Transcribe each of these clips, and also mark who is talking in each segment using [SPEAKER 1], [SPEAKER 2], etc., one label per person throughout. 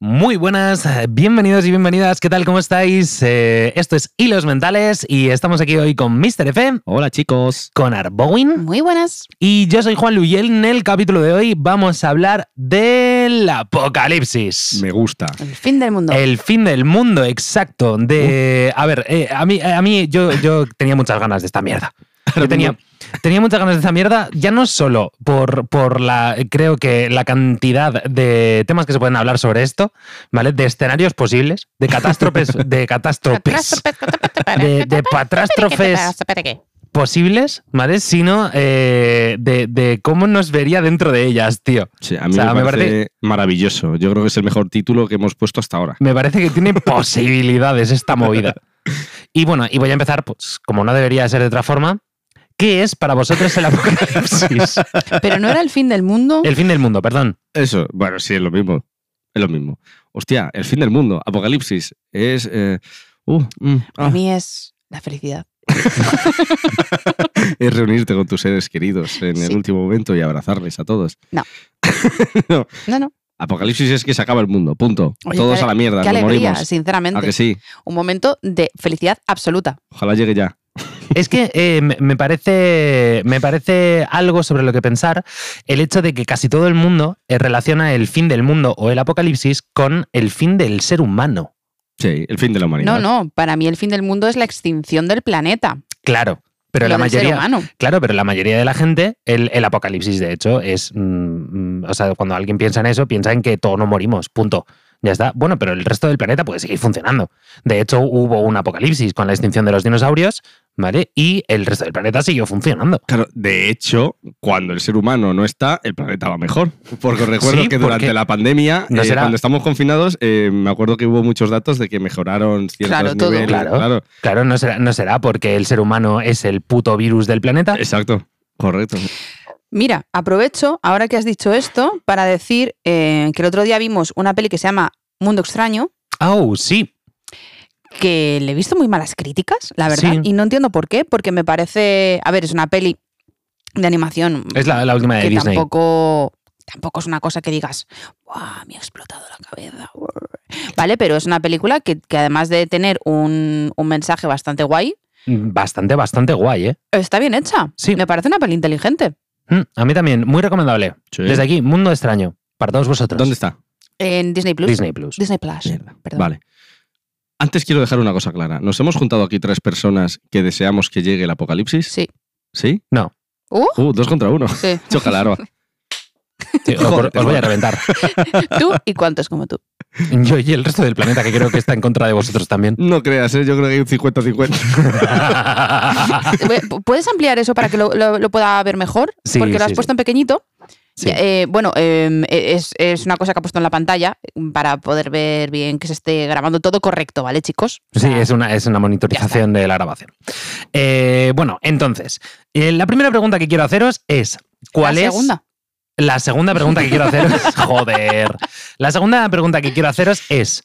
[SPEAKER 1] Muy buenas, eh, bienvenidos y bienvenidas. ¿Qué tal? ¿Cómo estáis? Eh, esto es Hilos Mentales y estamos aquí hoy con Mr. F,
[SPEAKER 2] Hola chicos.
[SPEAKER 1] con Arboin
[SPEAKER 3] Muy buenas.
[SPEAKER 1] y yo soy Juan Luyel. En el capítulo de hoy vamos a hablar del apocalipsis.
[SPEAKER 2] Me gusta.
[SPEAKER 3] El fin del mundo.
[SPEAKER 1] El fin del mundo, exacto. De. A ver, eh, a mí, a mí yo, yo tenía muchas ganas de esta mierda. Yo tenía, tenía muchas ganas de esta mierda, ya no solo por, por la, creo que la cantidad de temas que se pueden hablar sobre esto, ¿vale? De escenarios posibles, de catástrofes, de catástrofes de, de patástrofes posibles, ¿vale? Sino eh, de, de cómo nos vería dentro de ellas, tío.
[SPEAKER 2] Sí, a mí
[SPEAKER 1] O sea,
[SPEAKER 2] me,
[SPEAKER 1] me
[SPEAKER 2] parece maravilloso. Yo creo que es el mejor título que hemos puesto hasta ahora.
[SPEAKER 1] Me parece que tiene posibilidades esta movida. Y bueno, y voy a empezar, pues, como no debería ser de otra forma, ¿qué es para vosotros el apocalipsis?
[SPEAKER 3] Pero no era el fin del mundo.
[SPEAKER 1] el fin del mundo, perdón.
[SPEAKER 2] Eso, bueno, sí, es lo mismo. Es lo mismo. Hostia, el fin del mundo, apocalipsis, es... eh, uh, mm,
[SPEAKER 3] A
[SPEAKER 2] ah,
[SPEAKER 3] mí es la felicidad.
[SPEAKER 2] es reunirte con tus seres queridos en el
[SPEAKER 3] Sí.
[SPEAKER 2] último momento y abrazarles a todos.
[SPEAKER 3] No.
[SPEAKER 2] No.
[SPEAKER 3] No, no.
[SPEAKER 2] Apocalipsis es que se acaba el mundo, punto.
[SPEAKER 3] Oye,
[SPEAKER 2] todos
[SPEAKER 3] qué-
[SPEAKER 2] a la mierda,
[SPEAKER 3] Qué
[SPEAKER 2] nos
[SPEAKER 3] alegría,
[SPEAKER 2] morimos. ¿A
[SPEAKER 3] sinceramente.
[SPEAKER 2] que sí?
[SPEAKER 3] Un momento de felicidad absoluta.
[SPEAKER 2] Ojalá llegue ya.
[SPEAKER 1] Es que eh, me- me, parece, me parece algo sobre lo que pensar el hecho de que casi todo el mundo eh, relaciona el fin del mundo o el apocalipsis con el fin del ser humano.
[SPEAKER 2] Sí, el fin de la
[SPEAKER 3] No,
[SPEAKER 2] humanidad.
[SPEAKER 3] no. Para mí el fin del mundo es la extinción del planeta.
[SPEAKER 1] Claro, pero
[SPEAKER 3] lo
[SPEAKER 1] la
[SPEAKER 3] del ser
[SPEAKER 1] mayoría,
[SPEAKER 3] humano.
[SPEAKER 1] Claro, pero la mayoría de la gente, el, el apocalipsis, de hecho, es. mm, mm, o sea, cuando alguien piensa en eso, piensa en que todos nos morimos, punto. Ya está. Bueno, pero el resto del planeta puede seguir funcionando. De hecho, hubo un apocalipsis con la extinción de los dinosaurios, ¿vale? Y el resto del planeta siguió funcionando.
[SPEAKER 2] Claro, de hecho, cuando el ser humano no está, el planeta va mejor. Porque os recuerdo
[SPEAKER 1] Sí,
[SPEAKER 2] que durante
[SPEAKER 1] porque
[SPEAKER 2] la pandemia,
[SPEAKER 1] no
[SPEAKER 2] eh,
[SPEAKER 1] será-
[SPEAKER 2] cuando estamos confinados, eh, me acuerdo que hubo muchos datos de que mejoraron ciertos
[SPEAKER 3] Claro, todo.
[SPEAKER 2] niveles.
[SPEAKER 1] Claro.
[SPEAKER 2] Claro.
[SPEAKER 1] Claro, no será, no será porque el ser humano es el puto virus del planeta.
[SPEAKER 2] exacto. Correcto.
[SPEAKER 3] Mira, aprovecho ahora que has dicho esto para decir eh, que el otro día vimos una peli que se llama Mundo Extraño,
[SPEAKER 1] Oh, sí.
[SPEAKER 3] que le he visto muy malas críticas, la verdad,
[SPEAKER 1] Sí.
[SPEAKER 3] y no entiendo por qué, porque me parece, a ver, es una peli de animación
[SPEAKER 1] Es la, la última de
[SPEAKER 3] que
[SPEAKER 1] Disney.
[SPEAKER 3] tampoco tampoco es una cosa que digas, ¡guau! Me ha explotado la cabeza. buah". Vale, pero es una película que, que además de tener un, un mensaje bastante guay,
[SPEAKER 1] Mm, Bastante, bastante guay, ¿eh?
[SPEAKER 3] está bien hecha.
[SPEAKER 1] Sí.
[SPEAKER 3] Me parece una peli inteligente.
[SPEAKER 1] Mm, a mí también, muy recomendable.
[SPEAKER 2] Sí.
[SPEAKER 1] Desde aquí, Mundo Extraño, para todos vosotros.
[SPEAKER 2] ¿Dónde está?
[SPEAKER 3] En Disney Plus.
[SPEAKER 1] Disney Plus.
[SPEAKER 3] Disney Plus.
[SPEAKER 2] Mierda.
[SPEAKER 3] perdón.
[SPEAKER 2] Vale. Antes quiero dejar una cosa clara. Nos hemos juntado aquí tres personas que deseamos que llegue el apocalipsis.
[SPEAKER 3] Sí.
[SPEAKER 2] ¿Sí?
[SPEAKER 1] No.
[SPEAKER 3] Uh.
[SPEAKER 2] Uh, dos contra uno.
[SPEAKER 3] Sí.
[SPEAKER 2] Choca la arma.
[SPEAKER 1] Sí, os-
[SPEAKER 2] Joder,
[SPEAKER 1] os voy a
[SPEAKER 2] bueno.
[SPEAKER 1] reventar.
[SPEAKER 3] Tú y cuántos como tú.
[SPEAKER 1] Yo y el resto del planeta, que creo que está en contra de vosotros también.
[SPEAKER 2] No creas, ¿eh? yo creo que hay un 50-50.
[SPEAKER 3] Eh, ¿Puedes ampliar eso para que lo, lo- lo pueda ver mejor?
[SPEAKER 1] Sí,
[SPEAKER 3] Porque
[SPEAKER 1] sí,
[SPEAKER 3] lo has
[SPEAKER 1] sí.
[SPEAKER 3] puesto en pequeñito.
[SPEAKER 1] Sí.
[SPEAKER 3] Eh, bueno, eh, es, es una cosa que ha puesto en la pantalla mm, para poder ver bien que se esté grabando todo correcto, ¿vale, chicos? O
[SPEAKER 1] Sí,
[SPEAKER 3] sea,
[SPEAKER 1] es una, es una monitorización de la grabación. Eh, bueno, entonces, eh, la primera pregunta que quiero haceros es: ¿cuál
[SPEAKER 3] la
[SPEAKER 1] es
[SPEAKER 3] segunda.
[SPEAKER 1] la segunda pregunta que quiero haceros? joder. La segunda pregunta que quiero haceros es: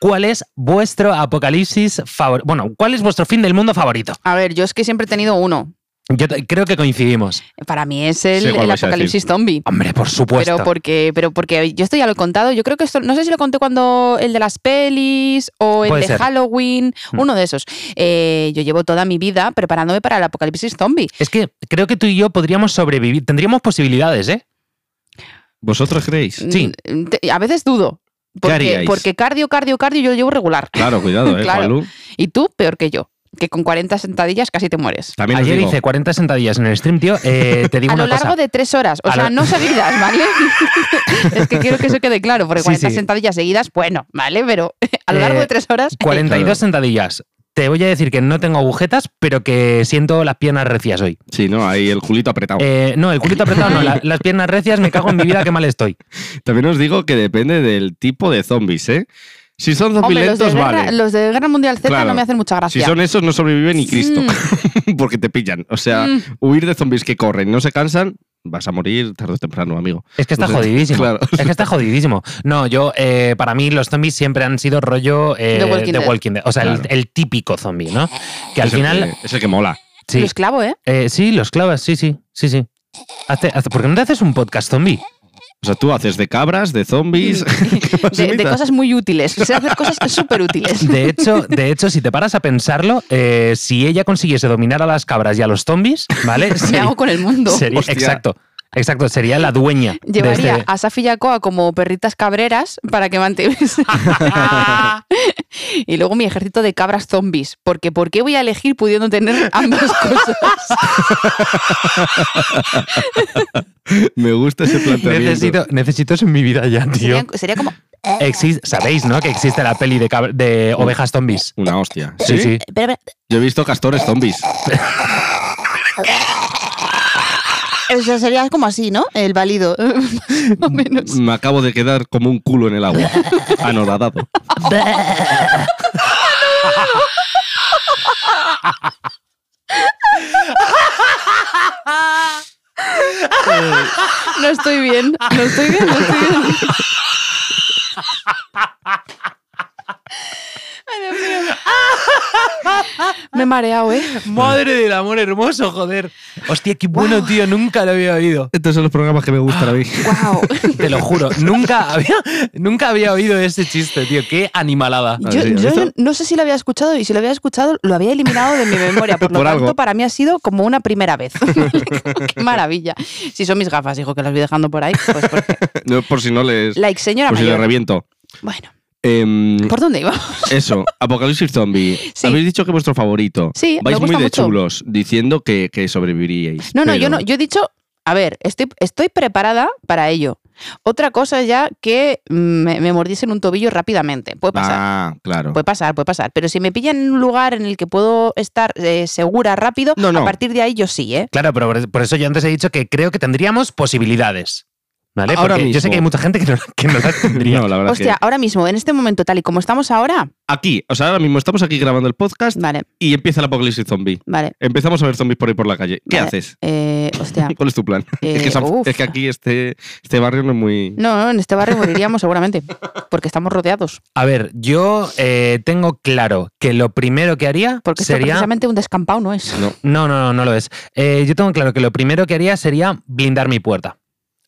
[SPEAKER 1] ¿cuál es vuestro apocalipsis favorito? Bueno, ¿cuál es vuestro fin del mundo favorito?
[SPEAKER 3] A ver, yo es que siempre he tenido uno.
[SPEAKER 1] Yo te- creo que coincidimos.
[SPEAKER 3] Para mí es el,
[SPEAKER 2] Sí, ¿cuál
[SPEAKER 3] el
[SPEAKER 2] vais a
[SPEAKER 3] apocalipsis zombie.
[SPEAKER 1] Hombre, por supuesto.
[SPEAKER 3] Pero porque, pero porque yo esto ya lo he contado. Yo creo que esto, no sé si lo conté cuando el de las pelis o el
[SPEAKER 1] Puede
[SPEAKER 3] de
[SPEAKER 1] ser.
[SPEAKER 3] Halloween,
[SPEAKER 1] Hmm.
[SPEAKER 3] uno de esos. Eh, yo llevo toda mi vida preparándome para el apocalipsis zombie.
[SPEAKER 1] Es que creo que tú y yo podríamos sobrevivir. Tendríamos posibilidades, ¿eh?
[SPEAKER 2] ¿Vosotros creéis?
[SPEAKER 1] Sí.
[SPEAKER 3] Mm, te- A veces dudo. Porque,
[SPEAKER 2] haríais?
[SPEAKER 3] porque cardio, cardio, cardio, yo lo llevo regular.
[SPEAKER 2] Claro, cuidado, ¿eh,
[SPEAKER 3] Claro.
[SPEAKER 2] Juanlu?
[SPEAKER 3] Y tú, peor que yo, que con 40 sentadillas casi te mueres.
[SPEAKER 2] También os
[SPEAKER 1] Ayer
[SPEAKER 2] digo,
[SPEAKER 1] hice 40 sentadillas en el stream, tío. Eh, te digo
[SPEAKER 3] A
[SPEAKER 1] una
[SPEAKER 3] lo largo
[SPEAKER 1] cosa.
[SPEAKER 3] de este tres horas, o
[SPEAKER 1] A
[SPEAKER 3] sea,
[SPEAKER 1] lo-
[SPEAKER 3] no seguidas, ¿vale? es que quiero que eso quede claro, porque
[SPEAKER 1] Sí,
[SPEAKER 3] 40
[SPEAKER 1] sí.
[SPEAKER 3] sentadillas seguidas, bueno, ¿vale? Pero a lo largo
[SPEAKER 1] Eh,
[SPEAKER 3] de tres horas,
[SPEAKER 1] 42
[SPEAKER 2] Claro.
[SPEAKER 1] sentadillas. Te voy a decir que no tengo agujetas, pero que siento las piernas recias hoy.
[SPEAKER 2] Sí, no, ahí el culito apretado.
[SPEAKER 1] Eh, no, el culito apretado no, la- las piernas recias, me cago en mi vida, qué mal estoy.
[SPEAKER 2] También os digo que depende del tipo de zombies, ¿eh? Si son zombies
[SPEAKER 3] hombre, los de,
[SPEAKER 2] lentos,
[SPEAKER 3] guerra,
[SPEAKER 2] vale.
[SPEAKER 3] los de Guerra Mundial Z
[SPEAKER 2] Claro.
[SPEAKER 3] no me hacen mucha
[SPEAKER 2] Si
[SPEAKER 3] gracia.
[SPEAKER 2] son esos, no sobrevive ni Cristo, porque te pillan. O sea,
[SPEAKER 3] Mm.
[SPEAKER 2] huir de zombies que corren, no se cansan, vas a morir tarde o temprano, amigo.
[SPEAKER 1] Es que está
[SPEAKER 2] Entonces,
[SPEAKER 1] jodidísimo.
[SPEAKER 2] Claro.
[SPEAKER 1] Es que está jodidísimo. No, yo, eh, para mí, los zombies siempre han sido rollo eh,
[SPEAKER 3] The Walking Dead.
[SPEAKER 1] Dead. O sea, el-
[SPEAKER 2] Claro.
[SPEAKER 1] el, típico zombie, ¿no? Que al
[SPEAKER 2] Es el
[SPEAKER 1] final.
[SPEAKER 2] que- es el que mola.
[SPEAKER 3] Lo
[SPEAKER 1] Sí,
[SPEAKER 3] esclavo, ¿eh?
[SPEAKER 1] eh, sí, los clavas, sí, sí, sí, sí. Hazte- hazte- ¿Por qué no te haces un podcast zombie?
[SPEAKER 2] O sea, tú haces de cabras, de zombies.
[SPEAKER 3] De, de cosas muy útiles. Se hacen cosas súper útiles.
[SPEAKER 1] De hecho, de hecho, si te paras a pensarlo, eh, si ella consiguiese dominar a las cabras y a los zombies, ¿vale?
[SPEAKER 3] Me hago con el mundo.
[SPEAKER 1] sería-
[SPEAKER 2] Hostia.
[SPEAKER 1] exacto, exacto, sería la dueña. de
[SPEAKER 3] Llevaría
[SPEAKER 1] este-
[SPEAKER 3] a Safi y a Coa como perritas cabreras para que mantuviesen. y luego mi ejército de cabras zombies. Porque ¿por qué voy a elegir pudiendo tener ambas cosas?
[SPEAKER 2] Me gusta ese planteamiento.
[SPEAKER 1] necesito, necesito eso en mi vida ya, tío.
[SPEAKER 3] Serían- sería como.
[SPEAKER 1] Exis- Sabéis, ¿no? Que existe la peli de, cab- de ovejas zombies.
[SPEAKER 2] Una hostia.
[SPEAKER 1] Sí, sí.
[SPEAKER 3] Espera, espera,
[SPEAKER 2] Yo he visto castores zombies.
[SPEAKER 3] o sea, sería como así, ¿no? El válido. Más o menos.
[SPEAKER 2] Me acabo de quedar como un culo en el agua. Anodadado.
[SPEAKER 3] No estoy bien. No estoy bien, no estoy bien. Ay, Dios mío. Me he mareado, ¿eh?
[SPEAKER 1] Madre del amor hermoso, joder. Hostia, qué bueno, tío. Nunca lo había oído.
[SPEAKER 2] Estos son los programas que me gustan a mí.
[SPEAKER 3] ¡Wow!
[SPEAKER 1] Te lo juro. Nunca había, nunca había oído ese chiste, tío. Qué animalada.
[SPEAKER 2] Ah,
[SPEAKER 3] Yo,
[SPEAKER 2] sí, ¿has
[SPEAKER 3] yo
[SPEAKER 2] visto?
[SPEAKER 3] no sé si lo había escuchado y si lo había escuchado lo había eliminado de mi memoria. Por lo
[SPEAKER 2] Por
[SPEAKER 3] tanto,
[SPEAKER 2] algo.
[SPEAKER 3] para mí ha sido como una primera vez. ¡Qué maravilla! Si son mis gafas, digo que las voy dejando por ahí. Pues porque...
[SPEAKER 2] No, por si no les.
[SPEAKER 3] Like, señora
[SPEAKER 2] por si le
[SPEAKER 3] mayor.
[SPEAKER 2] reviento.
[SPEAKER 3] bueno,
[SPEAKER 2] Em,
[SPEAKER 3] ¿por dónde iba?
[SPEAKER 2] eso, Apocalipsis Zombie.
[SPEAKER 3] Sí.
[SPEAKER 2] Habéis dicho que vuestro favorito.
[SPEAKER 3] Sí, me
[SPEAKER 2] Vais
[SPEAKER 3] gusta
[SPEAKER 2] muy de
[SPEAKER 3] mucho.
[SPEAKER 2] chulos diciendo que, que sobreviviríais.
[SPEAKER 3] No, no, yo
[SPEAKER 2] pero-
[SPEAKER 3] no, yo he dicho, a ver, estoy, estoy preparada para ello. Otra cosa ya que mm, me, me mordiesen un tobillo rápidamente. Puede pasar.
[SPEAKER 2] Ah, claro.
[SPEAKER 3] Puede pasar, puede pasar. Pero si me pillan en un lugar en el que puedo estar eh, segura rápido,
[SPEAKER 2] No,
[SPEAKER 3] a
[SPEAKER 2] no.
[SPEAKER 3] partir de ahí yo sí, ¿eh?
[SPEAKER 1] Claro, pero por- por eso yo antes he dicho que creo que tendríamos posibilidades. ¿Vale?
[SPEAKER 2] Ahora
[SPEAKER 1] Porque yo sé
[SPEAKER 2] mismo.
[SPEAKER 1] que hay mucha gente que no, que no las tendría.
[SPEAKER 2] No, la verdad es
[SPEAKER 3] Hostia,
[SPEAKER 2] que.
[SPEAKER 3] ahora mismo, en este momento, tal y como estamos ahora,
[SPEAKER 2] Aquí, o sea, ahora mismo estamos aquí grabando el podcast
[SPEAKER 3] vale,
[SPEAKER 2] y empieza el apocalipsis zombie.
[SPEAKER 3] vale.
[SPEAKER 2] Empezamos a ver zombies por ahí por la calle. ¿Qué
[SPEAKER 3] Vale.
[SPEAKER 2] haces?
[SPEAKER 3] eh, hostia.
[SPEAKER 2] ¿Cuál es tu plan? es,
[SPEAKER 3] Eh,
[SPEAKER 2] que esa-
[SPEAKER 3] uf.
[SPEAKER 2] es que aquí este, este barrio no es muy.
[SPEAKER 3] No, no, en este barrio moriríamos seguramente, porque estamos rodeados.
[SPEAKER 1] A ver, yo eh, tengo claro que lo primero que haría
[SPEAKER 3] Porque esto
[SPEAKER 1] sería.
[SPEAKER 3] precisamente un descampado no es.
[SPEAKER 2] No.
[SPEAKER 1] No, no, no, no lo es. Eh, yo tengo claro que lo primero que haría sería blindar mi puerta.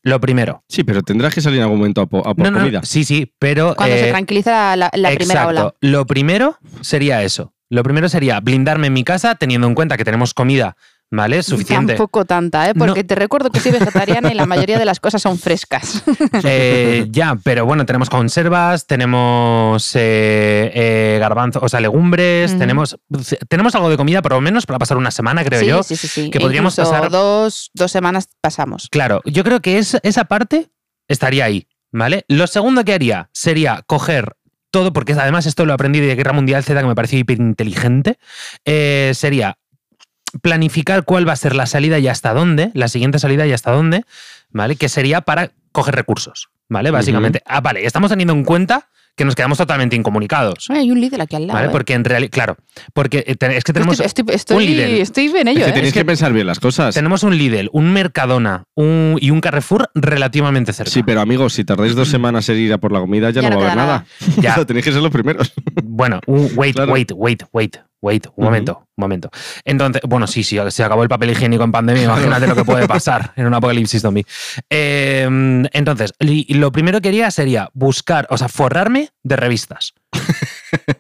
[SPEAKER 1] Lo primero.
[SPEAKER 2] Sí, pero tendrás que salir en algún momento a, po- a por
[SPEAKER 1] No, no, no,
[SPEAKER 2] comida.
[SPEAKER 1] sí, sí, pero.
[SPEAKER 3] Cuando se
[SPEAKER 1] eh,
[SPEAKER 3] tranquiliza la, la primera
[SPEAKER 1] exacto.
[SPEAKER 3] ola.
[SPEAKER 1] Lo primero sería eso. Lo primero sería blindarme en mi casa teniendo en cuenta que tenemos comida, ¿vale? Suficiente.
[SPEAKER 3] Tampoco tanta, ¿eh? Porque te recuerdo que soy vegetariana y la mayoría de las cosas son frescas.
[SPEAKER 1] Eh, ya, pero bueno, tenemos conservas, tenemos eh, eh, garbanzos, o sea, legumbres,
[SPEAKER 3] Ujú.
[SPEAKER 1] tenemos, tenemos algo de comida por lo menos para pasar una semana, creo
[SPEAKER 3] sí,
[SPEAKER 1] yo.
[SPEAKER 3] sí, sí, sí.
[SPEAKER 1] que
[SPEAKER 3] E
[SPEAKER 1] podríamos
[SPEAKER 3] incluso
[SPEAKER 1] pasar-
[SPEAKER 3] dos, dos semanas pasamos.
[SPEAKER 1] Claro, yo creo que es- esa parte estaría ahí, ¿vale? Lo segundo que haría sería coger todo, porque además esto lo aprendí de Guerra Mundial Z, que me pareció hiperinteligente, eh, sería planificar cuál va a ser la salida y hasta dónde, la siguiente salida y hasta dónde, ¿vale? Que sería para coger recursos, ¿vale? Básicamente. Ah, vale, estamos teniendo en cuenta que nos quedamos totalmente incomunicados,
[SPEAKER 3] Ay, hay un líder aquí al lado.
[SPEAKER 1] ¿vale?
[SPEAKER 3] ¿eh?
[SPEAKER 1] Porque en realidad, claro, porque eh, te- es que
[SPEAKER 3] Yo
[SPEAKER 1] tenemos...
[SPEAKER 3] estoy, estoy- estoy-
[SPEAKER 1] un Lidl.
[SPEAKER 3] estoy en ello,
[SPEAKER 2] Es que
[SPEAKER 3] ¿eh?
[SPEAKER 2] tenéis
[SPEAKER 1] es que-
[SPEAKER 2] que pensar bien las cosas.
[SPEAKER 1] Tenemos un Lidl, un Mercadona un- y un Carrefour relativamente cerca.
[SPEAKER 2] Sí, pero amigos, si tardáis dos semanas en ir a por la comida, ya,
[SPEAKER 3] Ya
[SPEAKER 2] no
[SPEAKER 3] no
[SPEAKER 2] va a haber
[SPEAKER 3] queda
[SPEAKER 2] nada.
[SPEAKER 1] Ya.
[SPEAKER 2] O sea, tenéis que ser los primeros.
[SPEAKER 1] Bueno, un- wait,
[SPEAKER 2] Claro.
[SPEAKER 1] wait, wait, wait, wait, un
[SPEAKER 2] Ujú.
[SPEAKER 1] momento, un momento. Entonces, bueno, sí, sí, se acabó el papel higiénico en pandemia, imagínate lo que puede pasar en un apocalipsis zombie. Eh, entonces, li- lo primero que haría sería buscar, o sea, forrarme de revistas.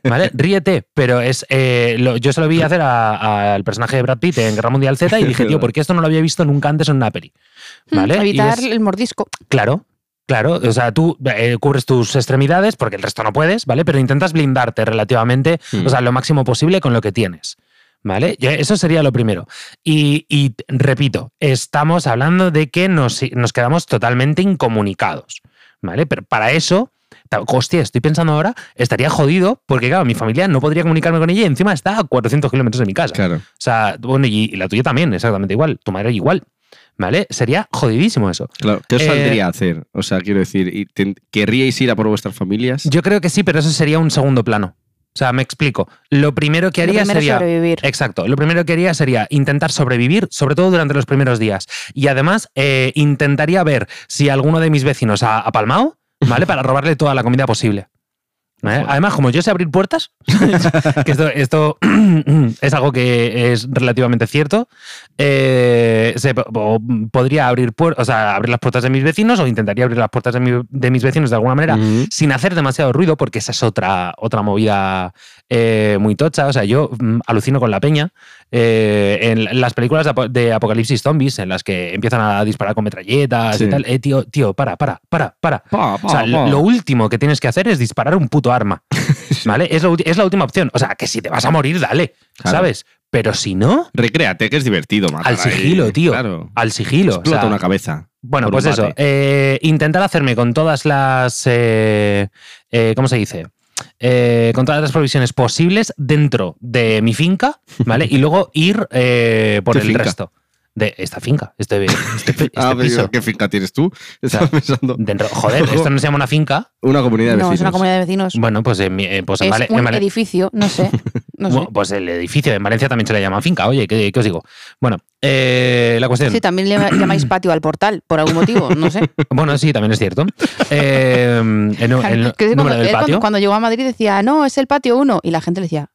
[SPEAKER 1] ¿Vale? Ríete, pero es. eh, lo- yo se lo vi hacer a- a- al personaje de Brad Pitt en Guerra Mundial Z y dije, tío, ¿por qué esto no lo había visto nunca antes en una peli?
[SPEAKER 3] Mm,
[SPEAKER 1] ¿Vale? Y
[SPEAKER 3] Evitar
[SPEAKER 1] es-
[SPEAKER 3] el mordisco.
[SPEAKER 1] Claro, claro. O sea, tú eh, cubres tus extremidades porque el resto no puedes, ¿vale? Pero intentas blindarte relativamente,
[SPEAKER 2] Mm.
[SPEAKER 1] o sea, lo máximo posible con lo que tienes. ¿Vale? Ya, Eso sería lo primero. Y, y t- repito, estamos hablando de que nos, nos quedamos totalmente incomunicados. ¿Vale? Pero para eso, ta- hostia, estoy pensando ahora, estaría jodido porque, claro, mi familia no podría comunicarme con ella y encima está a 400 kilómetros de mi casa.
[SPEAKER 2] Claro.
[SPEAKER 1] O sea, bueno, y, y la tuya también, exactamente igual. Tu madre igual. ¿Vale? Sería jodidísimo eso.
[SPEAKER 2] Claro, ¿qué os
[SPEAKER 1] Eh,
[SPEAKER 2] saldría a hacer? O sea, quiero decir, ¿y ten- ¿querríais ir a por vuestras familias?
[SPEAKER 1] Yo creo que sí, pero eso sería un segundo plano. O sea, me explico. Lo primero que
[SPEAKER 3] Lo
[SPEAKER 1] haría
[SPEAKER 3] primero es
[SPEAKER 1] sería.
[SPEAKER 3] sobrevivir.
[SPEAKER 1] Exacto. Lo primero que haría sería intentar sobrevivir, sobre todo durante los primeros días. Y además, eh, intentaría ver si alguno de mis vecinos ha, ha palmado, ¿vale? Para robarle toda la comida posible. ¿Eh? Además, como yo sé abrir puertas, que esto, esto es algo que es relativamente cierto, eh, se, po- po- podría abrir, puer- o sea, abrir las puertas de mis vecinos o intentaría abrir las puertas de, mi- de mis vecinos de alguna manera
[SPEAKER 2] Ujú.
[SPEAKER 1] sin hacer demasiado ruido, porque esa es otra, otra movida eh, muy tocha. O sea, yo mm, alucino con la peña. eh, en la- las películas de, apo- de apocalipsis zombies, en las que empiezan a disparar con metralletas
[SPEAKER 2] Sí.
[SPEAKER 1] y tal, eh, tío, tío, para, para, para, para.
[SPEAKER 2] Pa, pa,
[SPEAKER 1] O sea, lo
[SPEAKER 2] pa.
[SPEAKER 1] lo último que tienes que hacer es disparar un puto arma. ¿Vale? Es, lo ulti- es la última opción. O sea, que si te vas a morir, dale.
[SPEAKER 2] Claro.
[SPEAKER 1] ¿Sabes? Pero si no,
[SPEAKER 2] Recréate, que es divertido, matar
[SPEAKER 1] Al
[SPEAKER 2] ahí.
[SPEAKER 1] sigilo, tío.
[SPEAKER 2] Claro.
[SPEAKER 1] al sigilo. O
[SPEAKER 2] Explota
[SPEAKER 1] sea,
[SPEAKER 2] una cabeza.
[SPEAKER 1] bueno,
[SPEAKER 2] por un
[SPEAKER 1] pues eso.
[SPEAKER 2] bate.
[SPEAKER 1] eh, intentar hacerme con todas las. eh, eh, ¿Cómo se dice? Eh, con todas las provisiones posibles dentro de mi finca, ¿vale? Y luego ir eh, por
[SPEAKER 2] ¿Qué
[SPEAKER 1] el
[SPEAKER 2] finca?
[SPEAKER 1] resto. De esta finca, este, este, este
[SPEAKER 2] ah, pero
[SPEAKER 1] piso.
[SPEAKER 2] ¿qué finca tienes tú? Estaba
[SPEAKER 1] O sea,
[SPEAKER 2] pensando.
[SPEAKER 1] Dentro- joder, esto no se llama una finca.
[SPEAKER 2] Una comunidad de
[SPEAKER 3] No,
[SPEAKER 2] vecinos.
[SPEAKER 3] es una comunidad de vecinos.
[SPEAKER 1] Bueno, pues en, mi- eh, pues en
[SPEAKER 3] es
[SPEAKER 1] Vale- en
[SPEAKER 3] un
[SPEAKER 1] Vale-
[SPEAKER 3] edificio, no sé. No sé.
[SPEAKER 1] Bueno, Pues el edificio en Valencia también se le llama finca. Oye, ¿qué, qué os digo? Bueno, eh, la cuestión.
[SPEAKER 3] Sí, también le llamáis patio al portal, por algún motivo, no sé.
[SPEAKER 1] Bueno, sí, también es cierto. Eh, el, el
[SPEAKER 3] Claro,
[SPEAKER 1] número
[SPEAKER 3] que sí, cuando,
[SPEAKER 1] del
[SPEAKER 3] él cuando-
[SPEAKER 1] patio.
[SPEAKER 3] cuando llegó a Madrid decía, no, es el patio 1. Y la gente le decía,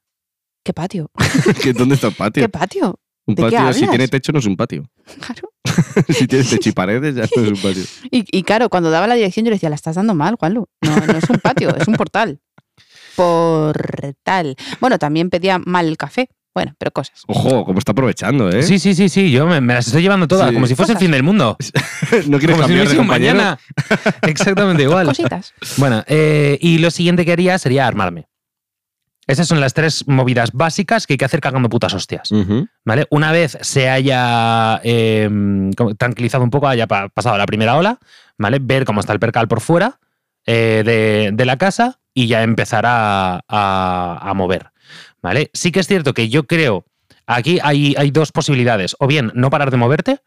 [SPEAKER 3] ¿qué patio?
[SPEAKER 2] ¿Qué- ¿Dónde está el patio?
[SPEAKER 3] ¿Qué patio? ¿de
[SPEAKER 2] un
[SPEAKER 3] qué
[SPEAKER 2] patio, si
[SPEAKER 3] hablas?
[SPEAKER 2] tiene techo, no es un patio.
[SPEAKER 3] Claro.
[SPEAKER 2] si tiene techo y paredes, ya no es un patio.
[SPEAKER 3] Y, y claro, cuando daba la dirección yo le decía, la estás dando mal, Juanlu. No, no es un patio, es un portal. Portal. Bueno, también pedía mal el café. Bueno, pero cosas.
[SPEAKER 2] Ojo, cómo está aprovechando, ¿eh?
[SPEAKER 1] Sí, sí, sí, sí. Yo me, me las estoy llevando todas,
[SPEAKER 2] Sí.
[SPEAKER 1] como si fuese el fin del mundo.
[SPEAKER 2] No quieres
[SPEAKER 1] Como si no
[SPEAKER 2] cambiar
[SPEAKER 1] hubiese
[SPEAKER 2] de
[SPEAKER 1] un
[SPEAKER 2] compañero.
[SPEAKER 1] mañana. Exactamente igual.
[SPEAKER 3] Cositas.
[SPEAKER 1] Bueno, eh, y lo siguiente que haría sería armarme. Esas son las tres movidas básicas que hay que hacer cagando putas hostias.
[SPEAKER 2] Ujú.
[SPEAKER 1] ¿Vale? Una vez se haya eh, como tranquilizado un poco, haya pa- pasado la primera ola, ¿vale? Ver cómo está el percal por fuera eh, de, de la casa y ya empezar a, a- a mover. ¿Vale? Sí que es cierto que yo creo. Aquí hay, hay dos posibilidades. O bien no parar de moverte,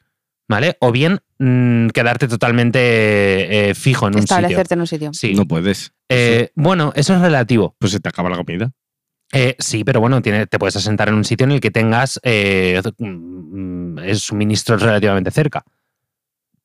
[SPEAKER 1] ¿vale? O bien mm, quedarte totalmente eh, fijo en un sitio.
[SPEAKER 3] Establecerte en un sitio.
[SPEAKER 1] Sí.
[SPEAKER 2] No pues puedes.
[SPEAKER 1] Eh, Bueno, eso es relativo.
[SPEAKER 2] Pues se te acaba la comida.
[SPEAKER 1] Eh, sí, pero bueno, tiene- te puedes asentar en un sitio en el que tengas eh, mm, mm, suministros relativamente cerca.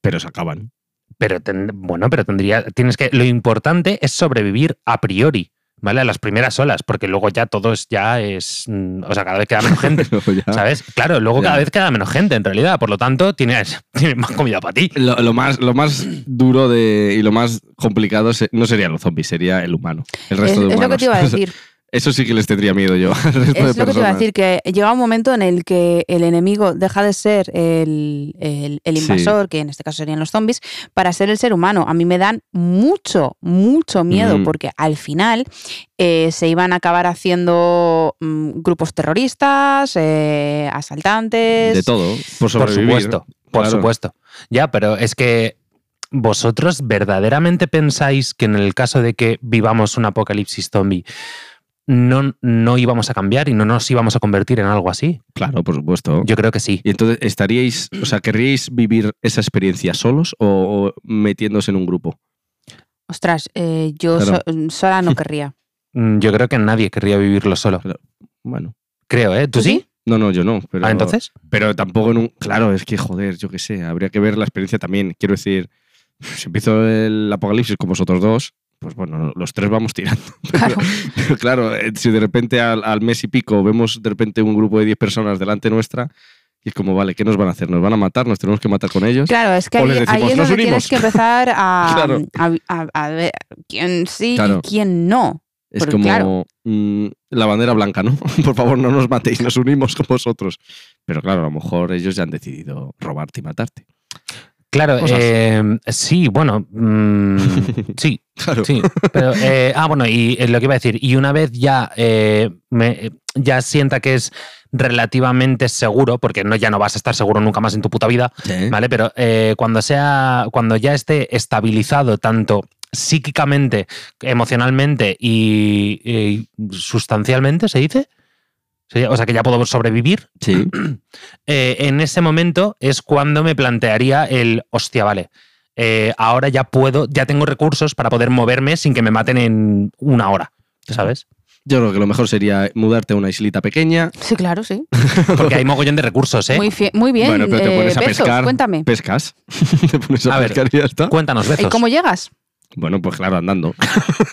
[SPEAKER 2] Pero se acaban.
[SPEAKER 1] Pero ten- bueno, pero tendría, tienes que. Lo importante es sobrevivir a priori, ¿vale? A las primeras olas, porque luego ya todo es, ya es. mm, O sea, cada vez queda menos gente.
[SPEAKER 2] Luego ya-
[SPEAKER 1] ¿Sabes? Claro, luego
[SPEAKER 2] Ah. Ya.
[SPEAKER 1] cada vez queda menos gente en realidad. Por lo tanto, tienes, tienes más comida para ti.
[SPEAKER 2] Lo, lo más, lo más duro de, y lo más complicado se- no serían los zombies, sería el humano. El
[SPEAKER 3] Es,
[SPEAKER 2] resto de
[SPEAKER 3] es lo que
[SPEAKER 2] humanos.
[SPEAKER 3] te iba a decir.
[SPEAKER 2] Eso sí que les tendría miedo yo. Al resto de
[SPEAKER 3] Es lo que te iba a
[SPEAKER 2] personas.
[SPEAKER 3] decir, que llega un momento en el que el enemigo deja de ser el, el- el
[SPEAKER 2] Sí.
[SPEAKER 3] invasor, que en este caso serían los zombies, para ser el ser humano. A mí me dan mucho, mucho miedo,
[SPEAKER 2] Mm.
[SPEAKER 3] porque al final eh, se iban a acabar haciendo mm, grupos terroristas, eh, asaltantes.
[SPEAKER 2] De todo. Por
[SPEAKER 1] Por
[SPEAKER 2] sobrevivir.
[SPEAKER 1] supuesto, por
[SPEAKER 2] claro.
[SPEAKER 1] supuesto. Ya, pero es que vosotros verdaderamente pensáis que en el caso de que vivamos un apocalipsis zombie, no, no íbamos a cambiar y no nos íbamos a convertir en algo así.
[SPEAKER 2] Claro, por supuesto.
[SPEAKER 1] Yo creo que sí.
[SPEAKER 2] Y entonces, ¿estaríais, o sea, querríais vivir esa experiencia solos o, o metiéndose en un grupo?
[SPEAKER 3] Ostras, eh, yo
[SPEAKER 2] Claro.
[SPEAKER 3] so- sola no querría.
[SPEAKER 1] Mm, Yo creo que nadie querría vivirlo solo.
[SPEAKER 2] Bueno.
[SPEAKER 1] Creo, ¿eh? ¿Tú,
[SPEAKER 3] ¿Tú
[SPEAKER 1] sí?
[SPEAKER 3] sí?
[SPEAKER 2] No, no, yo no. Pero,
[SPEAKER 1] Ah, entonces.
[SPEAKER 2] Pero tampoco en un. Claro, es que joder, yo qué sé. Habría que ver la experiencia también. Quiero decir, si empiezo el apocalipsis con vosotros dos, pues bueno, los tres vamos tirando.
[SPEAKER 3] Claro.
[SPEAKER 2] Pero claro, eh, si de repente al, al mes y pico vemos de repente un grupo de 10 personas delante nuestra, y es como, vale, ¿qué nos van a hacer? ¿Nos van a matar? ¿Nos tenemos que matar con ellos?
[SPEAKER 3] Claro, es que
[SPEAKER 2] O
[SPEAKER 3] ahí,
[SPEAKER 2] les decimos,
[SPEAKER 3] ahí es
[SPEAKER 2] "Nos
[SPEAKER 3] donde
[SPEAKER 2] unimos".
[SPEAKER 3] tienes que empezar a,
[SPEAKER 2] Claro.
[SPEAKER 3] a- a- a ver quién sí
[SPEAKER 2] Claro.
[SPEAKER 3] y quién no.
[SPEAKER 2] Es
[SPEAKER 3] Pero
[SPEAKER 2] como
[SPEAKER 3] claro.
[SPEAKER 2] mm, la bandera blanca, ¿no? Por favor, no nos matéis, nos unimos con vosotros. Pero claro, a lo mejor ellos ya han decidido robarte y matarte.
[SPEAKER 1] Claro,
[SPEAKER 2] Cosas.
[SPEAKER 1] eh, sí, bueno. mm, sí,
[SPEAKER 2] Claro.
[SPEAKER 1] Sí, pero, eh, ah, bueno, y eh, lo que iba a decir, y una vez ya, eh, me- eh, ya sienta que es relativamente seguro, porque no, ya no vas a estar seguro nunca más en tu puta vida, ¿vale? Pero eh, cuando sea, cuando ya esté estabilizado tanto psíquicamente, emocionalmente y, eh, sustancialmente, ¿se dice? Sí, O sea, que ya puedo sobrevivir.
[SPEAKER 2] Sí.
[SPEAKER 1] eh, en ese momento es cuando me plantearía el, hostia, vale, eh, ahora ya puedo, ya tengo recursos para poder moverme sin que me maten en una hora, ¿sabes?
[SPEAKER 2] Yo creo que lo mejor sería mudarte a una islita pequeña,
[SPEAKER 3] Sí, claro, sí.
[SPEAKER 1] Porque hay mogollón de recursos, ¿eh?
[SPEAKER 3] Muy, fie- muy bien.
[SPEAKER 2] Bueno, pero te
[SPEAKER 3] eh,
[SPEAKER 2] pones a
[SPEAKER 3] Bezos,
[SPEAKER 2] pescar.
[SPEAKER 3] Cuéntame.
[SPEAKER 2] pescas, te pones a,
[SPEAKER 1] A ver.
[SPEAKER 2] pescar y ya está.
[SPEAKER 1] Cuéntanos,
[SPEAKER 3] ¿Y
[SPEAKER 1] Bezos.
[SPEAKER 3] cómo llegas?
[SPEAKER 2] Bueno, pues claro, andando.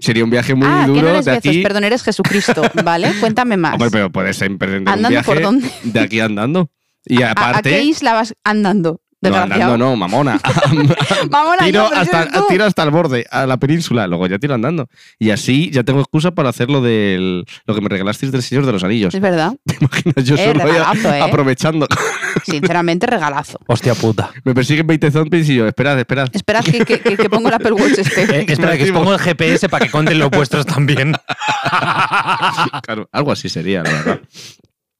[SPEAKER 2] Sería un viaje muy
[SPEAKER 3] ah, que no
[SPEAKER 2] duro
[SPEAKER 3] eres
[SPEAKER 2] de
[SPEAKER 3] veces,
[SPEAKER 2] aquí.
[SPEAKER 3] perdón, eres Jesucristo, ¿vale? Cuéntame más.
[SPEAKER 2] Hombre, pero puedes emprender un
[SPEAKER 3] ¿Andando
[SPEAKER 2] viaje
[SPEAKER 3] por dónde?
[SPEAKER 2] de aquí andando. Y
[SPEAKER 3] ¿A- ¿A, qué
[SPEAKER 2] aparte,
[SPEAKER 3] isla vas andando?
[SPEAKER 2] no,
[SPEAKER 3] Desgraciado.
[SPEAKER 2] andando no, mamona.
[SPEAKER 3] Vamos
[SPEAKER 2] tiro,
[SPEAKER 3] a
[SPEAKER 2] hasta, tiro hasta el borde, a la península, luego ya tiro andando. Y así ya tengo excusa para hacer lo, del, lo que me regalasteis del Señor de los Anillos.
[SPEAKER 3] Es verdad.
[SPEAKER 2] ¿Te imaginas? Yo
[SPEAKER 3] Eh,
[SPEAKER 2] solo voy a-
[SPEAKER 3] regalazo, eh.
[SPEAKER 2] aprovechando.
[SPEAKER 3] Sinceramente, regalazo.
[SPEAKER 1] Hostia puta.
[SPEAKER 2] Me persiguen 20 zombies y yo, esperad, esperad.
[SPEAKER 3] Esperad que, que- que- que pongo el Apple Watch este.
[SPEAKER 1] Eh, espera, que os pongo el GPS para que conten los vuestros también.
[SPEAKER 2] Claro, algo así sería, la verdad.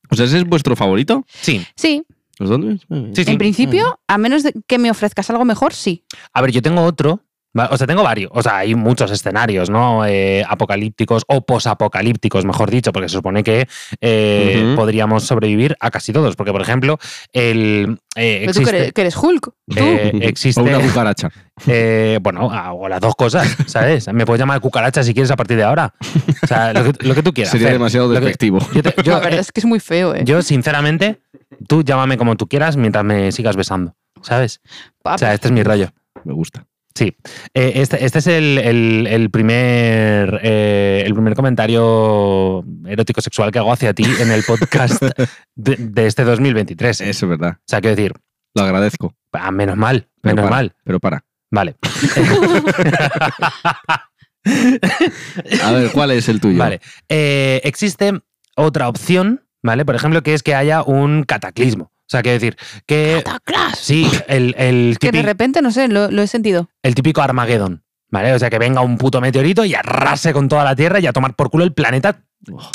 [SPEAKER 2] O sea, ¿ese es vuestro favorito?
[SPEAKER 1] Sí.
[SPEAKER 3] Sí,
[SPEAKER 2] ¿Los Ah, zombies?
[SPEAKER 1] Sí, sí.
[SPEAKER 3] en
[SPEAKER 2] Mm.
[SPEAKER 3] principio, a menos de que me ofrezcas algo mejor, sí.
[SPEAKER 1] A ver, yo tengo otro. va- O sea, tengo varios. O sea, hay muchos escenarios, ¿no? Eh, apocalípticos o posapocalípticos, mejor dicho, porque se supone que eh,
[SPEAKER 2] Ujú.
[SPEAKER 1] podríamos sobrevivir a casi todos. Porque, por ejemplo, el. eh,
[SPEAKER 3] Pero tú que eres,
[SPEAKER 1] existe.
[SPEAKER 3] que eres Hulk. Tú.
[SPEAKER 1] eh, existe-
[SPEAKER 2] O una cucaracha.
[SPEAKER 1] eh, bueno, a- o las dos cosas, ¿sabes? Me puedes llamar cucaracha si quieres a partir de ahora. O sea, lo que, lo que tú quieras.
[SPEAKER 2] Sería
[SPEAKER 1] Fer.
[SPEAKER 2] demasiado
[SPEAKER 1] lo que-
[SPEAKER 2] despectivo.
[SPEAKER 1] Yo, te- yo,
[SPEAKER 3] la verdad
[SPEAKER 1] eh,
[SPEAKER 3] es que es muy feo, ¿eh?
[SPEAKER 1] yo, sinceramente, tú llámame como tú quieras mientras me sigas besando, ¿sabes? O
[SPEAKER 3] Papi.
[SPEAKER 1] sea, este es mi rayo.
[SPEAKER 2] Me gusta.
[SPEAKER 1] Eh, este, este es el, el- el primer, eh, el primer comentario erótico sexual que hago hacia ti en el podcast de, de este 2023. O
[SPEAKER 2] Eso es verdad.
[SPEAKER 1] sea, quiero decir,
[SPEAKER 2] Lo agradezco.
[SPEAKER 1] ah, menos mal,
[SPEAKER 2] Pero
[SPEAKER 1] menos
[SPEAKER 2] para,
[SPEAKER 1] mal.
[SPEAKER 2] Pero para.
[SPEAKER 1] Vale,
[SPEAKER 2] A ver, ¿cuál es el tuyo?
[SPEAKER 1] vale. Eh, existe otra opción, ¿vale? Por ejemplo, que es que haya un cataclismo. O sea, quiero decir, que
[SPEAKER 3] Cataclas.
[SPEAKER 1] sí, el, el
[SPEAKER 3] Que de
[SPEAKER 1] típico,
[SPEAKER 3] repente, no sé, lo, lo he sentido.
[SPEAKER 1] el típico Armageddon. ¿Vale? O sea, que venga un puto meteorito y arrase con toda la Tierra y a tomar por culo el planeta,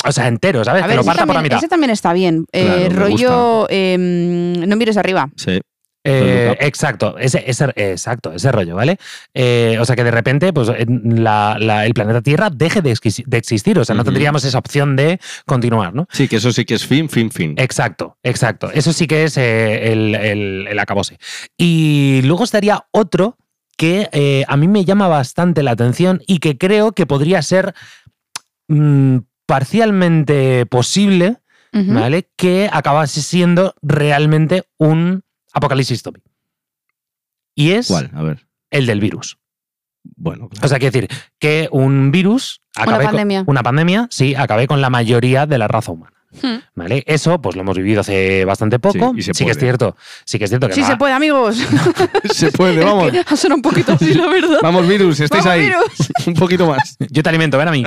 [SPEAKER 1] o sea, entero, ¿sabes?
[SPEAKER 3] A
[SPEAKER 1] que
[SPEAKER 3] ver,
[SPEAKER 1] lo
[SPEAKER 3] ese,
[SPEAKER 1] parta por la
[SPEAKER 3] también,
[SPEAKER 1] mitad.
[SPEAKER 3] ese también está bien. Eh,
[SPEAKER 2] Claro, me
[SPEAKER 3] rollo, eh, no mires arriba.
[SPEAKER 2] Sí.
[SPEAKER 1] Eh,
[SPEAKER 2] Todo el
[SPEAKER 1] exacto, ese, ese- exacto, ese rollo, ¿vale? Eh, o sea, que de repente pues, en la- la- el planeta Tierra deje de, exquis- de existir, o sea, no
[SPEAKER 2] Ujú.
[SPEAKER 1] tendríamos esa opción de continuar, ¿no?
[SPEAKER 2] Sí, que eso sí que es fin, fin, fin.
[SPEAKER 1] Exacto, exacto. Eso sí que es eh, el, el, el acabose. Y luego estaría otro que eh, a mí me llama bastante la atención y que creo que podría ser mm, parcialmente posible,
[SPEAKER 3] Ujú.
[SPEAKER 1] ¿vale? Que acabase siendo realmente un apocalipsis zombie. Y es
[SPEAKER 2] ¿Cuál? A ver.
[SPEAKER 1] el del virus.
[SPEAKER 2] Bueno, claro.
[SPEAKER 1] O sea, quiero decir, que un virus... acabe con-
[SPEAKER 3] pandemia.
[SPEAKER 1] una pandemia, sí, acabe con la mayoría de la raza humana.
[SPEAKER 3] Hmm.
[SPEAKER 1] ¿Vale? Eso, pues lo hemos vivido hace bastante poco.
[SPEAKER 2] Sí, y
[SPEAKER 1] Sí,
[SPEAKER 2] se
[SPEAKER 1] que
[SPEAKER 2] puede.
[SPEAKER 1] es cierto. Sí que es cierto que
[SPEAKER 3] Sí
[SPEAKER 1] va-
[SPEAKER 3] se puede, amigos.
[SPEAKER 2] se puede, vamos.
[SPEAKER 3] Ha sonado un poquito así, la verdad.
[SPEAKER 2] Vamos, virus, estáis
[SPEAKER 3] Vamos,
[SPEAKER 2] ahí.
[SPEAKER 3] virus.
[SPEAKER 2] Un poquito más.
[SPEAKER 1] Yo te alimento, ven a mí.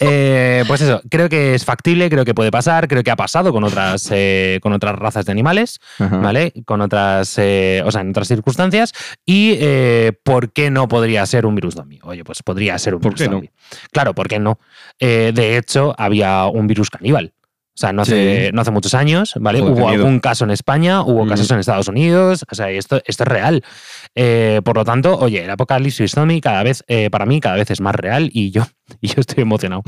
[SPEAKER 1] Eh, pues eso, creo que es factible, creo que puede pasar, creo que ha pasado con otras, eh, con otras razas de animales. ¿vale? Con otras, eh, o sea, en otras circunstancias. Y eh, ¿por qué no podría ser un virus zombie? Oye, pues podría ser un
[SPEAKER 2] ¿Por
[SPEAKER 1] virus
[SPEAKER 2] qué no?
[SPEAKER 1] zombie. Claro, ¿por qué no? Eh, de hecho, había un virus caníbal. O sea, no hace,
[SPEAKER 2] Sí.
[SPEAKER 1] no hace muchos años, ¿vale?
[SPEAKER 2] Joder,
[SPEAKER 1] hubo
[SPEAKER 2] qué miedo.
[SPEAKER 1] algún caso en España, hubo
[SPEAKER 2] Mm.
[SPEAKER 1] casos en Estados Unidos, o sea, esto, esto es real. Eh, por lo tanto, oye, el apocalipsis zombie cada vez, eh, para mí, cada vez es más real y yo, y yo estoy emocionado.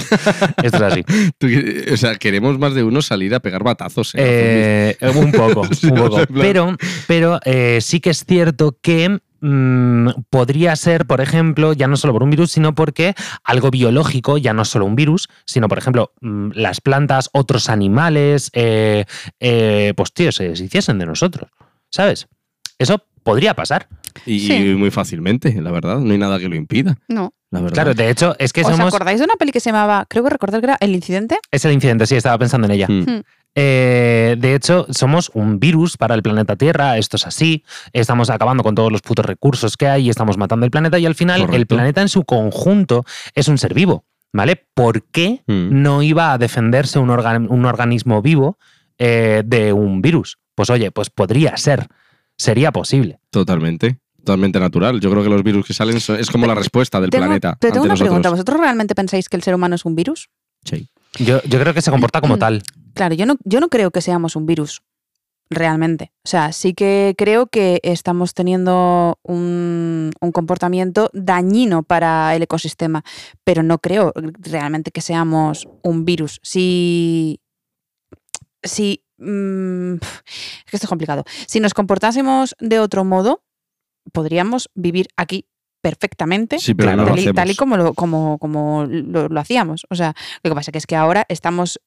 [SPEAKER 1] esto es así.
[SPEAKER 2] Tú- o sea, queremos más de uno salir a pegar batazos. ¿eh?
[SPEAKER 1] Eh, un poco,
[SPEAKER 2] Sí,
[SPEAKER 1] un
[SPEAKER 2] o
[SPEAKER 1] poco.
[SPEAKER 2] sea, en plan-
[SPEAKER 1] Pero, pero eh, sí que es cierto que mm, podría ser, por ejemplo, ya no solo por un virus, sino porque algo biológico, ya no es solo un virus, sino, por ejemplo, mm, las plantas, otros animales, eh, eh, pues tío, se hiciesen de nosotros, ¿sabes? Eso podría pasar.
[SPEAKER 2] y,
[SPEAKER 3] sí.
[SPEAKER 2] y muy fácilmente, la verdad. No hay nada que lo impida.
[SPEAKER 3] No.
[SPEAKER 2] La verdad.
[SPEAKER 1] Claro, de hecho, es que
[SPEAKER 3] ¿Os
[SPEAKER 1] somos...
[SPEAKER 3] acordáis de una peli que se llamaba, creo que recordar que era El Incidente?
[SPEAKER 1] Es el incidente, sí, estaba pensando en ella.
[SPEAKER 2] Mm.
[SPEAKER 1] Eh, de hecho, somos un virus para el planeta Tierra, esto es así, estamos acabando con todos los putos recursos que hay, estamos matando el planeta y al final el
[SPEAKER 2] Correcto.
[SPEAKER 1] planeta en su conjunto es un ser vivo, ¿vale? ¿Por qué
[SPEAKER 2] Mm.
[SPEAKER 1] no iba a defenderse un, organ- un organismo vivo eh, de un virus? Pues oye, pues podría ser, sería posible.
[SPEAKER 2] Totalmente. Totalmente natural. Yo creo que los virus que salen son- es como la respuesta del
[SPEAKER 3] Tengo-
[SPEAKER 2] planeta.
[SPEAKER 3] Pero tengo
[SPEAKER 2] ante
[SPEAKER 3] una
[SPEAKER 2] nosotros.
[SPEAKER 3] pregunta. ¿Vosotros realmente pensáis que el ser humano es un virus?
[SPEAKER 2] Sí.
[SPEAKER 1] Yo, yo creo que se comporta como tal.
[SPEAKER 3] Claro, yo no, yo no creo que seamos un virus, realmente. O sea, sí que creo que estamos teniendo un, un comportamiento dañino para el ecosistema, pero no creo realmente que seamos un virus. Si. Si. mm, es que esto es complicado. Si nos comportásemos de otro modo, podríamos vivir aquí perfectamente
[SPEAKER 2] Sí, pero
[SPEAKER 1] Claro,
[SPEAKER 2] no lo
[SPEAKER 3] tal, y,
[SPEAKER 2] hacemos.
[SPEAKER 3] tal y como lo, como, como lo, lo hacíamos. O sea, lo que pasa que es que ahora estamos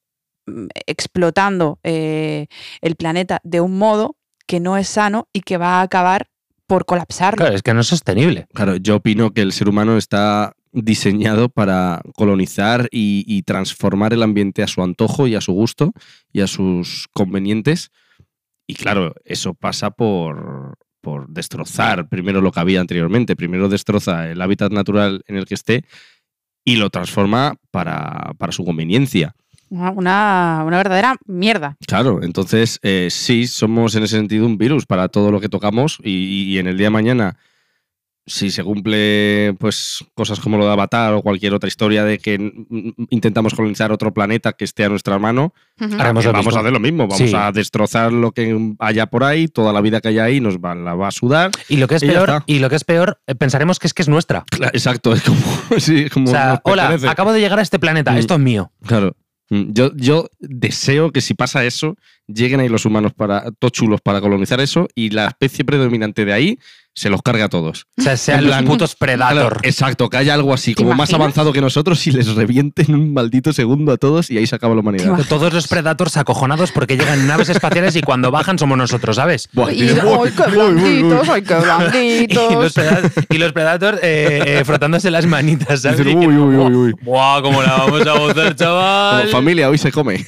[SPEAKER 3] mm, explotando eh, el planeta de un modo que no es sano y que va a acabar por colapsarlo.
[SPEAKER 1] Claro, es que no es sostenible.
[SPEAKER 2] Claro, yo opino que el ser humano está diseñado para colonizar y, y transformar el ambiente a su antojo y a su gusto y a sus convenientes. Y claro, eso pasa por, por destrozar primero lo que había anteriormente. Primero destroza el hábitat natural en el que esté y lo transforma para, para su conveniencia.
[SPEAKER 3] Una, una, una verdadera mierda.
[SPEAKER 2] Claro, entonces eh, sí, somos en ese sentido un virus para todo lo que tocamos y, y- y en el día de mañana, si se cumple pues cosas como lo de Avatar o cualquier otra historia de que mm, intentamos colonizar otro planeta que esté a nuestra mano,
[SPEAKER 3] Ujú.
[SPEAKER 1] Ahora Haremos
[SPEAKER 2] eh,
[SPEAKER 1] lo
[SPEAKER 2] vamos
[SPEAKER 1] mismo.
[SPEAKER 2] a hacer lo mismo, vamos
[SPEAKER 1] Sí.
[SPEAKER 2] a destrozar lo que haya por ahí, toda la vida que haya ahí nos va, la va a sudar.
[SPEAKER 1] Y lo que es
[SPEAKER 2] Y ya
[SPEAKER 1] peor,
[SPEAKER 2] está.
[SPEAKER 1] y lo que es peor, eh, pensaremos que es que es nuestra.
[SPEAKER 2] exacto, es como... sí, es como
[SPEAKER 1] o sea,
[SPEAKER 2] nos
[SPEAKER 1] hola,
[SPEAKER 2] pertenece.
[SPEAKER 1] acabo de llegar a este planeta,
[SPEAKER 2] Mm.
[SPEAKER 1] esto es mío.
[SPEAKER 2] Claro. Mm, Yo, yo deseo que si pasa eso, lleguen ahí los humanos para todos chulos para colonizar eso y la especie predominante de ahí se los carga a todos.
[SPEAKER 1] O sea, sean
[SPEAKER 2] En
[SPEAKER 1] los
[SPEAKER 2] plan-
[SPEAKER 1] putos Predator.
[SPEAKER 2] Claro, exacto, que haya algo así,
[SPEAKER 3] ¿Te
[SPEAKER 2] como más
[SPEAKER 3] imaginas?
[SPEAKER 2] avanzado que nosotros y les revienten un maldito segundo a todos y ahí se acaba
[SPEAKER 3] ¿Te
[SPEAKER 2] la humanidad.
[SPEAKER 3] imaginas?
[SPEAKER 1] Todos los Predators acojonados porque llegan en naves espaciales y cuando bajan somos nosotros, ¿sabes?
[SPEAKER 2] Buah,
[SPEAKER 3] Y,
[SPEAKER 2] tío,
[SPEAKER 3] ¡Ay, qué
[SPEAKER 2] uy, uy, uy.
[SPEAKER 3] blanditos! ¡Ay, qué
[SPEAKER 1] Y los,
[SPEAKER 3] blanditos!
[SPEAKER 1] Predators eh, frotándose las manitas, ¿sabes?
[SPEAKER 2] Dicen,
[SPEAKER 1] Y que-
[SPEAKER 2] uy, uy, uy, uy.
[SPEAKER 1] ¡Buah, cómo la vamos a gozar,
[SPEAKER 2] Como,
[SPEAKER 1] chaval!
[SPEAKER 2] familia, hoy se come.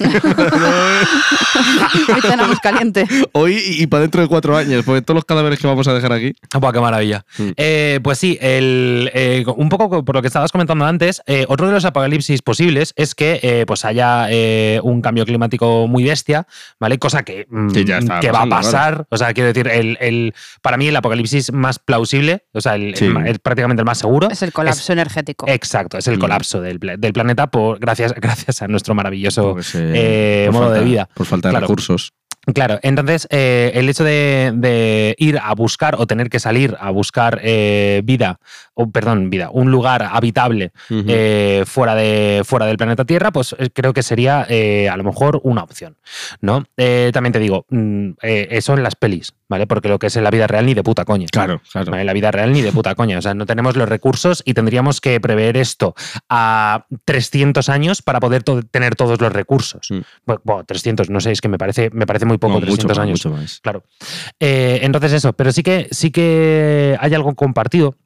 [SPEAKER 3] Hoy cenamos caliente.
[SPEAKER 2] Hoy y, para dentro de cuatro años, porque todos los cadáveres que vamos a dejar aquí.
[SPEAKER 1] Ah, Buah, qué maravilla.
[SPEAKER 2] Mm.
[SPEAKER 1] Eh, pues sí, el, eh, un poco por lo que estabas comentando antes, eh, otro de los apocalipsis posibles es que eh, pues haya eh, un cambio climático muy bestia, ¿vale? Cosa que, mm,
[SPEAKER 2] Que ya está
[SPEAKER 1] que va a
[SPEAKER 2] pasando,
[SPEAKER 1] pasar. O sea, quiero decir, el, el- para mí el apocalipsis más plausible, o sea, el,
[SPEAKER 2] Sí.
[SPEAKER 1] el ma- el prácticamente el más seguro.
[SPEAKER 3] Es el colapso energético.
[SPEAKER 1] Exacto, es el
[SPEAKER 2] Mm.
[SPEAKER 1] colapso del, pla- del planeta por, gracias, gracias a nuestro maravilloso
[SPEAKER 2] Pues, eh,
[SPEAKER 1] eh,
[SPEAKER 2] por
[SPEAKER 1] modo
[SPEAKER 2] falta-
[SPEAKER 1] de vida.
[SPEAKER 2] Por falta de
[SPEAKER 1] Claro.
[SPEAKER 2] recursos.
[SPEAKER 1] Claro, entonces eh, el hecho de, de ir a buscar o tener que salir a buscar eh, vida, o perdón, vida, un lugar habitable
[SPEAKER 2] Ujú.
[SPEAKER 1] eh, fuera, de, fuera del planeta Tierra, pues eh, creo que sería eh, a lo mejor una opción, ¿no? Eh, también te digo, mm, eh, eso en las pelis, ¿vale? Porque lo que es en la vida real ni de puta coña.
[SPEAKER 2] claro, claro.
[SPEAKER 1] ¿vale? En la vida real ni de puta coña. O sea, no tenemos los recursos y tendríamos que prever esto a 300 años para poder to- tener todos los recursos.
[SPEAKER 2] Sí.
[SPEAKER 1] Bu- bueno, 300, no sé, es que me parece, me parece muy poco,
[SPEAKER 2] Mm. No,
[SPEAKER 1] 300
[SPEAKER 2] mucho más,
[SPEAKER 1] años.
[SPEAKER 2] mucho más.
[SPEAKER 1] Eh, entonces eso, pero sí que sí que hay algo compartido.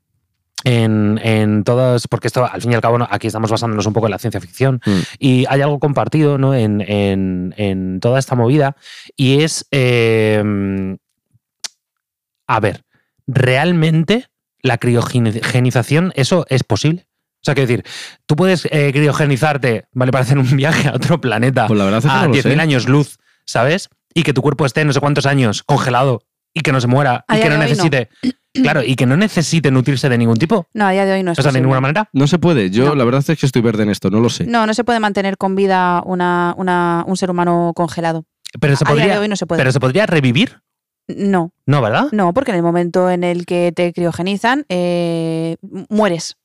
[SPEAKER 1] En, en todas, porque esto al fin y al cabo ¿no? aquí estamos basándonos un poco en la ciencia ficción
[SPEAKER 2] Mm.
[SPEAKER 1] y hay algo compartido ¿no? en, en- en toda esta movida y es, eh, a ver, ¿realmente la criogenización eso es posible? O sea, quiero decir, tú puedes eh, criogenizarte, ¿vale? Para hacer un viaje a otro planeta
[SPEAKER 2] Pues la verdad es que
[SPEAKER 1] a
[SPEAKER 2] no lo sé.
[SPEAKER 1] 10.000 años luz, ¿sabes? Y que tu cuerpo esté no sé cuántos años congelado y que no se muera
[SPEAKER 3] A
[SPEAKER 1] y
[SPEAKER 3] día
[SPEAKER 1] que
[SPEAKER 3] de
[SPEAKER 1] no
[SPEAKER 3] hoy no.
[SPEAKER 1] necesite. Claro, y que no necesite nutrirse de ningún tipo.
[SPEAKER 3] No, a día de hoy no es
[SPEAKER 1] o sea, de
[SPEAKER 3] posible.
[SPEAKER 1] ninguna manera.
[SPEAKER 2] No se puede. Yo
[SPEAKER 3] No.
[SPEAKER 2] la verdad es que estoy verde en esto, no lo sé.
[SPEAKER 3] No, no se puede mantener con vida una, una- un ser humano congelado.
[SPEAKER 1] Pero se
[SPEAKER 3] a día de
[SPEAKER 1] podría,
[SPEAKER 3] hoy no se puede.
[SPEAKER 1] pero se podría revivir.
[SPEAKER 3] No,
[SPEAKER 1] No, ¿verdad?
[SPEAKER 3] no, porque en el momento en el que te criogenizan, eh, mu- mueres.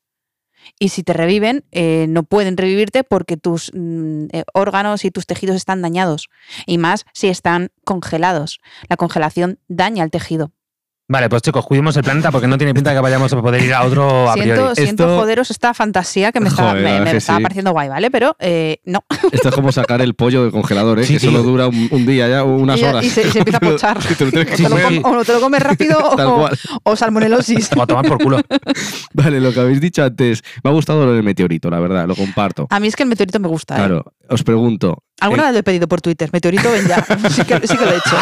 [SPEAKER 3] Y si te reviven, eh, no pueden revivirte porque tus mm, eh, órganos y tus tejidos están dañados. Y más si están congelados. La congelación daña el tejido.
[SPEAKER 1] Vale, pues chicos, cuidemos el planeta porque no tiene pinta que vayamos a poder ir a otro a priori.
[SPEAKER 3] Siento, siento
[SPEAKER 2] Oh, Esto-
[SPEAKER 3] joderos esta fantasía que me, estaba,
[SPEAKER 2] Joder,
[SPEAKER 3] me- me
[SPEAKER 2] que sí.
[SPEAKER 3] estaba pareciendo guay, ¿vale? Pero eh, no.
[SPEAKER 2] Esto es como sacar el pollo del congelador, ¿eh?
[SPEAKER 1] Sí,
[SPEAKER 2] que
[SPEAKER 1] tío.
[SPEAKER 2] solo dura un, un día ya, o unas
[SPEAKER 3] y,
[SPEAKER 2] horas.
[SPEAKER 3] y se, y se empieza a pochar.
[SPEAKER 2] Y te lo tienes que
[SPEAKER 1] Sí,
[SPEAKER 3] o, te lo
[SPEAKER 2] comer,
[SPEAKER 1] sí.
[SPEAKER 3] com- o te lo comes rápido
[SPEAKER 2] tal
[SPEAKER 3] o,
[SPEAKER 2] cual.
[SPEAKER 3] o salmonelosis.
[SPEAKER 1] O a tomar por culo.
[SPEAKER 2] Vale, lo que habéis dicho antes. Me ha gustado lo del meteorito, la verdad, lo comparto.
[SPEAKER 3] A mí es que el meteorito me gusta. ¿eh?
[SPEAKER 2] Claro, Eh. os pregunto.
[SPEAKER 3] Alguna vez lo he pedido por Twitter. Meteorito, ven ya. Sí que, sí que lo he hecho.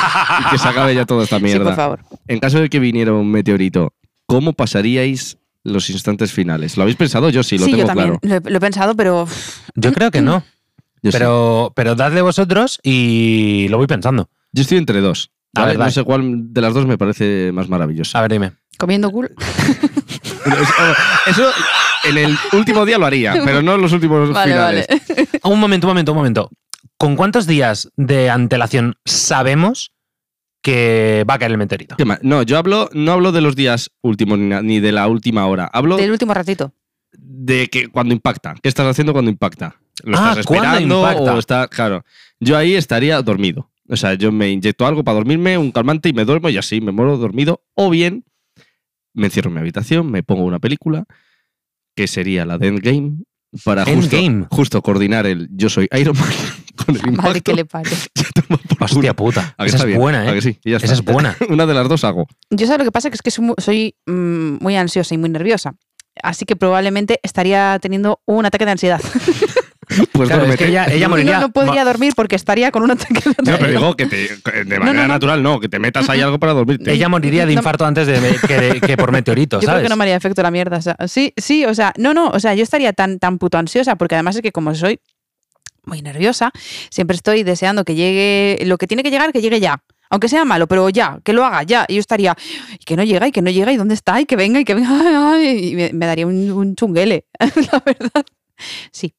[SPEAKER 2] Que se acabe ya toda esta
[SPEAKER 3] Sí, por
[SPEAKER 2] mierda.
[SPEAKER 3] favor.
[SPEAKER 2] en caso de que viniera un meteorito, ¿cómo pasaríais los instantes finales? ¿Lo habéis pensado? Yo sí, lo
[SPEAKER 3] sí,
[SPEAKER 2] tengo
[SPEAKER 3] yo también.
[SPEAKER 2] claro.
[SPEAKER 3] Lo, he- lo he pensado, pero uff,
[SPEAKER 1] Yo creo que no.
[SPEAKER 2] Yo, sí.
[SPEAKER 1] Pero, pero dadle vosotros y lo voy pensando.
[SPEAKER 2] Yo estoy entre dos.
[SPEAKER 1] A
[SPEAKER 2] ¿vale?
[SPEAKER 1] ver,
[SPEAKER 2] no
[SPEAKER 1] dale.
[SPEAKER 2] sé cuál de las dos me parece más maravillosa.
[SPEAKER 1] A ver, dime.
[SPEAKER 3] comiendo culo.
[SPEAKER 2] Eso en el último día lo haría, pero no en los últimos
[SPEAKER 3] Vale,
[SPEAKER 2] finales.
[SPEAKER 3] vale.
[SPEAKER 1] Un momento, un momento, un momento. ¿Con cuántos días de antelación sabemos que va a caer el meteorito?
[SPEAKER 2] ¿Qué más? No, yo hablo, no hablo de los días últimos ni, na- ni de la última hora. Hablo
[SPEAKER 3] Del último ratito.
[SPEAKER 2] de que cuando impacta. ¿Qué estás haciendo cuando impacta? ¿Lo
[SPEAKER 1] Ah,
[SPEAKER 2] estás
[SPEAKER 1] ¿cuándo
[SPEAKER 2] esperando
[SPEAKER 1] impacta?
[SPEAKER 2] o está- Claro. Yo ahí estaría dormido. O sea, yo me inyecto algo para dormirme, un calmante y me duermo y así me muero dormido. O bien me encierro en mi habitación, me pongo una película que sería la de Endgame para justo,
[SPEAKER 1] Endgame.
[SPEAKER 2] justo coordinar el yo soy Iron Man con el impacto.
[SPEAKER 3] Madre que le pare.
[SPEAKER 2] Ya toma por
[SPEAKER 1] Hostia
[SPEAKER 2] culo.
[SPEAKER 1] puta.
[SPEAKER 2] ¿A que
[SPEAKER 1] Esa
[SPEAKER 2] está
[SPEAKER 1] es
[SPEAKER 2] bien?
[SPEAKER 1] buena,
[SPEAKER 2] ¿A que
[SPEAKER 1] ¿eh?
[SPEAKER 2] sí? Y ya
[SPEAKER 1] Esa
[SPEAKER 2] está.
[SPEAKER 1] es buena.
[SPEAKER 2] Una de las dos hago.
[SPEAKER 3] Yo sabes lo que pasa que es que soy, mu- soy, mm, muy ansiosa y muy nerviosa. Así que probablemente estaría teniendo un ataque de ansiedad.
[SPEAKER 2] Pues
[SPEAKER 1] Claro, es
[SPEAKER 2] duérmete.
[SPEAKER 1] que ella, ella
[SPEAKER 3] No,
[SPEAKER 1] moriría.
[SPEAKER 3] no, podría dormir porque estaría con un ataque de
[SPEAKER 2] No,
[SPEAKER 3] ansiedad.
[SPEAKER 2] pero digo que te- que de
[SPEAKER 3] No,
[SPEAKER 2] manera
[SPEAKER 3] no, no.
[SPEAKER 2] natural no, que te metas ahí algo para dormirte.
[SPEAKER 1] Ella moriría de
[SPEAKER 3] No.
[SPEAKER 1] infarto antes de que, que por meteorito,
[SPEAKER 3] Yo creo
[SPEAKER 1] ¿sabes?
[SPEAKER 3] que no me haría efecto la mierda. o sea, sí, sí, o sea, no, no, o sea, yo estaría tan, tan puto ansiosa porque además es que como soy muy nerviosa, siempre estoy deseando que llegue lo que tiene que llegar, que llegue ya. Aunque sea malo, pero ya, que lo haga, ya. Y yo estaría, y que no llega, y que no llega, y dónde está, y que venga, y que venga. ay, ay, y me, me daría un, un chunguele, la verdad.
[SPEAKER 1] Sí,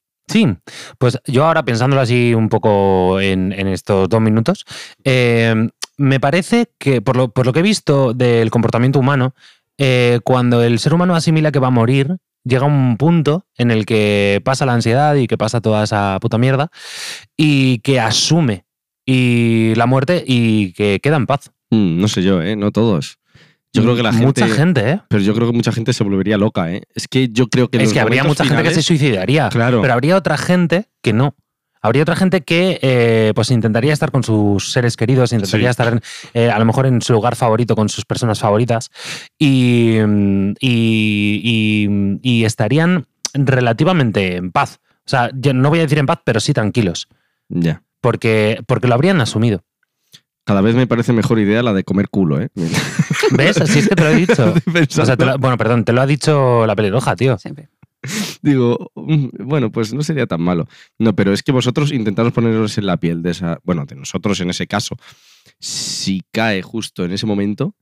[SPEAKER 1] pues yo ahora pensándolo así un poco en, en estos dos minutos, eh, me parece que por lo, por lo que he visto del comportamiento humano, eh, cuando el ser humano asimila que va a morir, llega un punto en el que pasa la ansiedad y que pasa toda esa puta mierda y que asume y la muerte y que queda en paz.
[SPEAKER 2] Mm, no sé yo, ¿eh? No todos. Yo creo que la gente...
[SPEAKER 1] Mucha gente, ¿eh?
[SPEAKER 2] Pero yo creo que mucha gente se volvería loca, ¿eh? Es que yo creo que...
[SPEAKER 1] Es que habría mucha gente que se suicidaría.
[SPEAKER 2] Claro.
[SPEAKER 1] Pero habría otra gente que no. Habría otra gente que eh, pues intentaría estar con sus seres queridos, intentaría
[SPEAKER 2] Sí.
[SPEAKER 1] estar en, eh, a lo mejor en su lugar favorito, con sus personas favoritas, y, mm, y- y- y estarían relativamente en paz. O sea, yo no voy a decir en paz, pero sí tranquilos,
[SPEAKER 2] Ya.
[SPEAKER 1] porque, porque lo habrían asumido.
[SPEAKER 2] Cada vez me parece mejor idea la de comer culo, ¿eh?
[SPEAKER 1] ¿Ves? Así es que te lo he dicho. O sea, te lo- bueno, perdón, te lo ha dicho la pelirroja, tío.
[SPEAKER 2] Ah,
[SPEAKER 3] Siempre.
[SPEAKER 2] Digo, mm, bueno, pues no sería tan malo. No, pero es que vosotros intentaros poneros en la piel de esa. Bueno, de nosotros en ese caso. Si cae justo en ese momento,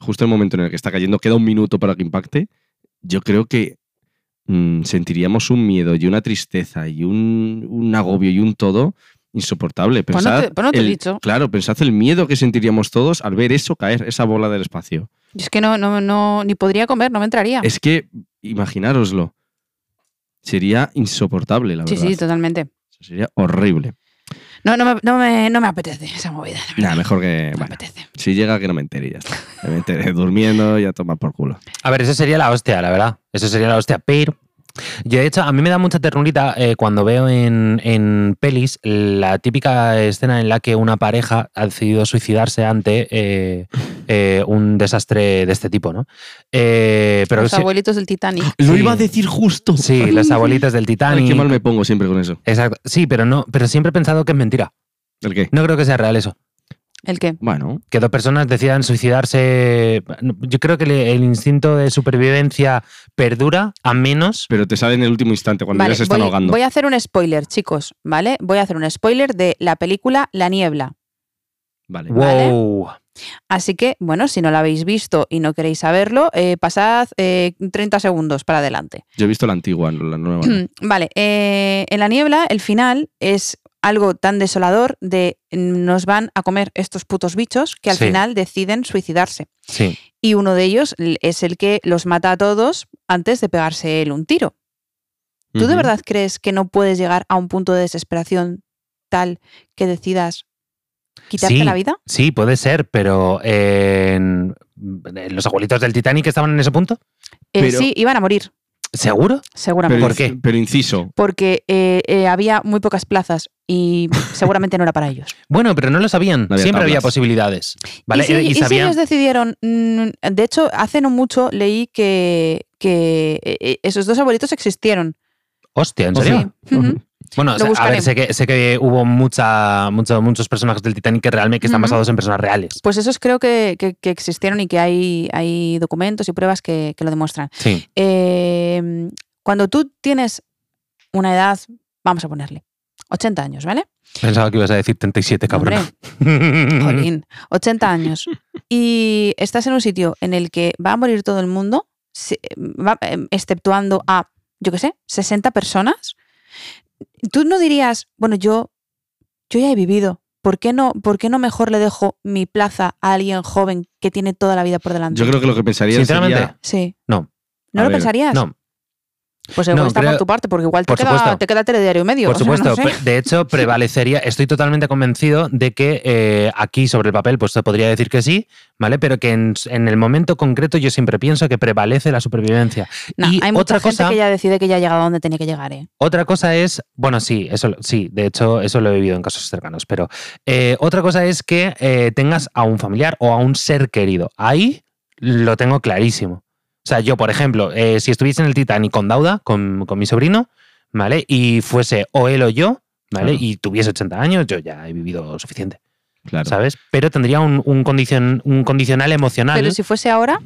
[SPEAKER 2] justo en el momento en el que está cayendo, queda un minuto para que impacte, yo creo que mm, sentiríamos un miedo y una tristeza y un, un agobio y un todo insoportable.
[SPEAKER 3] Pues no
[SPEAKER 2] Pensad
[SPEAKER 3] te- pues no te he
[SPEAKER 2] el-
[SPEAKER 3] dicho.
[SPEAKER 2] Claro, pensad el miedo que sentiríamos todos al ver eso caer, esa bola del espacio.
[SPEAKER 3] Yo es que no, no, no, ni podría comer, no me entraría.
[SPEAKER 2] Es que, imaginároslo, sería insoportable, la
[SPEAKER 3] Sí,
[SPEAKER 2] verdad.
[SPEAKER 3] sí, totalmente.
[SPEAKER 2] Eso sería horrible.
[SPEAKER 3] No, no me, no me- no me apetece esa movida. la verdad.
[SPEAKER 2] Nada, mejor que.
[SPEAKER 3] No me
[SPEAKER 2] bueno,
[SPEAKER 3] apetece.
[SPEAKER 2] si llega, que no me entere y ya está. Que me entere durmiendo y a tomar por culo.
[SPEAKER 1] A ver, eso sería la hostia, la verdad. Eso sería la hostia. Pero yo, de hecho, a mí me da mucha ternurita eh, cuando veo en, en pelis la típica escena en la que una pareja ha decidido suicidarse ante eh, eh, un desastre de este tipo, ¿no? Eh, pero
[SPEAKER 3] Los
[SPEAKER 1] sí,
[SPEAKER 3] abuelitos del Titanic.
[SPEAKER 1] Lo iba a
[SPEAKER 2] decir justo.
[SPEAKER 1] sí, las abuelitas del
[SPEAKER 2] Ay,
[SPEAKER 1] Titanic.
[SPEAKER 2] qué mal me pongo siempre con eso.
[SPEAKER 1] Exacto. Sí, pero no, pero siempre he pensado que es mentira.
[SPEAKER 2] ¿El qué?
[SPEAKER 1] No creo que sea real eso.
[SPEAKER 3] ¿El qué?
[SPEAKER 2] Bueno,
[SPEAKER 1] Que dos personas decidan suicidarse. Yo creo que le- el instinto de supervivencia perdura a menos.
[SPEAKER 2] pero te sale en el último instante cuando
[SPEAKER 3] Vale,
[SPEAKER 2] ya se están
[SPEAKER 3] voy,
[SPEAKER 2] ahogando.
[SPEAKER 3] voy a hacer un spoiler, chicos, ¿vale? Voy a hacer un spoiler de la película La Niebla.
[SPEAKER 2] Vale.
[SPEAKER 3] Vale.
[SPEAKER 1] Wow.
[SPEAKER 3] Así que, bueno, si no la habéis visto y no queréis saberlo, eh, pasad eh, 30 segundos para adelante.
[SPEAKER 2] Yo he visto la antigua, no la nueva. no.
[SPEAKER 3] Vale, eh, en La Niebla el final es algo tan desolador de mm, nos van a comer estos putos bichos que al
[SPEAKER 1] Sí.
[SPEAKER 3] final deciden suicidarse.
[SPEAKER 1] Sí.
[SPEAKER 3] Y uno de ellos l- es el que los mata a todos antes de pegarse él un tiro. ¿Tú de
[SPEAKER 2] Ujú.
[SPEAKER 3] verdad crees que no puedes llegar a un punto de desesperación tal que decidas quitarte
[SPEAKER 1] Sí.
[SPEAKER 3] la vida?
[SPEAKER 1] Sí, puede ser, pero eh, en- en los abuelitos del Titanic estaban en ese punto.
[SPEAKER 3] Eh,
[SPEAKER 2] Pero-
[SPEAKER 3] sí, iban a morir,
[SPEAKER 1] ¿Seguro?
[SPEAKER 3] seguramente.
[SPEAKER 1] ¿Por
[SPEAKER 2] Pero, inc-
[SPEAKER 1] qué?
[SPEAKER 2] Pero inciso.
[SPEAKER 3] Porque eh, eh, había muy pocas plazas y seguramente no era para ellos.
[SPEAKER 1] Bueno, pero no lo sabían.
[SPEAKER 2] No había
[SPEAKER 1] Siempre había
[SPEAKER 2] tablas.
[SPEAKER 1] posibilidades. ¿Vale?
[SPEAKER 3] ¿Y, si,
[SPEAKER 1] Eh, y
[SPEAKER 3] y si
[SPEAKER 1] sabían.
[SPEAKER 3] ellos decidieron, mm, de hecho, hace no mucho leí que, que eh, eh, esos dos abuelitos existieron.
[SPEAKER 1] Hostia, ¿en
[SPEAKER 2] Sí.
[SPEAKER 1] serio?
[SPEAKER 3] Ujú.
[SPEAKER 1] Bueno,
[SPEAKER 3] Lo
[SPEAKER 1] o sea, a
[SPEAKER 3] buscaré.
[SPEAKER 1] ver, sé que, sé que hubo mucha, mucho- muchos personajes del Titanic que realmente que están
[SPEAKER 3] Ujú.
[SPEAKER 1] basados en personas reales.
[SPEAKER 3] Pues esos creo que, que- que existieron y que hay, hay documentos y pruebas que- que lo demuestran.
[SPEAKER 1] Sí.
[SPEAKER 3] Eh, cuando tú tienes una edad, vamos a ponerle, 80 años, ¿vale?
[SPEAKER 1] Pensaba que ibas a decir 37, cabrón.
[SPEAKER 3] Hombre, jolín, 80 años. Y estás en un sitio en el que va a morir todo el mundo, se- va- em, exceptuando a, yo qué sé, 60 personas. Tú no dirías, bueno, yo, yo ya he vivido. ¿Por qué, no, ¿Por qué no mejor le dejo mi plaza a alguien joven que tiene toda la vida por delante?
[SPEAKER 2] Yo creo que lo que pensaría
[SPEAKER 1] Sinceramente,
[SPEAKER 2] sería.
[SPEAKER 3] Sí.
[SPEAKER 1] no.
[SPEAKER 3] ¿No
[SPEAKER 2] A
[SPEAKER 3] lo
[SPEAKER 2] ver,
[SPEAKER 3] pensarías?
[SPEAKER 1] No.
[SPEAKER 3] Pues seguro
[SPEAKER 1] No,
[SPEAKER 3] está
[SPEAKER 1] creo-
[SPEAKER 3] por tu parte, porque igual te
[SPEAKER 1] por
[SPEAKER 3] queda,
[SPEAKER 1] supuesto.
[SPEAKER 3] te queda telediario y medio.
[SPEAKER 1] Por
[SPEAKER 3] o sea, no
[SPEAKER 1] supuesto, pues,
[SPEAKER 3] sé.
[SPEAKER 1] pre- de hecho, prevalecería, estoy totalmente convencido de que eh, aquí sobre el papel, pues se podría decir que sí, ¿vale? Pero que en, en el momento concreto yo siempre pienso que prevalece la supervivencia.
[SPEAKER 3] No,
[SPEAKER 1] y
[SPEAKER 3] hay mucha
[SPEAKER 1] otra
[SPEAKER 3] gente
[SPEAKER 1] cosa,
[SPEAKER 3] que ya decide que ya ha llegado a donde tenía que llegar, ¿eh?
[SPEAKER 1] otra cosa es, bueno, sí, eso lo- sí, de hecho, eso lo he vivido en casos cercanos, pero eh, otra cosa es que eh, tengas a un familiar o a un ser querido. Ahí lo tengo clarísimo. O sea, yo, por ejemplo, eh, si estuviese en el Titanic con Dauda, con, con mi sobrino, ¿vale? Y fuese o él o yo, ¿vale?
[SPEAKER 2] Claro.
[SPEAKER 1] Y tuviese 80 años, yo ya he vivido suficiente,
[SPEAKER 2] Claro.
[SPEAKER 1] ¿sabes? Pero tendría un, un condicion- un condicional emocional.
[SPEAKER 3] Pero si fuese ahora.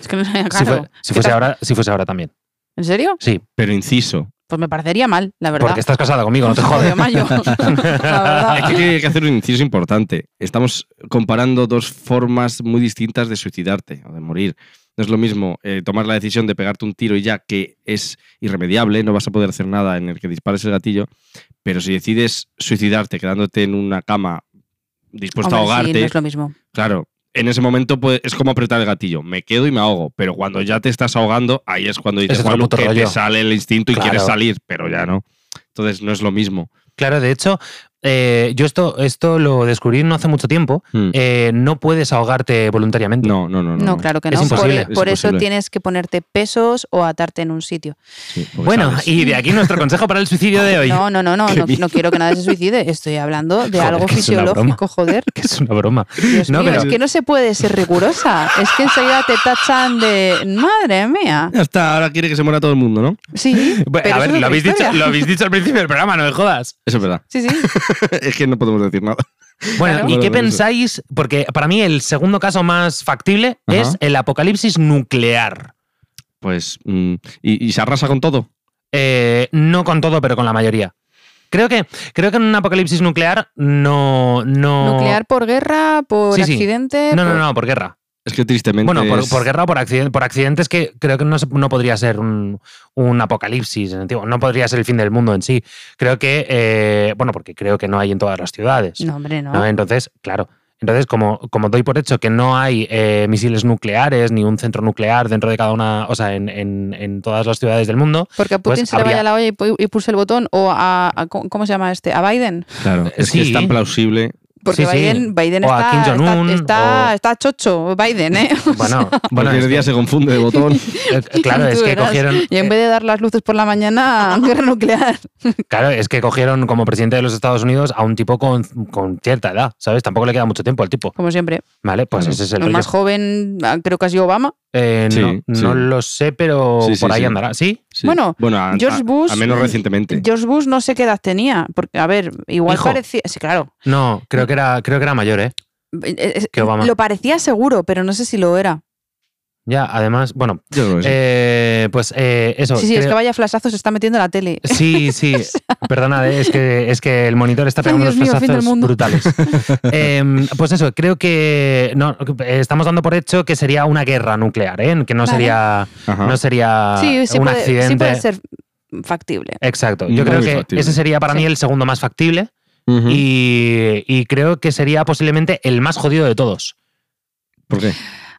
[SPEAKER 3] Es que no sé,
[SPEAKER 1] si,
[SPEAKER 3] claro.
[SPEAKER 1] fue- si fuese
[SPEAKER 3] ¿Qué
[SPEAKER 1] ahora, si fuese ahora también.
[SPEAKER 3] ¿En serio?
[SPEAKER 1] Sí,
[SPEAKER 2] Pero inciso.
[SPEAKER 3] Pues me parecería mal, la verdad.
[SPEAKER 1] porque estás casada conmigo, no te
[SPEAKER 3] Joder,
[SPEAKER 1] jodes.
[SPEAKER 3] Mayo. La verdad.
[SPEAKER 2] Aquí hay que hacer un inciso importante. Estamos comparando dos formas muy distintas de suicidarte o de morir. No es lo mismo eh, tomar la decisión de pegarte un tiro y ya que es irremediable, no vas a poder hacer nada en el que dispares el gatillo, pero si decides suicidarte quedándote en una cama dispuesta
[SPEAKER 3] Hombre,
[SPEAKER 2] a ahogarte,
[SPEAKER 3] Sí, no es lo mismo.
[SPEAKER 2] claro, en ese momento pues, es como apretar el gatillo, me quedo y me ahogo, pero cuando ya te estás ahogando, ahí es cuando dices,
[SPEAKER 1] Es otro
[SPEAKER 2] Juanlu,
[SPEAKER 1] puto
[SPEAKER 2] que te
[SPEAKER 1] rollo.
[SPEAKER 2] sale el instinto y
[SPEAKER 1] Claro.
[SPEAKER 2] quieres salir, pero ya no. Entonces no es lo mismo.
[SPEAKER 1] Claro, de hecho, eh, yo esto, esto lo descubrí no hace mucho tiempo.
[SPEAKER 2] Hmm.
[SPEAKER 1] Eh, no puedes ahogarte voluntariamente.
[SPEAKER 2] No, no, no, no.
[SPEAKER 3] No,
[SPEAKER 2] no.
[SPEAKER 3] claro que
[SPEAKER 1] Es
[SPEAKER 3] no. Por- e-
[SPEAKER 1] imposible.
[SPEAKER 3] Por,
[SPEAKER 2] Es
[SPEAKER 3] eso
[SPEAKER 2] imposible.
[SPEAKER 3] tienes que ponerte pesos o atarte en un sitio.
[SPEAKER 2] Sí, porque
[SPEAKER 1] Bueno,
[SPEAKER 2] sabes.
[SPEAKER 1] y de aquí nuestro consejo para el suicidio de hoy.
[SPEAKER 3] No, no, no, no.
[SPEAKER 2] Qué
[SPEAKER 3] No,
[SPEAKER 2] miedo.
[SPEAKER 3] no quiero que nadie se suicide. Estoy hablando de
[SPEAKER 1] Joder,
[SPEAKER 3] algo
[SPEAKER 1] que es una broma.
[SPEAKER 3] fisiológico, joder.
[SPEAKER 1] Que es una broma.
[SPEAKER 3] Dios
[SPEAKER 1] No,
[SPEAKER 3] mío,
[SPEAKER 1] pero-
[SPEAKER 3] es que no se puede ser rigurosa. Es que enseguida te tachan de. Madre mía.
[SPEAKER 2] Ya está, ahora quiere que se muera todo el mundo, ¿no?
[SPEAKER 3] Sí.
[SPEAKER 1] Bueno,
[SPEAKER 3] pero
[SPEAKER 1] a
[SPEAKER 3] eso
[SPEAKER 1] ver,
[SPEAKER 3] es
[SPEAKER 1] lo
[SPEAKER 3] otra
[SPEAKER 1] habéis, dicho,
[SPEAKER 3] historia.
[SPEAKER 1] lo habéis dicho al principio del programa, no me jodas.
[SPEAKER 2] Eso es verdad.
[SPEAKER 3] Sí, sí.
[SPEAKER 2] es que no podemos decir nada.
[SPEAKER 1] Bueno,
[SPEAKER 3] Claro.
[SPEAKER 1] ¿y
[SPEAKER 2] Bueno,
[SPEAKER 1] qué
[SPEAKER 2] bueno,
[SPEAKER 1] pensáis? Porque para mí el segundo caso más factible
[SPEAKER 2] Ajá.
[SPEAKER 1] es el apocalipsis nuclear.
[SPEAKER 2] Pues, mm, y, y se arrasa con todo.
[SPEAKER 1] Eh, no con todo, pero con la mayoría. Creo que, creo que en un apocalipsis nuclear no. no
[SPEAKER 3] Nuclear pues. por guerra, por
[SPEAKER 1] Sí, sí.
[SPEAKER 3] accidente.
[SPEAKER 1] No, no,
[SPEAKER 3] por-
[SPEAKER 1] no, por guerra.
[SPEAKER 2] Es que tristemente.
[SPEAKER 1] Bueno, por,
[SPEAKER 2] es-
[SPEAKER 1] por guerra o por, accidente, por accidentes que creo que no, se- no podría ser un, un apocalipsis, en el tipo, no podría ser el fin del mundo en sí. Creo que, eh, bueno, porque creo que no hay en todas las ciudades.
[SPEAKER 3] No, hombre, no.
[SPEAKER 1] ¿no? Entonces, claro. Entonces, como, como doy por hecho que no hay eh, misiles nucleares ni un centro nuclear dentro de cada una, o sea, en, en- en todas las ciudades del mundo,
[SPEAKER 3] Porque a Putin
[SPEAKER 1] Pues
[SPEAKER 3] se le vaya
[SPEAKER 1] habría-
[SPEAKER 3] la olla y, pu- y pulse el botón. O a, a- ¿Cómo cómo se llama este? A Biden.
[SPEAKER 2] Claro, es
[SPEAKER 1] Sí.
[SPEAKER 2] que es tan plausible.
[SPEAKER 3] Porque
[SPEAKER 1] Sí, sí.
[SPEAKER 3] Biden, Biden
[SPEAKER 1] O a
[SPEAKER 3] está,
[SPEAKER 1] Kim Jong-un,
[SPEAKER 3] está, está,
[SPEAKER 1] o-
[SPEAKER 3] está chocho, Biden, ¿eh?
[SPEAKER 1] bueno, bueno
[SPEAKER 2] Cualquier
[SPEAKER 1] es
[SPEAKER 2] día
[SPEAKER 1] que-
[SPEAKER 2] se confunde de botón.
[SPEAKER 1] eh, claro, es
[SPEAKER 3] Tú
[SPEAKER 1] que
[SPEAKER 3] verás.
[SPEAKER 1] cogieron,
[SPEAKER 3] Y en vez de dar las luces por la mañana, guerra nuclear.
[SPEAKER 1] eh, Claro, es que cogieron como presidente de los Estados Unidos a un tipo con, con cierta edad, ¿sabes? Tampoco le queda mucho tiempo al tipo,
[SPEAKER 3] Como siempre.
[SPEAKER 1] ¿vale? Pues
[SPEAKER 2] Claro.
[SPEAKER 1] ese es el
[SPEAKER 3] El
[SPEAKER 1] rollo.
[SPEAKER 3] más joven, ah, creo que ha sido Obama.
[SPEAKER 1] Eh,
[SPEAKER 2] Sí,
[SPEAKER 1] no, no
[SPEAKER 2] sí.
[SPEAKER 1] lo sé, pero
[SPEAKER 2] Sí, sí,
[SPEAKER 1] por ahí
[SPEAKER 2] sí.
[SPEAKER 1] andará. ¿Sí?
[SPEAKER 2] Sí.
[SPEAKER 3] Bueno,
[SPEAKER 2] a,
[SPEAKER 3] George
[SPEAKER 2] a-
[SPEAKER 3] Bush-
[SPEAKER 2] a menos recientemente.
[SPEAKER 3] George Bush no sé qué edad tenía. Porque, a ver, igual
[SPEAKER 1] Hijo.
[SPEAKER 3] parecía. Sí, claro.
[SPEAKER 1] No,
[SPEAKER 2] Ah.
[SPEAKER 1] creo que era, creo que era mayor, ¿eh?
[SPEAKER 3] Eh, eh,
[SPEAKER 1] Que Obama.
[SPEAKER 3] Lo parecía seguro, pero no sé si lo era.
[SPEAKER 1] Ya, además, bueno,
[SPEAKER 2] Yo creo que sí.
[SPEAKER 1] eh, pues eh, eso.
[SPEAKER 3] sí, sí, es que
[SPEAKER 1] creo-
[SPEAKER 3] vaya flasazo se está metiendo la tele.
[SPEAKER 1] Sí, sí, perdonad, eh, es que, es que el monitor está
[SPEAKER 3] Ay,
[SPEAKER 1] pegando
[SPEAKER 3] Dios
[SPEAKER 1] unos
[SPEAKER 3] mío, fin del
[SPEAKER 1] pesazos
[SPEAKER 3] mundo.
[SPEAKER 1] brutales. Em, pues eso, creo que no, estamos dando por hecho que sería una guerra nuclear, ¿eh? que no
[SPEAKER 3] Vale.
[SPEAKER 1] sería,
[SPEAKER 2] Ajá.
[SPEAKER 1] no sería
[SPEAKER 3] sí, sí
[SPEAKER 1] un
[SPEAKER 3] puede, sí
[SPEAKER 1] accidente.
[SPEAKER 3] puede ser factible.
[SPEAKER 1] Exacto.
[SPEAKER 2] Muy
[SPEAKER 1] Yo creo que
[SPEAKER 2] factible.
[SPEAKER 1] ese sería para
[SPEAKER 3] Sí.
[SPEAKER 1] mí el segundo más factible
[SPEAKER 2] Ujú.
[SPEAKER 1] y, y creo que sería posiblemente el más jodido de todos.
[SPEAKER 2] ¿Por qué?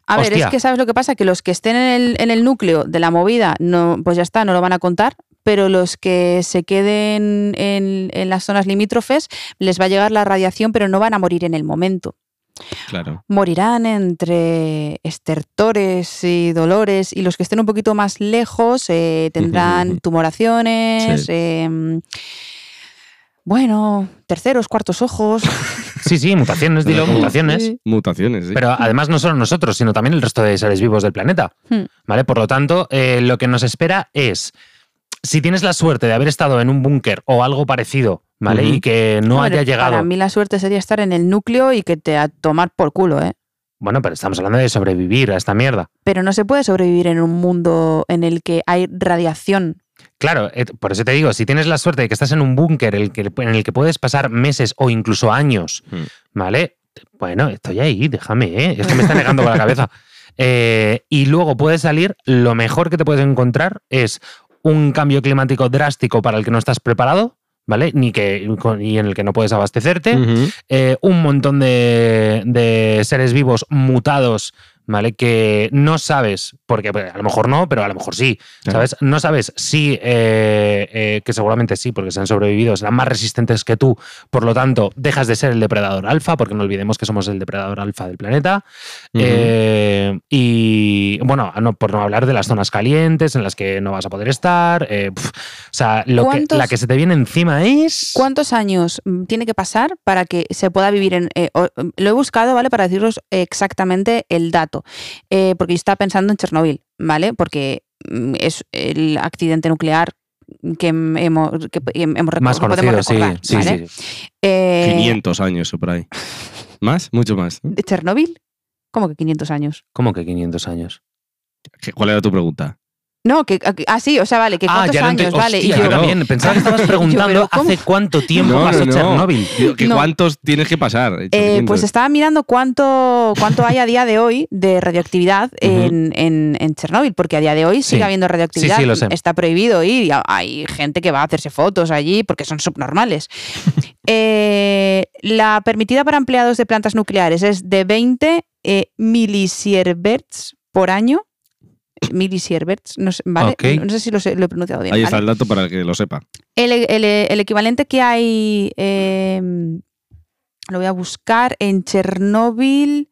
[SPEAKER 3] A ver,
[SPEAKER 1] Hostia.
[SPEAKER 3] es que sabes lo que pasa, que los que estén en el, en el núcleo de la movida, no, pues ya está, no lo van a contar, pero los que se queden en, en las zonas limítrofes les va a llegar la radiación, pero no van a morir en el momento.
[SPEAKER 2] Claro.
[SPEAKER 3] Morirán entre estertores y dolores y los que estén un poquito más lejos eh,
[SPEAKER 2] Ujú, ujú.
[SPEAKER 3] tendrán tumoraciones.
[SPEAKER 2] Sí.
[SPEAKER 3] em, bueno, terceros, cuartos ojos.
[SPEAKER 1] Sí, sí, mutaciones, dilo,
[SPEAKER 2] Ujú.
[SPEAKER 1] mutaciones.
[SPEAKER 3] Sí.
[SPEAKER 2] Mutaciones, sí.
[SPEAKER 1] Pero además no solo nosotros, sino también el resto de seres vivos del planeta.
[SPEAKER 3] Hmm.
[SPEAKER 1] ¿Vale? Por lo tanto, eh, lo que nos espera es, si tienes la suerte de haber estado en un búnker o algo parecido, ¿vale?
[SPEAKER 2] Ujú.
[SPEAKER 1] Y que no
[SPEAKER 3] Hombre,
[SPEAKER 1] haya
[SPEAKER 3] Para
[SPEAKER 1] llegado...
[SPEAKER 3] mí la suerte sería estar en el núcleo y que te a tomar por culo, ¿eh?
[SPEAKER 1] Bueno, pero estamos hablando de sobrevivir a esta mierda.
[SPEAKER 3] Pero no se puede sobrevivir en un mundo en el que hay radiación.
[SPEAKER 1] Claro, eh, por eso te digo, si tienes la suerte de que estás en un búnker el que- en el que puedes pasar meses o incluso años,
[SPEAKER 2] Hmm.
[SPEAKER 1] ¿vale? Bueno, estoy ahí, déjame, ¿eh? Es que me está negando con la cabeza. Eh, y luego puedes salir, lo mejor que te puedes encontrar es un cambio climático drástico para el que no estás preparado, ¿vale? Ni que, con- y en el que no puedes abastecerte. Eh, un montón de, de seres vivos mutados, ¿vale? Que no sabes, porque pues, a lo mejor no, pero a lo mejor sí,
[SPEAKER 2] Claro.
[SPEAKER 1] ¿sabes? No sabes si, eh, eh, que seguramente sí, porque se han sobrevivido, serán más resistentes que tú, por lo tanto, dejas de ser el depredador alfa, porque no olvidemos que somos el depredador alfa del planeta.
[SPEAKER 2] Ujú.
[SPEAKER 1] Eh, y bueno, no, por no hablar de las zonas calientes en las que no vas a poder estar. eh, pf, o sea, lo que,
[SPEAKER 3] ¿Cuántos-
[SPEAKER 1] la que se te viene encima es.
[SPEAKER 3] ¿Cuántos años mm, tiene que pasar para que se pueda vivir en... eh, o- lo he buscado, ¿vale? Para deciros exactamente el dato. Eh, porque yo estaba pensando en Chernobyl, ¿vale? Porque mm, es el accidente nuclear que hem- hemos, que pe- hemos recor-
[SPEAKER 1] Más
[SPEAKER 3] que podemos
[SPEAKER 1] conocido, sí,
[SPEAKER 3] recordar,
[SPEAKER 1] sí,
[SPEAKER 3] ¿vale?
[SPEAKER 1] sí.
[SPEAKER 3] Eh,
[SPEAKER 2] 500 años o por ahí. ¿Más? Mucho más. ¿no?
[SPEAKER 3] ¿De Chernobyl? ¿Cómo que 500 años?
[SPEAKER 1] ¿Cómo que 500 años?
[SPEAKER 2] ¿Qué- ¿Cuál era tu pregunta?
[SPEAKER 3] No, que... que- Ah, sí, o sea, vale, que cuántos
[SPEAKER 1] lo
[SPEAKER 3] años,
[SPEAKER 1] ente-
[SPEAKER 3] vale. y
[SPEAKER 1] Hostia,
[SPEAKER 3] yo-
[SPEAKER 1] yo también. Pensaba que estabas
[SPEAKER 3] pero
[SPEAKER 1] preguntando
[SPEAKER 3] ¿cómo?
[SPEAKER 1] hace cuánto tiempo
[SPEAKER 2] No,
[SPEAKER 1] pasó
[SPEAKER 2] no, no.
[SPEAKER 1] Chernóbil.
[SPEAKER 2] Digo, ¿que
[SPEAKER 3] No.
[SPEAKER 2] ¿Cuántos tienes que pasar?
[SPEAKER 3] Eh,
[SPEAKER 2] 800.
[SPEAKER 3] pues
[SPEAKER 1] este,
[SPEAKER 3] estaba mirando cuánto, cuánto hay a día de hoy de radioactividad en, en- en Chernóbil, porque a día de hoy sigue
[SPEAKER 1] Sí.
[SPEAKER 3] habiendo radioactividad.
[SPEAKER 1] Sí, sí, lo sé.
[SPEAKER 3] Está prohibido ir. y ha- Hay gente que va a hacerse fotos allí porque son subnormales. Eh, la permitida para empleados de plantas nucleares es de 20 eh, milisieverts por año. Milisieverts, no sé, ¿vale?
[SPEAKER 1] Ok.
[SPEAKER 3] No, no sé si lo, sé- lo he pronunciado bien.
[SPEAKER 2] Ahí
[SPEAKER 3] ¿vale?
[SPEAKER 2] está el dato para el que lo sepa.
[SPEAKER 3] El, e, el- el equivalente que hay, eh, lo voy a buscar, en Chernóbil...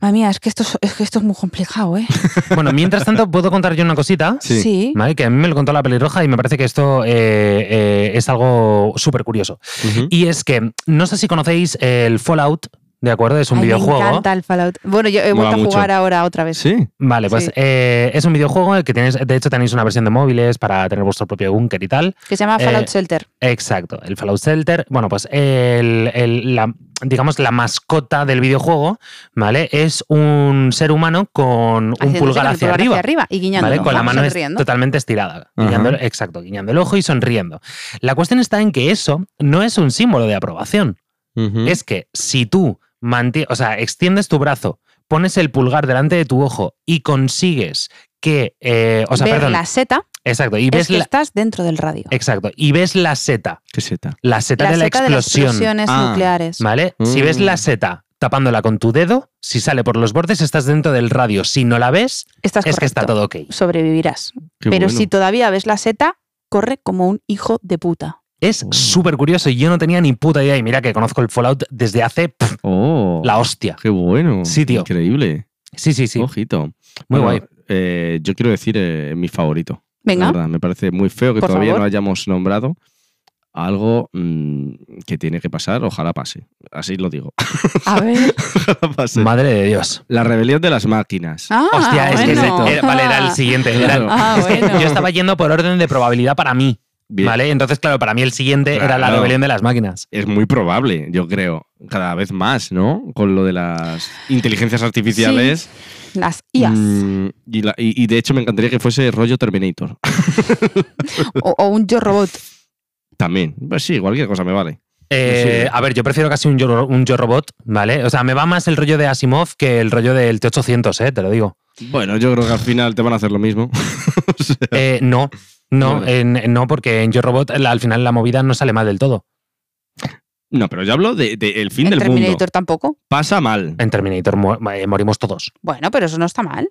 [SPEAKER 3] Madre mía, es que esto es, es que esto es muy complicado, ¿eh?
[SPEAKER 1] Bueno, mientras tanto, puedo contar yo una cosita.
[SPEAKER 2] Sí.
[SPEAKER 1] ¿Vale? Que a mí me lo contó la pelirroja y me parece que esto eh, eh, es algo súper curioso.
[SPEAKER 2] Ujú.
[SPEAKER 1] Y es que no sé si conocéis el Fallout, ¿de acuerdo? Es un
[SPEAKER 3] Ay,
[SPEAKER 1] videojuego.
[SPEAKER 3] Me encanta el Fallout. Bueno, yo he
[SPEAKER 2] Mola
[SPEAKER 3] vuelto a
[SPEAKER 2] mucho.
[SPEAKER 3] jugar ahora otra vez.
[SPEAKER 2] Sí.
[SPEAKER 1] Vale, pues
[SPEAKER 3] Sí.
[SPEAKER 1] eh, es un videojuego en el que tenéis, de hecho tenéis una versión de móviles para tener vuestro propio búnker y tal.
[SPEAKER 3] Que se llama
[SPEAKER 1] Eh,
[SPEAKER 3] Fallout Shelter.
[SPEAKER 1] Exacto, el Fallout Shelter. Bueno, pues el, el- la, digamos la mascota del videojuego, ¿vale? Es un ser humano con un
[SPEAKER 3] Haciéndose
[SPEAKER 1] pulgar
[SPEAKER 3] con el
[SPEAKER 1] hacia arriba.
[SPEAKER 3] y guiñando.
[SPEAKER 1] ¿vale? Con la mano es
[SPEAKER 3] sonriendo.
[SPEAKER 1] totalmente estirada.
[SPEAKER 2] Ajá.
[SPEAKER 1] guiñando- exacto, guiñando el ojo y sonriendo. La cuestión está en que eso no es un símbolo de aprobación.
[SPEAKER 2] Ujú.
[SPEAKER 1] Es que si tú mantie- o sea, extiendes tu brazo, pones el pulgar delante de tu ojo y consigues que. eh, o sea,
[SPEAKER 3] Ver
[SPEAKER 1] perdón.
[SPEAKER 3] la seta
[SPEAKER 1] Exacto. Y
[SPEAKER 3] es
[SPEAKER 1] ves
[SPEAKER 3] que
[SPEAKER 1] la,
[SPEAKER 3] estás dentro del radio.
[SPEAKER 1] exacto. Y ves la seta.
[SPEAKER 2] ¿Qué seta?
[SPEAKER 1] La seta, de, la
[SPEAKER 3] seta de las
[SPEAKER 1] explosión.
[SPEAKER 3] explosiones
[SPEAKER 2] Ah,
[SPEAKER 3] nucleares.
[SPEAKER 1] ¿Vale? Si ves
[SPEAKER 2] Mm.
[SPEAKER 1] la seta tapándola con tu dedo, si sale por los bordes, estás dentro del radio. Si no la ves,
[SPEAKER 3] Estás
[SPEAKER 1] es que está
[SPEAKER 3] correcto.
[SPEAKER 1] todo ok.
[SPEAKER 3] Sobrevivirás.
[SPEAKER 2] Qué
[SPEAKER 3] Pero
[SPEAKER 2] bueno.
[SPEAKER 3] si todavía ves la seta, corre como un hijo de puta.
[SPEAKER 1] Es
[SPEAKER 2] Oh.
[SPEAKER 1] súper curioso y yo no tenía ni puta idea. Y mira que conozco el Fallout desde hace pff,
[SPEAKER 2] Oh,
[SPEAKER 1] la hostia.
[SPEAKER 2] qué bueno.
[SPEAKER 1] Sí, tío.
[SPEAKER 2] Increíble.
[SPEAKER 1] Sí, sí, sí.
[SPEAKER 2] Ojito.
[SPEAKER 1] Muy
[SPEAKER 2] Bueno,
[SPEAKER 1] guay.
[SPEAKER 2] eh, yo quiero decir eh, mi favorito. La
[SPEAKER 3] Venga.
[SPEAKER 2] verdad, me parece muy feo que
[SPEAKER 3] Por
[SPEAKER 2] todavía
[SPEAKER 3] favor.
[SPEAKER 2] no hayamos nombrado algo mm, que tiene que pasar, ojalá pase. Así lo digo.
[SPEAKER 3] A ver.
[SPEAKER 2] Ojalá pase.
[SPEAKER 1] Madre de Dios.
[SPEAKER 2] La rebelión de las máquinas.
[SPEAKER 3] Ah,
[SPEAKER 1] hostia, es que
[SPEAKER 3] bueno.
[SPEAKER 1] ese- era- vale, era el siguiente. era el-
[SPEAKER 3] Ah,
[SPEAKER 1] es que
[SPEAKER 3] bueno.
[SPEAKER 1] Yo estaba yendo por orden de probabilidad para mí.
[SPEAKER 2] Bien.
[SPEAKER 1] ¿Vale? Entonces, claro, para mí el siguiente era la
[SPEAKER 2] Claro.
[SPEAKER 1] rebelión de las máquinas.
[SPEAKER 2] Es muy probable, yo creo. Cada vez más, ¿no? Con lo de las inteligencias artificiales.
[SPEAKER 3] Las IAS.
[SPEAKER 2] Mm, y, la- y- y de hecho me encantaría que fuese rollo Terminator.
[SPEAKER 3] O, o un yo robot.
[SPEAKER 2] También. Pues sí, cualquier cosa me vale.
[SPEAKER 1] Eh,
[SPEAKER 2] Sí.
[SPEAKER 1] A ver, yo prefiero casi un yo, un yo robot, ¿vale? O sea, me va más el rollo de Asimov que el rollo del T800, ¿eh? Te lo digo.
[SPEAKER 2] Bueno, yo creo que al final te van a hacer lo mismo. O sea,
[SPEAKER 1] Eh, no, no,
[SPEAKER 2] Bueno.
[SPEAKER 1] en- no, porque en Yo Robot la- al final la movida no sale mal del todo.
[SPEAKER 2] no, pero yo hablo del de, el fin
[SPEAKER 3] En
[SPEAKER 2] del
[SPEAKER 3] Terminator
[SPEAKER 2] mundo.
[SPEAKER 3] tampoco.
[SPEAKER 2] Pasa mal.
[SPEAKER 1] En Terminator mu- eh, morimos todos.
[SPEAKER 3] Bueno, pero eso no está mal.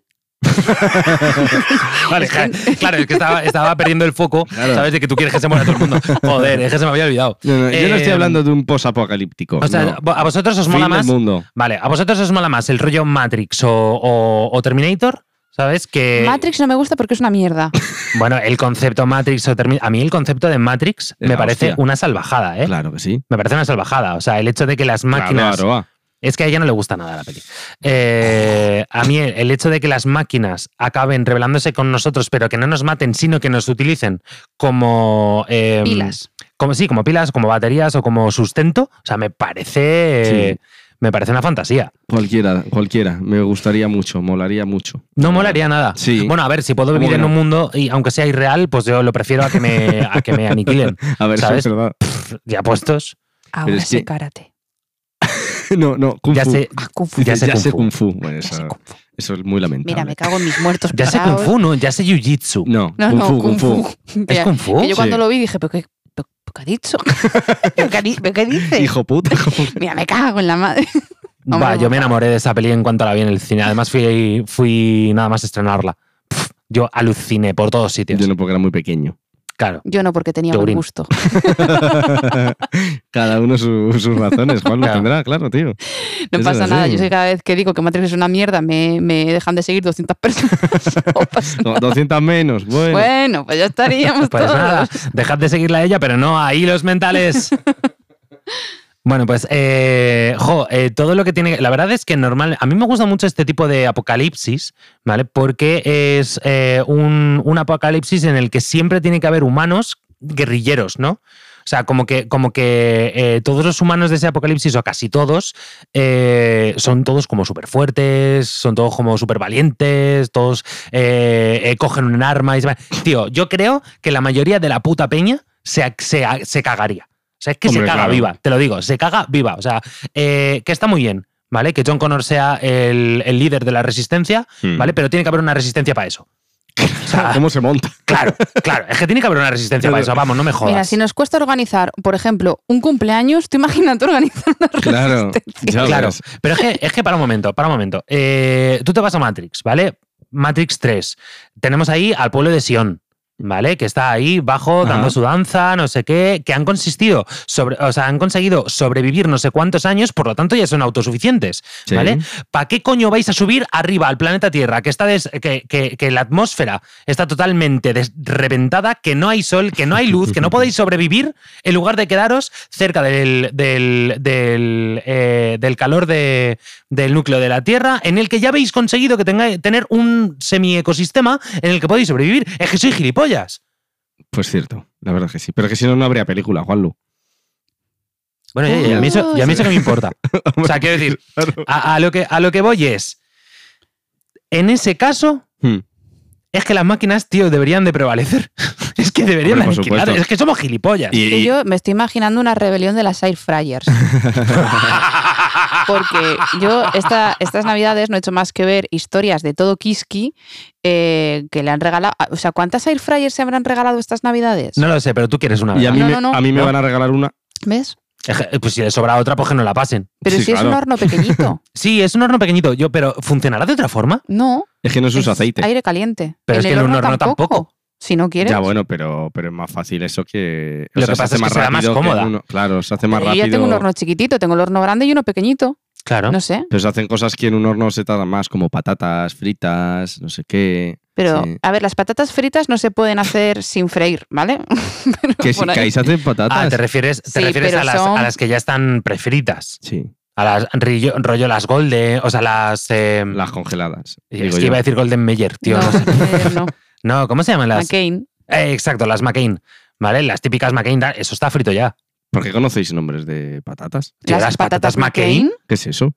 [SPEAKER 1] Vale,
[SPEAKER 3] Es que-
[SPEAKER 1] ja- claro, es que estaba, estaba perdiendo el foco,
[SPEAKER 2] Claro.
[SPEAKER 1] ¿sabes? De que tú quieres que se muera todo el mundo. Joder, es que se me había olvidado.
[SPEAKER 2] No, no, yo no estoy
[SPEAKER 1] Eh,
[SPEAKER 2] hablando de un posapocalíptico.
[SPEAKER 1] O sea,
[SPEAKER 2] Pues no.
[SPEAKER 1] vo- a vosotros os
[SPEAKER 2] Fin
[SPEAKER 1] mola
[SPEAKER 2] del
[SPEAKER 1] más.
[SPEAKER 2] mundo.
[SPEAKER 1] Vale, a vosotros os mola más el rollo Matrix o, o- o Terminator, ¿sabes?
[SPEAKER 2] Eh,
[SPEAKER 1] Que.
[SPEAKER 3] Matrix no me gusta porque es una mierda.
[SPEAKER 1] Bueno, el concepto Matrix o Terminator. A mí el concepto de Matrix
[SPEAKER 2] Es
[SPEAKER 1] me
[SPEAKER 2] la
[SPEAKER 1] parece
[SPEAKER 2] hostia.
[SPEAKER 1] una salvajada, ¿eh?
[SPEAKER 2] Claro que sí.
[SPEAKER 1] Me parece una salvajada. O sea, el hecho de que las máquinas.
[SPEAKER 2] Claro, ah.
[SPEAKER 1] Es que a ella no le gusta nada la peli. Eh, a mí el- el hecho de que las máquinas acaben rebelándose con nosotros, pero que no nos maten, sino que nos utilicen como... eh,
[SPEAKER 3] Pilas.
[SPEAKER 1] Como, sí, como pilas, como baterías o como sustento. O sea, me parece... Me parece una fantasía.
[SPEAKER 2] Cualquiera, cualquiera. Me gustaría mucho, molaría mucho.
[SPEAKER 1] No molaría nada.
[SPEAKER 2] Sí.
[SPEAKER 1] Bueno, a ver, si puedo
[SPEAKER 2] ¿Cómo
[SPEAKER 1] vivir
[SPEAKER 2] que
[SPEAKER 1] en
[SPEAKER 2] no?
[SPEAKER 1] un mundo, y aunque sea irreal, pues yo lo prefiero a que me, a que me aniquilen.
[SPEAKER 2] A ver,
[SPEAKER 1] ¿Sabes?
[SPEAKER 2] es verdad.
[SPEAKER 1] Ya puestos,
[SPEAKER 3] Ahora
[SPEAKER 2] es
[SPEAKER 3] sé
[SPEAKER 2] que-
[SPEAKER 3] karate.
[SPEAKER 2] No, no, Kung
[SPEAKER 1] ya
[SPEAKER 2] Fu.
[SPEAKER 1] sé,
[SPEAKER 3] Ah, Kung Fu.
[SPEAKER 2] Dices,
[SPEAKER 1] ya sé Kung Fu.
[SPEAKER 2] Kung Fu. Bueno,
[SPEAKER 3] Ya sé
[SPEAKER 2] eso,
[SPEAKER 3] Kung Fu.
[SPEAKER 2] eso es muy lamentable.
[SPEAKER 3] Mira, me cago en mis muertos.
[SPEAKER 1] ya sé Kung
[SPEAKER 3] parados.
[SPEAKER 1] Fu, ¿no? Ya sé Jiu Jitsu.
[SPEAKER 2] No,
[SPEAKER 3] No,
[SPEAKER 2] Kung
[SPEAKER 3] no,
[SPEAKER 2] Fu, Kung Fu.
[SPEAKER 1] ¿Es Kung Fu?
[SPEAKER 3] Que yo cuando
[SPEAKER 2] Sí.
[SPEAKER 3] lo vi dije, ¿pero qué, pero- ¿Pero qué ha dicho? ¿Pero qué, di- pero qué dice?
[SPEAKER 2] Hijo puta.
[SPEAKER 3] Mira, me cago en la madre. Hombre,
[SPEAKER 1] Bah, yo me
[SPEAKER 3] guapa.
[SPEAKER 1] enamoré de esa peli en cuanto la vi en el cine. Además, fui, fui nada más a estrenarla. Pff, yo aluciné por todos sitios.
[SPEAKER 2] Yo no, porque era muy pequeño.
[SPEAKER 1] Claro.
[SPEAKER 3] Yo no, porque tenía
[SPEAKER 1] Yo
[SPEAKER 3] buen
[SPEAKER 1] orino.
[SPEAKER 3] gusto.
[SPEAKER 2] Cada uno su- sus razones, Juan, lo
[SPEAKER 1] Claro.
[SPEAKER 2] tendrá, claro, tío.
[SPEAKER 3] No
[SPEAKER 2] Eso
[SPEAKER 3] pasa
[SPEAKER 2] es
[SPEAKER 3] nada.
[SPEAKER 2] así.
[SPEAKER 3] Yo sé que cada vez que digo que Matrix es una mierda, me, me dejan de seguir 200 personas. No pasa nada.
[SPEAKER 2] No, 200 menos, bueno.
[SPEAKER 3] Bueno, pues ya estaríamos
[SPEAKER 1] Pues
[SPEAKER 3] todos.
[SPEAKER 1] nada, dejad de seguirla a ella, pero no ahí los mentales. Bueno, pues, eh, jo, eh, todo lo que tiene. La verdad es que normal. A mí me gusta mucho este tipo de apocalipsis, ¿vale? Porque es eh, un, un apocalipsis en el que siempre tiene que haber humanos guerrilleros, ¿no? O sea, como que, como que eh, todos los humanos de ese apocalipsis, o casi todos, eh, son todos como súper fuertes, son todos como súper valientes, todos eh, eh, cogen un arma y se van. Tío, yo creo que la mayoría de la puta peña se, se, se cagaría. O sea, es que
[SPEAKER 2] Hombre,
[SPEAKER 1] se caga
[SPEAKER 2] claro.
[SPEAKER 1] viva, te lo digo, se caga viva. O sea, eh, que está muy bien, ¿vale? Que John Connor sea el, el líder de la resistencia,
[SPEAKER 2] Hmm.
[SPEAKER 1] ¿vale? Pero tiene que haber una resistencia para eso. O sea,
[SPEAKER 2] ¿Cómo se monta?
[SPEAKER 1] claro, claro, es que tiene que haber una resistencia para eso, vamos, no me jodas.
[SPEAKER 3] Mira, si nos cuesta organizar, por ejemplo, un cumpleaños, tú imagínate organizar una
[SPEAKER 2] Claro. ya
[SPEAKER 1] Claro,
[SPEAKER 2] ves.
[SPEAKER 1] pero es que, es que para un momento, para un momento. Eh, tú te vas a Matrix, ¿vale? Matrix 3. Tenemos ahí al pueblo de Sion, ¿vale? Que está ahí bajo,
[SPEAKER 2] Ajá.
[SPEAKER 1] dando su danza, no sé qué, que han consistido, sobre, o sea, han conseguido sobrevivir no sé cuántos años, por lo tanto ya son autosuficientes,
[SPEAKER 2] Sí.
[SPEAKER 1] ¿vale? ¿Para qué coño vais a subir arriba al planeta Tierra? Que, está des- que, que- que la atmósfera está totalmente des- reventada, que no hay sol, que no hay luz, que no podéis sobrevivir en lugar de quedaros cerca del, del, del, eh, del calor de- del núcleo de la Tierra, en el que ya habéis conseguido que tenga, tener un semiecosistema en el que podéis sobrevivir. Es que soy gilipollas.
[SPEAKER 2] Pues cierto, la verdad que sí. Pero que si no, no habría película, Juanlu.
[SPEAKER 1] Bueno, ya, ya, a mí eso, ya a mí eso que me importa. O sea, quiero decir,
[SPEAKER 2] Claro.
[SPEAKER 1] a, a lo que, a lo que voy es, en ese caso,
[SPEAKER 2] Hmm.
[SPEAKER 1] Es que las máquinas, tío, deberían de prevalecer. es que deberían
[SPEAKER 2] Hombre, por
[SPEAKER 1] de aniquilar.
[SPEAKER 2] supuesto.
[SPEAKER 1] Es que somos gilipollas.
[SPEAKER 2] Y-
[SPEAKER 3] Y
[SPEAKER 2] y-
[SPEAKER 3] yo me estoy imaginando una rebelión de las air fryers. Porque yo esta- estas navidades no he hecho más que ver historias de todo Kiski eh, que le han regalado. O sea, ¿cuántas air fryers se habrán regalado estas navidades?
[SPEAKER 1] No lo sé, pero tú quieres una.
[SPEAKER 2] y a
[SPEAKER 1] ¿verdad?
[SPEAKER 2] mí,
[SPEAKER 3] No,
[SPEAKER 2] me,
[SPEAKER 3] no, no.
[SPEAKER 2] a mí me
[SPEAKER 1] No.
[SPEAKER 2] van a regalar una.
[SPEAKER 3] ¿Ves?
[SPEAKER 1] Es que, Pues si le sobra otra, pues que no la pasen.
[SPEAKER 3] Pero
[SPEAKER 2] Sí,
[SPEAKER 3] si es un
[SPEAKER 2] claro.
[SPEAKER 3] horno pequeñito.
[SPEAKER 1] Sí, es un horno pequeñito, yo, pero ¿funcionará de otra forma?
[SPEAKER 3] No.
[SPEAKER 2] Es que no se usa
[SPEAKER 3] es
[SPEAKER 2] aceite.
[SPEAKER 3] Aire caliente.
[SPEAKER 1] Pero es que en un horno tampoco.
[SPEAKER 3] Si no quieres.
[SPEAKER 2] Ya, bueno, pero, pero es más fácil eso que.
[SPEAKER 1] Lo que
[SPEAKER 2] se
[SPEAKER 1] pasa
[SPEAKER 2] hace
[SPEAKER 1] es que será más
[SPEAKER 2] rápido
[SPEAKER 1] cómoda.
[SPEAKER 2] uno- claro, se hace más
[SPEAKER 3] Yo
[SPEAKER 2] rápido.
[SPEAKER 3] ya tengo un horno chiquitito, tengo el horno grande y uno pequeñito.
[SPEAKER 1] Claro.
[SPEAKER 3] No, sé.
[SPEAKER 2] Pero se hacen cosas que en un horno se tardan más, como patatas fritas, no sé qué.
[SPEAKER 3] Pero,
[SPEAKER 2] Sí.
[SPEAKER 3] a ver, las patatas fritas no se pueden hacer sin freír, ¿vale? Pero
[SPEAKER 2] Que si
[SPEAKER 3] por ahí-
[SPEAKER 2] que ahí se hacen
[SPEAKER 1] Ah,
[SPEAKER 2] patatas.
[SPEAKER 1] te refieres, te
[SPEAKER 3] Sí,
[SPEAKER 1] refieres
[SPEAKER 3] pero
[SPEAKER 1] a, las,
[SPEAKER 3] son-
[SPEAKER 1] a las que ya están prefritas.
[SPEAKER 2] sí,
[SPEAKER 1] A las rillo- rollo las Golden, o sea, las. eh,
[SPEAKER 2] las congeladas.
[SPEAKER 1] es
[SPEAKER 2] digo
[SPEAKER 1] que
[SPEAKER 2] yo.
[SPEAKER 1] iba a decir Golden Meyer, tío. No,
[SPEAKER 3] no,
[SPEAKER 1] sé.
[SPEAKER 3] eh, no.
[SPEAKER 1] No, ¿cómo se llaman las?
[SPEAKER 3] McCain.
[SPEAKER 1] Eh, exacto, las McCain. ¿Vale? Las típicas McCain, da- eso está frito ya.
[SPEAKER 2] ¿Por qué conocéis nombres de patatas?
[SPEAKER 1] Tío, las patatas McCain,
[SPEAKER 2] ¿Qué es eso?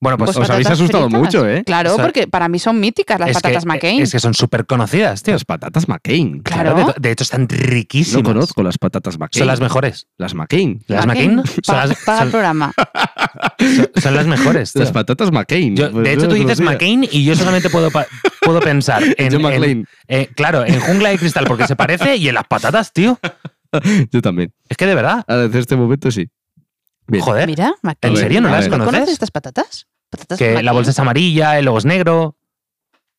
[SPEAKER 1] Bueno, pues,
[SPEAKER 2] Pues os habéis
[SPEAKER 3] patatas
[SPEAKER 2] asustado
[SPEAKER 3] fritas.
[SPEAKER 2] mucho, ¿eh?
[SPEAKER 3] Claro,
[SPEAKER 1] O sea,
[SPEAKER 3] porque para mí son míticas las
[SPEAKER 1] es
[SPEAKER 3] patatas
[SPEAKER 1] que, e-
[SPEAKER 3] McCain.
[SPEAKER 1] Es que son súper conocidas, tío.
[SPEAKER 2] Las patatas McCain.
[SPEAKER 3] Claro.
[SPEAKER 1] De, de hecho, están
[SPEAKER 2] No
[SPEAKER 1] riquísimas.
[SPEAKER 2] conozco las patatas McCain.
[SPEAKER 1] Son las mejores.
[SPEAKER 2] Las McCain.
[SPEAKER 1] Las McCain son
[SPEAKER 3] pa-
[SPEAKER 1] las,
[SPEAKER 3] paga el
[SPEAKER 1] son-
[SPEAKER 3] programa.
[SPEAKER 1] son las mejores. tío.
[SPEAKER 2] Las patatas McCain.
[SPEAKER 1] Yo-
[SPEAKER 2] Pues
[SPEAKER 1] de hecho,
[SPEAKER 2] yo
[SPEAKER 1] tú
[SPEAKER 2] no
[SPEAKER 1] dices
[SPEAKER 2] conocía.
[SPEAKER 1] McCain y yo solamente puedo, pa- puedo pensar en,
[SPEAKER 2] Yo
[SPEAKER 1] en-
[SPEAKER 2] McCain.
[SPEAKER 1] eh, claro, en Jungla de Cristal porque se parece y en las patatas, tío.
[SPEAKER 2] Yo también.
[SPEAKER 1] Es que de verdad,
[SPEAKER 2] Ah, Desde este momento sí. Bien.
[SPEAKER 1] joder,
[SPEAKER 3] Mira, McCain.
[SPEAKER 1] ¿en serio no
[SPEAKER 2] a
[SPEAKER 1] las
[SPEAKER 2] ver.
[SPEAKER 3] ¿No conoces
[SPEAKER 1] conoces?
[SPEAKER 3] estas patatas? Patatas
[SPEAKER 1] Que la
[SPEAKER 3] McCain.
[SPEAKER 1] bolsa es amarilla, el logo es negro.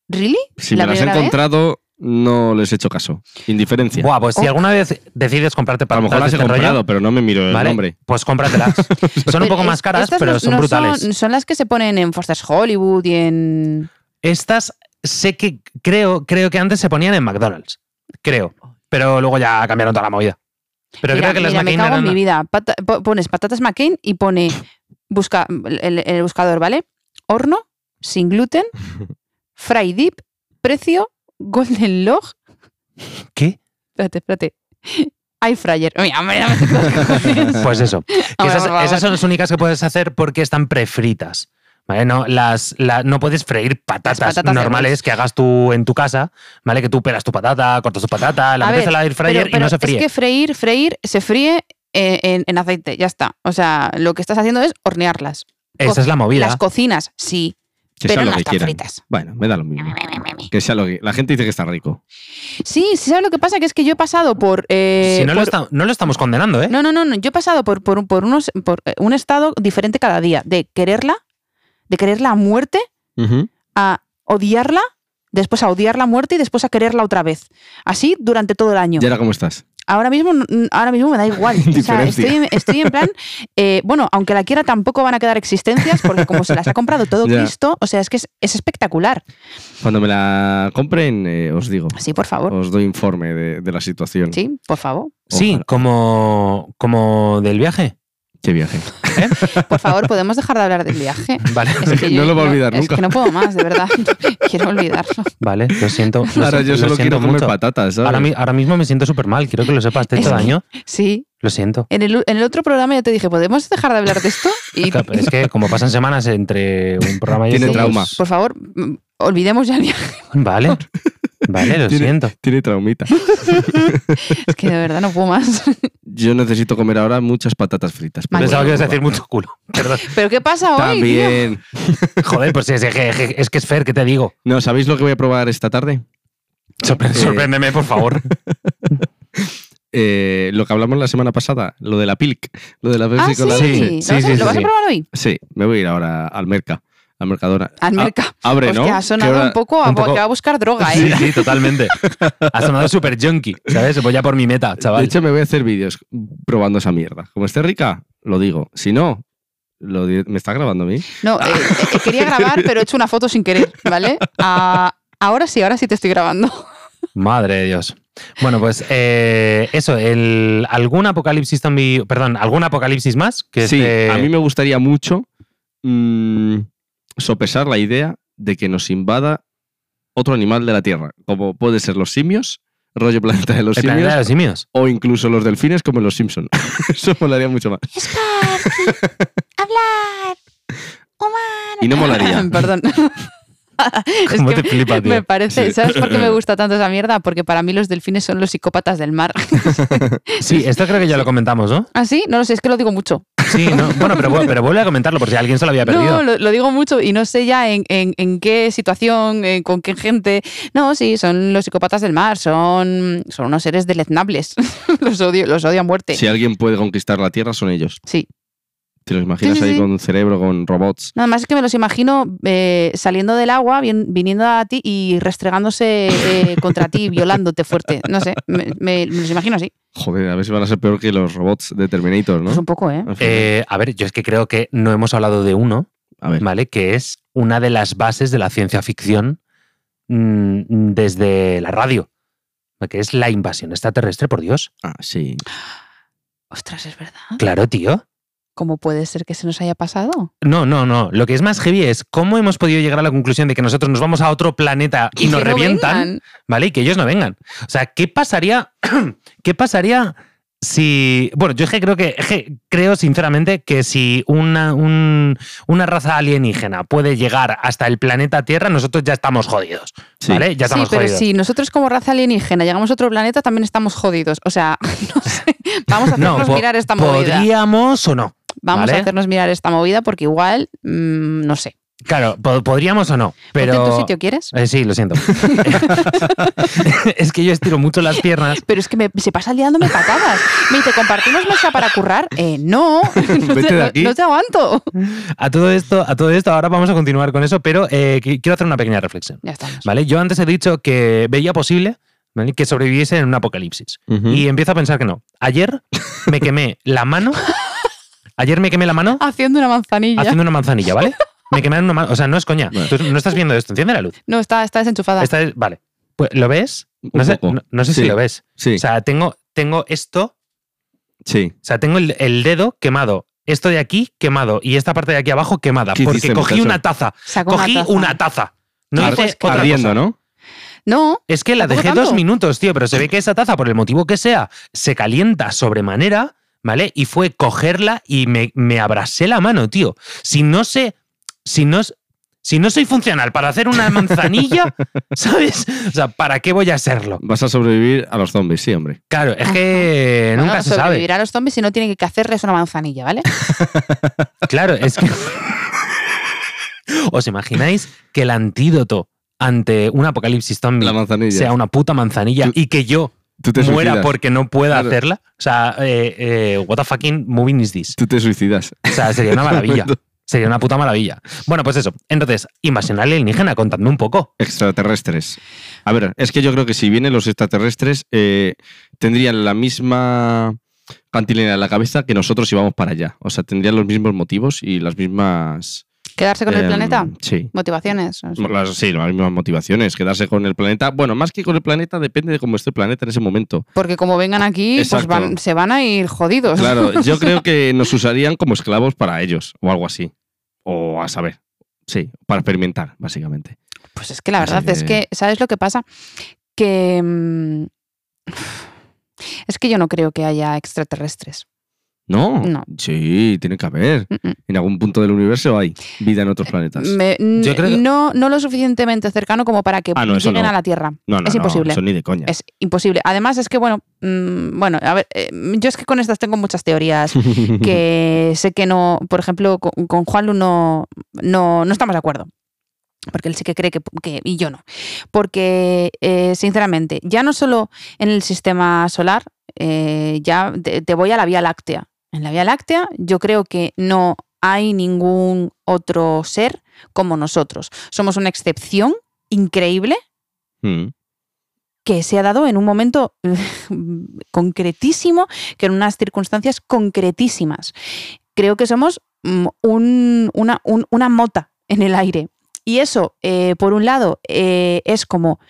[SPEAKER 3] ¿Really?
[SPEAKER 2] Si
[SPEAKER 3] ¿La
[SPEAKER 2] me las he
[SPEAKER 3] primera vez?
[SPEAKER 2] encontrado, no les he hecho caso. Indiferencia.
[SPEAKER 1] Buah, pues si
[SPEAKER 3] Oh.
[SPEAKER 1] alguna vez decides comprarte
[SPEAKER 2] a lo
[SPEAKER 1] patatas
[SPEAKER 2] mejor
[SPEAKER 1] de
[SPEAKER 2] las he
[SPEAKER 1] este rollo,
[SPEAKER 2] comprado, pero no me miro el
[SPEAKER 1] ¿vale?
[SPEAKER 2] nombre.
[SPEAKER 1] pues cómpratelas. Son un poco
[SPEAKER 3] Es-
[SPEAKER 1] más caras,
[SPEAKER 3] estas
[SPEAKER 1] pero
[SPEAKER 3] no-
[SPEAKER 1] son
[SPEAKER 3] no
[SPEAKER 1] brutales.
[SPEAKER 3] Son, son las que se ponen en Foster's Hollywood y en...
[SPEAKER 1] Estas sé que creo, creo que antes se ponían en McDonald's. Creo. Pero luego ya cambiaron toda la movida. Pero
[SPEAKER 3] mira,
[SPEAKER 1] creo que las
[SPEAKER 3] mira, me
[SPEAKER 1] McCain
[SPEAKER 3] cago en
[SPEAKER 1] eran.
[SPEAKER 3] mi vida. Pata- po- pones patatas McCain y pone busca el, el buscador, ¿vale? Horno, sin gluten, fry dip, precio, golden log.
[SPEAKER 1] ¿Qué?
[SPEAKER 3] Espérate, espérate. Air fryer. Mira, hombre, dame cojones.
[SPEAKER 1] Pues eso. Que
[SPEAKER 3] Hombre,
[SPEAKER 1] esas,
[SPEAKER 3] por favor.
[SPEAKER 1] esas son las únicas que puedes hacer porque están prefritas. ¿Vale? No, las, la- no puedes freír patatas,
[SPEAKER 3] Las patatas
[SPEAKER 1] normales
[SPEAKER 3] normales.
[SPEAKER 1] que hagas tú en tu casa, ¿vale? Que tú pelas tu patata, cortas tu patata, la
[SPEAKER 3] A
[SPEAKER 1] metes
[SPEAKER 3] ver,
[SPEAKER 1] al air fryer
[SPEAKER 3] Pero-
[SPEAKER 1] y
[SPEAKER 3] pero
[SPEAKER 1] no se fríe.
[SPEAKER 3] Es que freír, freír, se fríe eh, en, en aceite, ya está. O sea, lo que estás haciendo es hornearlas.
[SPEAKER 1] Esa es la movida.
[SPEAKER 3] Las cocinas, sí.
[SPEAKER 2] Que
[SPEAKER 3] pero
[SPEAKER 2] sea lo
[SPEAKER 3] no
[SPEAKER 2] que
[SPEAKER 3] están
[SPEAKER 2] quieran.
[SPEAKER 3] fritas.
[SPEAKER 2] Bueno, me da lo mismo. Que sea lo que... La gente dice que está rico.
[SPEAKER 3] Sí, sí, ¿sabes lo que pasa? Que es que yo he pasado por... eh,
[SPEAKER 1] si no, lo
[SPEAKER 3] por-
[SPEAKER 1] esta- no lo estamos condenando, ¿eh?
[SPEAKER 3] No, no, no, no, Yo he pasado por, por, un- por unos, por eh, un estado diferente cada día. De quererla, de quererla a muerte,
[SPEAKER 2] Ujú.
[SPEAKER 3] a odiarla, después a odiar la muerte y después a quererla otra vez. Así durante todo el año.
[SPEAKER 2] ¿Y ahora cómo estás?
[SPEAKER 3] Ahora mismo, n- ahora mismo me da igual. O sea,
[SPEAKER 2] Indiferencia.
[SPEAKER 3] estoy, en- estoy en plan, eh, bueno, aunque la quiera tampoco van a quedar existencias porque como se las ha comprado todo
[SPEAKER 2] Ya.
[SPEAKER 3] Cristo, o sea, es que es, es espectacular.
[SPEAKER 2] Cuando me la compren, eh, os digo.
[SPEAKER 3] Sí, por favor.
[SPEAKER 2] Os doy informe de, de la situación.
[SPEAKER 3] Sí, por favor.
[SPEAKER 1] Sí,
[SPEAKER 2] Ojalá.
[SPEAKER 1] como, como del viaje.
[SPEAKER 2] Qué eh. viaje.
[SPEAKER 3] Por favor, podemos dejar de hablar del viaje.
[SPEAKER 1] Vale,
[SPEAKER 3] Es que
[SPEAKER 2] No lo va a olvidar
[SPEAKER 3] es
[SPEAKER 2] nunca.
[SPEAKER 3] que no puedo más, de verdad. Quiero olvidarlo.
[SPEAKER 1] vale, lo siento. lo
[SPEAKER 2] Ahora
[SPEAKER 1] siento-
[SPEAKER 2] yo
[SPEAKER 1] lo
[SPEAKER 2] solo
[SPEAKER 1] siento
[SPEAKER 2] quiero comer
[SPEAKER 1] mucho.
[SPEAKER 2] patatas, ¿sabes?
[SPEAKER 1] Ahora, mi- ahora mismo me siento súper mal, quiero que lo sepas, te he hecho
[SPEAKER 3] Es que-
[SPEAKER 1] daño.
[SPEAKER 3] Sí,
[SPEAKER 1] Lo siento.
[SPEAKER 3] en el, en el otro programa ya te dije, ¿podemos dejar de hablar de esto? Y,
[SPEAKER 1] Claro, Es que como pasan semanas entre un programa y
[SPEAKER 2] Tiene
[SPEAKER 1] otro,
[SPEAKER 2] trauma.
[SPEAKER 1] pues,
[SPEAKER 3] por favor, mm, olvidemos ya el viaje.
[SPEAKER 1] Vale, vale, lo
[SPEAKER 2] Tiene-
[SPEAKER 1] siento.
[SPEAKER 2] Tiene traumita.
[SPEAKER 3] Es que de verdad no puedo más.
[SPEAKER 2] Yo necesito comer ahora muchas patatas fritas. pero
[SPEAKER 1] Pensaba
[SPEAKER 2] bueno,
[SPEAKER 1] que ibas a decir
[SPEAKER 2] bueno.
[SPEAKER 1] mucho culo. Perdón.
[SPEAKER 3] ¿Pero qué pasa hoy? tío?
[SPEAKER 2] También.
[SPEAKER 1] Joder, pues es, es- es que es Fer, ¿qué te digo?
[SPEAKER 2] No, ¿sabéis lo que voy a probar esta tarde?
[SPEAKER 1] Sorpre-
[SPEAKER 2] Eh.
[SPEAKER 1] sorpréndeme, por favor.
[SPEAKER 2] Eh, lo que hablamos la semana pasada, lo de la PILC, lo de la Pepsi
[SPEAKER 3] Ah,
[SPEAKER 2] Pues con la
[SPEAKER 1] sí.
[SPEAKER 2] leche.
[SPEAKER 3] ¿Lo
[SPEAKER 1] Sí,
[SPEAKER 3] vas a-
[SPEAKER 1] sí,
[SPEAKER 3] ¿Lo
[SPEAKER 1] sí,
[SPEAKER 3] vas a
[SPEAKER 1] sí.
[SPEAKER 3] probar hoy?
[SPEAKER 2] Sí, me voy a ir ahora al Merca, al Mercadona. Ah,
[SPEAKER 3] Al
[SPEAKER 2] A-
[SPEAKER 3] mercado.
[SPEAKER 2] abre,
[SPEAKER 3] Hostia,
[SPEAKER 2] ¿no?
[SPEAKER 3] ha
[SPEAKER 2] Que
[SPEAKER 3] sonado
[SPEAKER 2] ahora-
[SPEAKER 3] un poco a,
[SPEAKER 1] un
[SPEAKER 3] bo-
[SPEAKER 1] poco-
[SPEAKER 3] que va a buscar droga,
[SPEAKER 1] Sí,
[SPEAKER 3] ¿eh?
[SPEAKER 1] sí, totalmente. Ha sonado súper junkie, ¿sabes? Voy a por mi meta,
[SPEAKER 2] De
[SPEAKER 1] chaval.
[SPEAKER 2] hecho, me voy a hacer vídeos probando esa mierda. Como esté rica, lo digo. Si no, lo di- me está grabando a mí.
[SPEAKER 3] No, eh, eh, quería grabar, pero he hecho una foto sin querer, ¿vale? Ah, ahora sí, ahora sí te estoy grabando.
[SPEAKER 1] Madre de Dios. Bueno, pues eh, eso, el, algún apocalipsis zombie, perdón, algún apocalipsis más que
[SPEAKER 2] sí,
[SPEAKER 1] este-
[SPEAKER 2] a mí me gustaría mucho mm, sopesar la idea de que nos invada otro animal de la Tierra, como puede ser los simios, rollo planeta de los
[SPEAKER 1] el planeta
[SPEAKER 2] simios,
[SPEAKER 1] de los simios.
[SPEAKER 2] o incluso los delfines como en los Simpson. Eso molaría mucho más.
[SPEAKER 3] hablar.
[SPEAKER 2] Y no molaría.
[SPEAKER 3] Perdón. Es
[SPEAKER 1] ¿Cómo
[SPEAKER 3] que
[SPEAKER 1] te flipa, tío?
[SPEAKER 3] Me parece,
[SPEAKER 2] Sí.
[SPEAKER 3] ¿sabes por qué me gusta tanto esa mierda? Porque para mí los delfines son los psicópatas del mar.
[SPEAKER 1] Sí, esto creo que ya lo comentamos, ¿no?
[SPEAKER 3] ¿Ah, sí? No lo sé, es que lo digo mucho.
[SPEAKER 1] Sí, no, bueno, pero, vu- pero vuelve a comentarlo por si alguien se lo había perdido.
[SPEAKER 3] No, lo, lo digo mucho y no sé ya en, en- en qué situación, en- con qué gente. No, sí, son los psicópatas del mar, son, son unos seres deleznables. los, odio, los odio a muerte.
[SPEAKER 2] Si alguien puede conquistar la Tierra, son ellos.
[SPEAKER 3] Sí.
[SPEAKER 2] ¿Te los imaginas
[SPEAKER 3] Sí, sí,
[SPEAKER 2] ahí
[SPEAKER 3] sí.
[SPEAKER 2] con un cerebro, con robots?
[SPEAKER 3] Nada más es que me los imagino eh, saliendo del agua, vin- viniendo a ti y restregándose eh, contra ti, violándote fuerte. No sé, me, me- me los imagino así.
[SPEAKER 2] Joder, a ver si van a ser peor que los robots de Terminator, ¿no?
[SPEAKER 3] Pues un poco, ¿eh?
[SPEAKER 2] Al final.
[SPEAKER 1] Eh, a ver, yo es que creo que no hemos hablado de uno,
[SPEAKER 2] a ver.
[SPEAKER 1] ¿vale? Que es una de las bases de la ciencia ficción mm, desde la radio, que es la invasión extraterrestre, por Dios.
[SPEAKER 2] Ah, sí.
[SPEAKER 3] Ostras, es verdad.
[SPEAKER 1] Claro, tío.
[SPEAKER 3] ¿Cómo puede ser que se nos haya pasado?
[SPEAKER 1] No, no, no. Lo que es más heavy es cómo hemos podido llegar a la conclusión de que nosotros nos vamos a otro planeta y, nos
[SPEAKER 3] que no
[SPEAKER 1] revientan,
[SPEAKER 3] vengan.
[SPEAKER 1] ¿vale? Y que ellos no vengan. O sea, ¿qué pasaría? ¿Qué pasaría si. Bueno, yo es que creo que. es que creo sinceramente que si una, un- una raza alienígena puede llegar hasta el planeta Tierra, nosotros ya estamos jodidos.
[SPEAKER 2] Sí.
[SPEAKER 1] ¿Vale? Ya
[SPEAKER 3] sí,
[SPEAKER 1] estamos
[SPEAKER 3] pero
[SPEAKER 1] jodidos.
[SPEAKER 3] si nosotros como raza alienígena llegamos a otro planeta, también estamos jodidos. O sea, no sé. Vamos a
[SPEAKER 1] No,
[SPEAKER 3] hacernos
[SPEAKER 1] po-
[SPEAKER 3] mirar esta movida.
[SPEAKER 1] podríamos o no.
[SPEAKER 3] Vamos
[SPEAKER 1] ¿vale?
[SPEAKER 3] a hacernos mirar esta movida porque igual, mm, no sé.
[SPEAKER 1] Claro, po- podríamos o no.
[SPEAKER 3] Ponte en tu
[SPEAKER 1] Pero.
[SPEAKER 3] sitio, ¿quieres?
[SPEAKER 1] Eh, sí, lo siento. es que yo estiro mucho las piernas.
[SPEAKER 3] Pero es que me- se pasa liándome patadas. Me dice, ¿compartimos mesa para currar? Eh, no. No
[SPEAKER 2] Vete
[SPEAKER 3] te,
[SPEAKER 2] de
[SPEAKER 3] no-
[SPEAKER 2] aquí.
[SPEAKER 3] no te aguanto.
[SPEAKER 1] A todo esto, a todo esto, ahora vamos a continuar con eso, pero eh, qui- quiero hacer una pequeña reflexión.
[SPEAKER 3] Ya estamos.
[SPEAKER 1] ¿Vale? Yo antes he dicho que veía posible ¿vale? que sobreviviese en un apocalipsis.
[SPEAKER 2] Ujú.
[SPEAKER 1] Y empiezo a pensar que no. Ayer me quemé la mano. Ayer me quemé la mano
[SPEAKER 3] Haciendo una manzanilla.
[SPEAKER 1] haciendo una manzanilla, ¿vale? Me quemaron una mano. O sea, no es coña.
[SPEAKER 2] Bueno.
[SPEAKER 1] Tú no estás viendo esto. Enciende la luz.
[SPEAKER 3] No, está, está desenchufada.
[SPEAKER 1] Esta es- vale. Pues, ¿Lo ves? No
[SPEAKER 2] Un
[SPEAKER 1] sé,
[SPEAKER 2] poco.
[SPEAKER 1] no- no sé si
[SPEAKER 2] Sí.
[SPEAKER 1] lo ves.
[SPEAKER 2] Sí,
[SPEAKER 1] O sea, tengo, tengo esto.
[SPEAKER 2] sí.
[SPEAKER 1] O sea, tengo el, el dedo quemado. Esto de aquí quemado. Y esta parte de aquí abajo quemada.
[SPEAKER 2] ¿Qué
[SPEAKER 1] Porque
[SPEAKER 2] hiciste, este
[SPEAKER 1] cogí
[SPEAKER 2] muchacho?
[SPEAKER 1] una taza.
[SPEAKER 3] Sacó
[SPEAKER 1] Cogí
[SPEAKER 3] taza.
[SPEAKER 1] una taza. No
[SPEAKER 2] Ar-
[SPEAKER 1] hice otra
[SPEAKER 2] ardiendo,
[SPEAKER 1] cosa.
[SPEAKER 2] ¿no?
[SPEAKER 3] No,
[SPEAKER 1] Es que la
[SPEAKER 3] ¿Tampoco
[SPEAKER 1] dejé dos
[SPEAKER 3] tanto?
[SPEAKER 1] minutos, tío, pero se ve que esa taza, por el motivo que sea, se calienta sobremanera, ¿vale? Y fue cogerla y me, me abrasé la mano, tío. Si no sé, si no, s- si no soy funcional para hacer una manzanilla, ¿sabes? O sea, ¿para qué voy a serlo?
[SPEAKER 2] Vas a sobrevivir a los zombies, sí, hombre.
[SPEAKER 1] Claro, es que
[SPEAKER 3] Bueno,
[SPEAKER 1] nunca se sabe.
[SPEAKER 3] sobrevivir a los zombies si no tienen que hacerles una manzanilla, ¿vale?
[SPEAKER 1] Claro, es que. ¿Os imagináis que el antídoto ante un apocalipsis zombie
[SPEAKER 2] La manzanilla.
[SPEAKER 1] sea una puta manzanilla
[SPEAKER 2] Tú-
[SPEAKER 1] y que yo
[SPEAKER 2] tú te
[SPEAKER 1] muera
[SPEAKER 2] suicidas.
[SPEAKER 1] porque no pueda
[SPEAKER 2] Claro.
[SPEAKER 1] hacerla? O sea, eh, eh, what the fucking movie is this?
[SPEAKER 2] Tú te suicidas.
[SPEAKER 1] O sea, sería una maravilla. Sería una puta maravilla. Bueno, pues eso. Entonces, invasión alienígena, contadme un poco.
[SPEAKER 2] Extraterrestres. A ver, es que yo creo que si vienen los extraterrestres, eh, tendrían la misma cantilena en la cabeza que nosotros si vamos para allá. O sea, tendrían los mismos motivos y las mismas.
[SPEAKER 3] ¿Quedarse con el
[SPEAKER 2] em,
[SPEAKER 3] planeta?
[SPEAKER 2] Sí.
[SPEAKER 3] Motivaciones. o sea.
[SPEAKER 2] Las, sí, las mismas motivaciones. Quedarse con el planeta. Bueno, más que con el planeta, depende de cómo esté el planeta en ese momento.
[SPEAKER 3] Porque como vengan aquí,
[SPEAKER 2] Exacto.
[SPEAKER 3] pues van, se van a ir jodidos.
[SPEAKER 2] Claro, yo creo que nos usarían como esclavos para ellos o algo así. O a saber. Sí, para experimentar, básicamente.
[SPEAKER 3] Pues es que la
[SPEAKER 2] Así
[SPEAKER 3] verdad es
[SPEAKER 2] que-
[SPEAKER 3] que, ¿sabes lo que pasa? Que... mm, Es que yo no creo que haya extraterrestres.
[SPEAKER 2] No.
[SPEAKER 3] No.
[SPEAKER 2] Sí, tiene que haber.
[SPEAKER 3] Mm, mm.
[SPEAKER 2] En algún punto del universo hay vida en otros planetas.
[SPEAKER 3] Me- n-
[SPEAKER 1] Yo creo que-
[SPEAKER 3] no, no lo suficientemente cercano como para que
[SPEAKER 2] Ah, no, eso
[SPEAKER 3] lleguen
[SPEAKER 2] no.
[SPEAKER 3] a la Tierra.
[SPEAKER 2] No, no,
[SPEAKER 3] es
[SPEAKER 2] no,
[SPEAKER 3] imposible.
[SPEAKER 2] Eso ni de coña.
[SPEAKER 3] Es imposible. Además es que, bueno, mm, bueno, a ver, eh, yo es que con estas tengo muchas teorías que sé que no, por ejemplo, con, con Juanlu no, no, no estamos de acuerdo. Porque él sí que cree que, que- y yo no. Porque, eh, sinceramente, ya no solo en el sistema solar, eh, ya te, te voy a la Vía Láctea. En la Vía Láctea yo creo que no hay ningún otro ser como nosotros. Somos una excepción increíble
[SPEAKER 2] Mm.
[SPEAKER 3] que se ha dado en un momento concretísimo, que en unas circunstancias concretísimas. Creo que somos mm, un- una, un- una mota en el aire. Y eso, eh, por un lado, eh, es como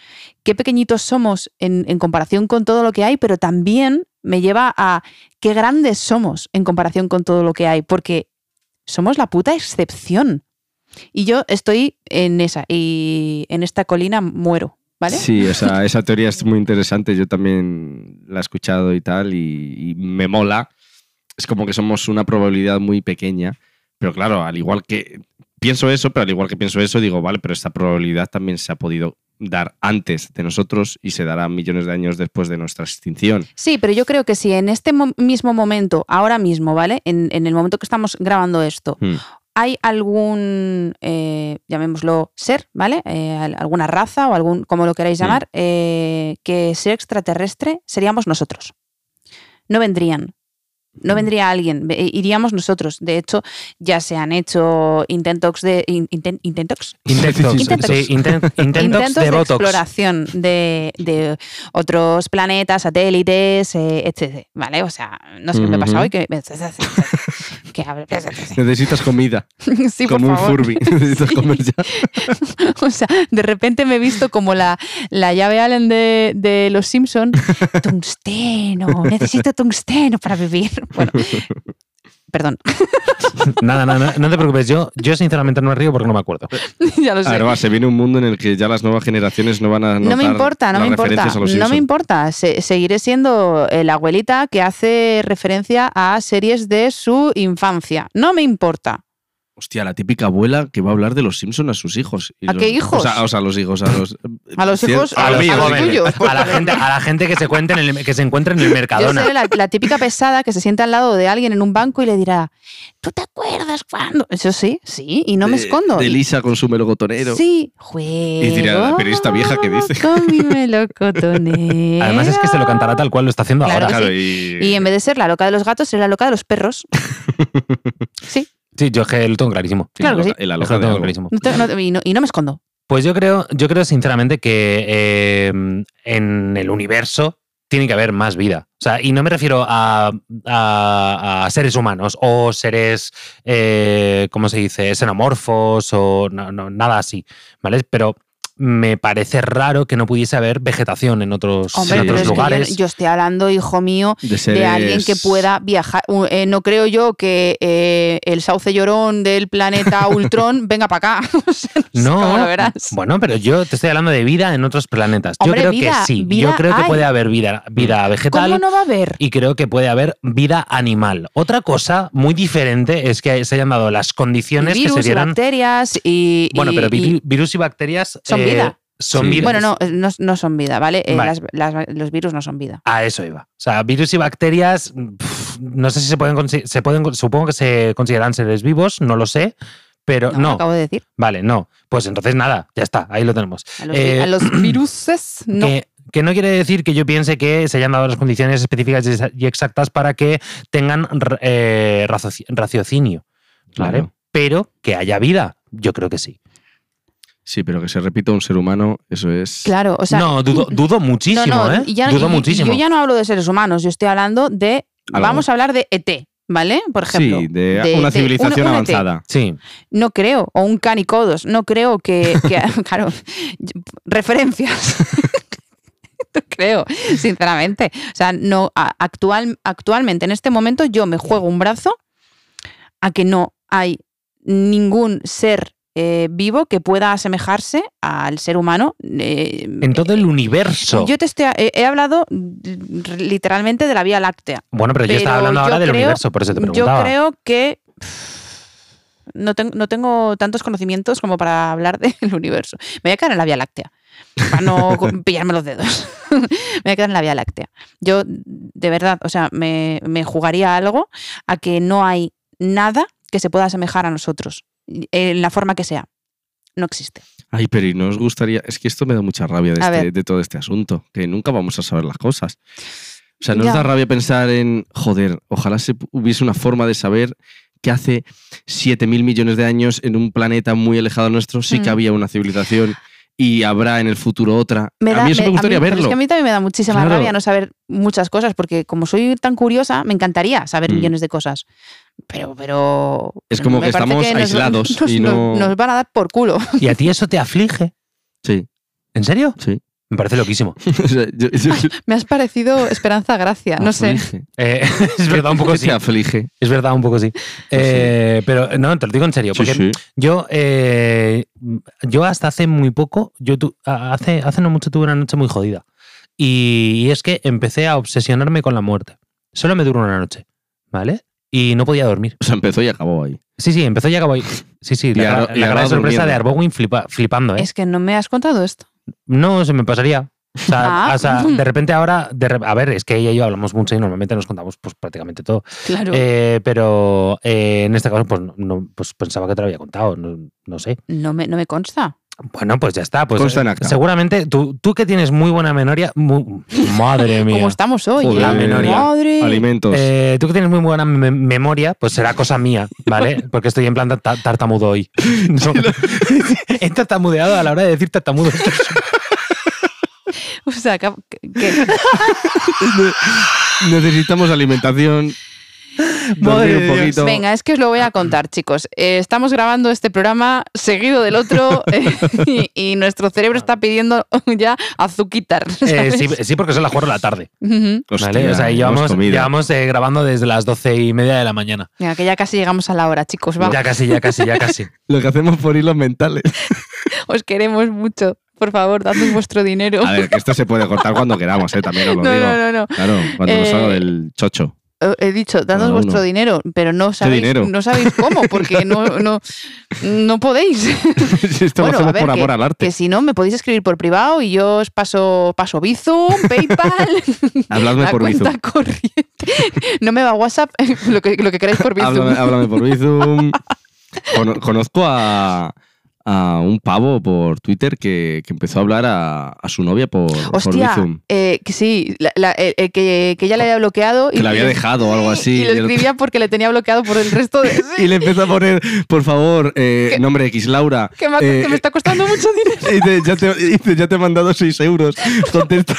[SPEAKER 3] qué pequeñitos somos en, en comparación con todo lo que hay, pero también me lleva a qué grandes somos en comparación con todo lo que hay, porque somos la puta excepción. Y yo estoy en esa, y en esta colina muero, ¿vale?
[SPEAKER 2] Sí, o sea, esa teoría es muy interesante. Yo también la he escuchado y tal, y, y me mola. Es como que somos una probabilidad muy pequeña. Pero claro, al igual que pienso eso, pero al igual que pienso eso, digo, vale, pero esta probabilidad también se ha podido dar antes de nosotros y se dará millones de años después de nuestra extinción.
[SPEAKER 3] Sí, pero yo creo que si en este mo- mismo momento, ahora mismo, ¿vale? En, en el momento que estamos grabando esto,
[SPEAKER 2] Mm.
[SPEAKER 3] hay algún, eh, llamémoslo ser, ¿vale? Eh, al- alguna raza o algún, como lo queráis llamar, eh, que sea extraterrestre, seríamos nosotros. No vendrían. No
[SPEAKER 2] Mm.
[SPEAKER 3] vendría alguien, ve- iríamos nosotros. De hecho, ya se han hecho intentos de... in- inten- intentox?
[SPEAKER 1] Intentos.
[SPEAKER 3] Intentos.
[SPEAKER 1] Sí, inten- intentos
[SPEAKER 3] intentos
[SPEAKER 1] de
[SPEAKER 3] de,
[SPEAKER 1] Botox.
[SPEAKER 3] exploración de, de otros planetas, satélites, eh, etc. ¿Vale? O sea, no sé qué me
[SPEAKER 2] Ujú.
[SPEAKER 3] pasa hoy que... que hablo-
[SPEAKER 2] Necesitas comida,
[SPEAKER 3] sí, por
[SPEAKER 2] como un
[SPEAKER 3] favor.
[SPEAKER 2] Furby. Necesitas
[SPEAKER 3] Sí.
[SPEAKER 2] comer ya.
[SPEAKER 3] O sea, de repente me he visto como la, la llave Allen de, de Los Simpson. Tungsteno, necesito tungsteno para vivir. Bueno, perdón,
[SPEAKER 1] Nada, nada, no, no te preocupes. Yo, yo sinceramente no me río porque no me acuerdo.
[SPEAKER 3] ya lo sé.
[SPEAKER 2] A ver, va, se viene un mundo en el que ya las nuevas generaciones no van a
[SPEAKER 3] No me
[SPEAKER 2] notar
[SPEAKER 3] importa, no
[SPEAKER 2] las
[SPEAKER 3] me importa.
[SPEAKER 2] referencias a los
[SPEAKER 3] No me
[SPEAKER 2] Simpson.
[SPEAKER 3] importa. Se- seguiré siendo eh, la abuelita que hace referencia a series de su infancia. No me importa.
[SPEAKER 2] Hostia, la típica abuela que va a hablar de los Simpsons a sus hijos. Y
[SPEAKER 3] ¿A
[SPEAKER 2] los-
[SPEAKER 3] qué hijos?
[SPEAKER 2] O sea, o sea, a los hijos, a los...
[SPEAKER 3] A los
[SPEAKER 2] Cier-
[SPEAKER 3] hijos,
[SPEAKER 2] a
[SPEAKER 3] a los,
[SPEAKER 2] mí,
[SPEAKER 3] a los
[SPEAKER 2] joven.
[SPEAKER 3] tuyos. por
[SPEAKER 1] a la
[SPEAKER 3] favor.
[SPEAKER 1] gente, a la gente que se cuente en el, que se encuentre en el
[SPEAKER 3] Yo
[SPEAKER 1] Mercadona.
[SPEAKER 3] seré la, la típica pesada que se sienta al lado de alguien en un banco y le dirá, ¿tú te acuerdas cuando? Eso sí, sí, y no me
[SPEAKER 2] de-
[SPEAKER 3] escondo.
[SPEAKER 2] De
[SPEAKER 3] Y-
[SPEAKER 2] Lisa con su melocotonero.
[SPEAKER 3] Sí, juego.
[SPEAKER 2] dirá, "Pero esta vieja qué dice".
[SPEAKER 3] Con mi melocotonero.
[SPEAKER 1] Además es que se lo cantará tal cual lo está haciendo
[SPEAKER 3] Claro
[SPEAKER 1] ahora.
[SPEAKER 2] Claro,
[SPEAKER 3] que
[SPEAKER 2] y...
[SPEAKER 3] Y en vez de ser la loca de los gatos, será la loca de los perros. sí,
[SPEAKER 1] Sí, yo es que lo tengo clarísimo.
[SPEAKER 3] claro que sí.
[SPEAKER 1] Es
[SPEAKER 2] El
[SPEAKER 1] que
[SPEAKER 2] aloja
[SPEAKER 1] lo
[SPEAKER 2] de
[SPEAKER 1] tengo
[SPEAKER 2] algo.
[SPEAKER 1] clarísimo.
[SPEAKER 3] No te- no te- y, no, y no me escondo.
[SPEAKER 1] Pues yo creo, yo creo sinceramente que eh, en el universo tiene que haber más vida. O sea, y no me refiero a, a- a seres humanos o seres, eh, ¿cómo se dice?, xenomorfos o no- no, nada así, ¿vale? Pero me parece raro que no pudiese haber vegetación en otros,
[SPEAKER 3] Hombre,
[SPEAKER 1] en
[SPEAKER 2] Sí.
[SPEAKER 3] pero
[SPEAKER 1] otros
[SPEAKER 3] es que yo-
[SPEAKER 1] lugares.
[SPEAKER 3] yo, estoy hablando, hijo mío,
[SPEAKER 2] De,
[SPEAKER 3] de
[SPEAKER 2] seres-
[SPEAKER 3] alguien que pueda viajar. U- eh, no creo yo que eh, el sauce llorón del planeta Ultron venga para acá. O sea, no sé
[SPEAKER 1] No,
[SPEAKER 3] cómo lo verás.
[SPEAKER 1] bueno, pero yo te estoy hablando de vida en otros planetas.
[SPEAKER 3] Hombre,
[SPEAKER 1] yo creo
[SPEAKER 3] vida,
[SPEAKER 1] que sí. Yo
[SPEAKER 3] vida
[SPEAKER 1] creo que
[SPEAKER 3] hay.
[SPEAKER 1] puede haber vida, vida vegetal.
[SPEAKER 3] ¿Cómo no va a haber?
[SPEAKER 1] y creo que puede haber vida animal. Otra cosa muy diferente es que se hayan dado las condiciones
[SPEAKER 3] virus,
[SPEAKER 1] que se
[SPEAKER 3] y
[SPEAKER 1] dieran.
[SPEAKER 3] bacterias y.
[SPEAKER 1] Bueno,
[SPEAKER 3] y-
[SPEAKER 1] pero
[SPEAKER 3] y-
[SPEAKER 1] vi- virus y bacterias eh,
[SPEAKER 3] Son vida.
[SPEAKER 1] Son
[SPEAKER 2] Sí.
[SPEAKER 1] vida.
[SPEAKER 3] Bueno, no, eh, no, no son vida, ¿vale? Eh,
[SPEAKER 1] Vale.
[SPEAKER 3] las- las- los virus no son vida.
[SPEAKER 1] A eso iba. O sea, virus y bacterias, pf, no sé si se pueden, consi- se pueden, supongo que se consideran seres vivos, no lo sé, Pero
[SPEAKER 3] No, lo
[SPEAKER 1] no,
[SPEAKER 3] acabo de decir.
[SPEAKER 1] vale, no. Pues entonces nada, ya está, ahí lo tenemos.
[SPEAKER 3] A los,
[SPEAKER 1] Eh,
[SPEAKER 3] a los viruses, no.
[SPEAKER 1] Que, que no quiere decir que yo piense que se hayan dado las condiciones específicas y exa- y exactas para que tengan r- eh, razoci- raciocinio, ¿vale?
[SPEAKER 2] Claro.
[SPEAKER 1] Pero que haya vida, yo creo que sí.
[SPEAKER 2] Sí, pero que se repita un ser humano, eso es.
[SPEAKER 3] Claro, o sea.
[SPEAKER 1] no, dudo, dudo muchísimo,
[SPEAKER 3] no, no,
[SPEAKER 1] ¿eh?
[SPEAKER 3] y ya-
[SPEAKER 1] dudo
[SPEAKER 3] y-
[SPEAKER 1] muchísimo.
[SPEAKER 3] Yo ya no hablo de seres humanos, yo estoy hablando de.
[SPEAKER 2] Algo.
[SPEAKER 3] Vamos a hablar de ET, ¿vale? Por ejemplo.
[SPEAKER 2] sí, de,
[SPEAKER 3] de-
[SPEAKER 2] una
[SPEAKER 3] de
[SPEAKER 2] civilización
[SPEAKER 3] un- un ET.
[SPEAKER 2] avanzada.
[SPEAKER 1] Sí,
[SPEAKER 3] No creo, o un canicodos, no creo que, que- claro, yo- referencias. no creo, sinceramente. O sea, no a- actual, actualmente en este momento yo me juego un brazo a que no hay ningún ser eh, vivo que pueda asemejarse al ser humano. eh,
[SPEAKER 1] en todo el universo.
[SPEAKER 3] yo te estoy, he, he hablado mm, literalmente de la Vía Láctea.
[SPEAKER 1] bueno, pero yo estaba
[SPEAKER 3] pero
[SPEAKER 1] hablando ahora
[SPEAKER 3] yo
[SPEAKER 1] del
[SPEAKER 3] creo-
[SPEAKER 1] universo, por eso te
[SPEAKER 3] Yo
[SPEAKER 1] preguntaba.
[SPEAKER 3] creo que no, ten- no tengo tantos conocimientos como para hablar del universo. Me voy a quedar en la Vía Láctea, para no co- pillarme los dedos. me voy a quedar en la Vía Láctea. Yo, de verdad, o sea, me, me jugaría algo a que no hay nada que se pueda asemejar a nosotros, en la forma que sea. No existe.
[SPEAKER 2] Ay, pero y no os gustaría. Es que esto me da mucha rabia de,
[SPEAKER 3] A
[SPEAKER 2] este-
[SPEAKER 3] ver.
[SPEAKER 2] de todo este asunto, que nunca vamos a saber las cosas. O sea, nos
[SPEAKER 3] Ya.
[SPEAKER 2] da rabia pensar en, joder, ojalá se pu- hubiese una forma de saber que hace 7.000 millones de años en un planeta muy alejado al nuestro sí que
[SPEAKER 3] Mm.
[SPEAKER 2] había una civilización y habrá en el futuro otra.
[SPEAKER 3] Me
[SPEAKER 2] a
[SPEAKER 3] da-
[SPEAKER 2] mí eso me,
[SPEAKER 3] a
[SPEAKER 2] gustaría
[SPEAKER 3] mí- pero
[SPEAKER 2] verlo.
[SPEAKER 3] Es que a mí también me da muchísima
[SPEAKER 2] Claro.
[SPEAKER 3] rabia no saber muchas cosas, porque como soy tan curiosa, me encantaría saber
[SPEAKER 2] Mm.
[SPEAKER 3] millones de cosas. Pero, pero.
[SPEAKER 2] Es como
[SPEAKER 3] me
[SPEAKER 2] que
[SPEAKER 3] parece
[SPEAKER 2] estamos
[SPEAKER 3] nos-
[SPEAKER 2] aislados
[SPEAKER 3] nos-
[SPEAKER 2] y
[SPEAKER 3] nos-
[SPEAKER 2] no-
[SPEAKER 3] nos van a dar por culo.
[SPEAKER 1] ¿Y a ti eso te aflige?
[SPEAKER 2] Sí,
[SPEAKER 1] ¿En serio?
[SPEAKER 2] sí.
[SPEAKER 1] Me parece loquísimo.
[SPEAKER 2] O sea, yo- yo-
[SPEAKER 3] Me has parecido Esperanza Gracia, no sé.
[SPEAKER 2] Aflige.
[SPEAKER 1] Eh, es verdad, un poco
[SPEAKER 2] ¿Qué
[SPEAKER 1] sí.
[SPEAKER 2] te aflige?
[SPEAKER 1] Es verdad, un poco Pues sí. Eh, pero no, te lo digo en serio.
[SPEAKER 2] Sí,
[SPEAKER 1] porque
[SPEAKER 2] sí.
[SPEAKER 1] Yo, eh, yo hasta hace muy poco, yo tu- a- hace, hace no mucho tuve una noche muy jodida. Y, es que empecé a obsesionarme con la muerte. Solo me duró una noche, ¿vale? Y no podía dormir.
[SPEAKER 2] O sea, empezó y acabó ahí.
[SPEAKER 1] Sí, sí, empezó y acabó ahí. Sí, sí,
[SPEAKER 2] Y
[SPEAKER 1] la,
[SPEAKER 2] ahora-
[SPEAKER 1] cara-
[SPEAKER 2] y
[SPEAKER 1] la cara
[SPEAKER 2] ahora
[SPEAKER 1] de sorpresa de
[SPEAKER 2] durmiendo.
[SPEAKER 1] Arbowin flipa- flipando, ¿eh?
[SPEAKER 3] Es que no me has contado esto.
[SPEAKER 1] No, se me pasaría. O sea,
[SPEAKER 3] Ah.
[SPEAKER 1] o sea, de repente ahora, de re- a ver, es que ella y yo hablamos mucho y normalmente nos contamos pues, prácticamente todo.
[SPEAKER 3] Claro.
[SPEAKER 1] Eh, pero eh, en este caso, pues, no- no, pues pensaba que te lo había contado, no, no sé.
[SPEAKER 3] no, me, no me consta.
[SPEAKER 1] Bueno, pues ya está. Pues,
[SPEAKER 2] Consta en
[SPEAKER 1] eh,
[SPEAKER 2] acta.
[SPEAKER 1] Seguramente tú, tú que tienes muy buena memoria. mu- madre mía.
[SPEAKER 3] Como estamos hoy.
[SPEAKER 2] Joder,
[SPEAKER 3] ¿eh?
[SPEAKER 1] la menoría.
[SPEAKER 3] Madre.
[SPEAKER 2] Alimentos.
[SPEAKER 1] Eh, tú que tienes muy buena me- memoria, pues será cosa mía, ¿vale? Porque estoy en plan ta- tartamudo hoy. No. He tartamudeado a la hora de decir tartamudo.
[SPEAKER 3] O sea, que- que-
[SPEAKER 2] Necesitamos alimentación. dormir
[SPEAKER 1] Madre de
[SPEAKER 2] un
[SPEAKER 1] Dios.
[SPEAKER 2] poquito.
[SPEAKER 3] Venga, es que os lo voy a contar, chicos. Eh, estamos grabando este programa seguido del otro eh, y, y nuestro cerebro está pidiendo ya azuquitar.
[SPEAKER 1] Eh,
[SPEAKER 3] ¿sabes?
[SPEAKER 1] sí, sí, porque son las 4 de la tarde.
[SPEAKER 3] Ujú.
[SPEAKER 2] Hostia,
[SPEAKER 1] ¿vale? o sea,
[SPEAKER 2] hemos
[SPEAKER 1] llevamos,
[SPEAKER 2] comido.
[SPEAKER 1] llevamos, eh, grabando desde las doce y media de la mañana.
[SPEAKER 3] Venga, que ya casi llegamos a la hora, chicos. Vamos.
[SPEAKER 1] Ya casi, ya casi, ya casi.
[SPEAKER 2] Lo que hacemos por hilos mentales.
[SPEAKER 3] Os queremos mucho. Por favor, dadnos vuestro dinero.
[SPEAKER 2] A ver, que esto se puede cortar cuando queramos, ¿eh? También os lo
[SPEAKER 3] No,
[SPEAKER 2] digo.
[SPEAKER 3] no, no, no.
[SPEAKER 2] Claro, cuando nos
[SPEAKER 3] Eh,
[SPEAKER 2] salga del chocho.
[SPEAKER 3] Eh, He dicho, dadnos
[SPEAKER 2] Cada
[SPEAKER 3] vuestro
[SPEAKER 2] uno.
[SPEAKER 3] dinero, pero no sabéis,
[SPEAKER 2] dinero?
[SPEAKER 3] no sabéis cómo, porque no, no, no podéis.
[SPEAKER 2] Si esto
[SPEAKER 3] Bueno,
[SPEAKER 2] lo
[SPEAKER 3] a
[SPEAKER 2] hacemos
[SPEAKER 3] ver,
[SPEAKER 2] por
[SPEAKER 3] que-
[SPEAKER 2] amor al arte.
[SPEAKER 3] Que si no, me podéis escribir por privado y yo os paso, paso Bizum, PayPal,
[SPEAKER 2] Habladme
[SPEAKER 3] la
[SPEAKER 2] por Bizum.
[SPEAKER 3] cuenta corriente. No me va WhatsApp, lo que, lo que queráis por Bizum.
[SPEAKER 2] Háblame, háblame por Bizum. Cono- Conozco a, a un pavo por Twitter que, que empezó a hablar a, a su novia por, por
[SPEAKER 3] Hostia,
[SPEAKER 2] Bizum.
[SPEAKER 3] eh, que sí, la- la- eh, eh, que, que ya le había bloqueado.
[SPEAKER 2] Que la había dejado o algo así.
[SPEAKER 3] Y lo
[SPEAKER 2] y el-
[SPEAKER 3] escribía porque le tenía bloqueado por el resto de...
[SPEAKER 2] Y le empezó a poner, por favor, eh, nombre X, Laura.
[SPEAKER 3] Que me, ha-
[SPEAKER 2] eh,
[SPEAKER 3] que me está costando mucho dinero.
[SPEAKER 2] Y dice, ya te, y dice, ya te he mandado 6 euros. Contesta.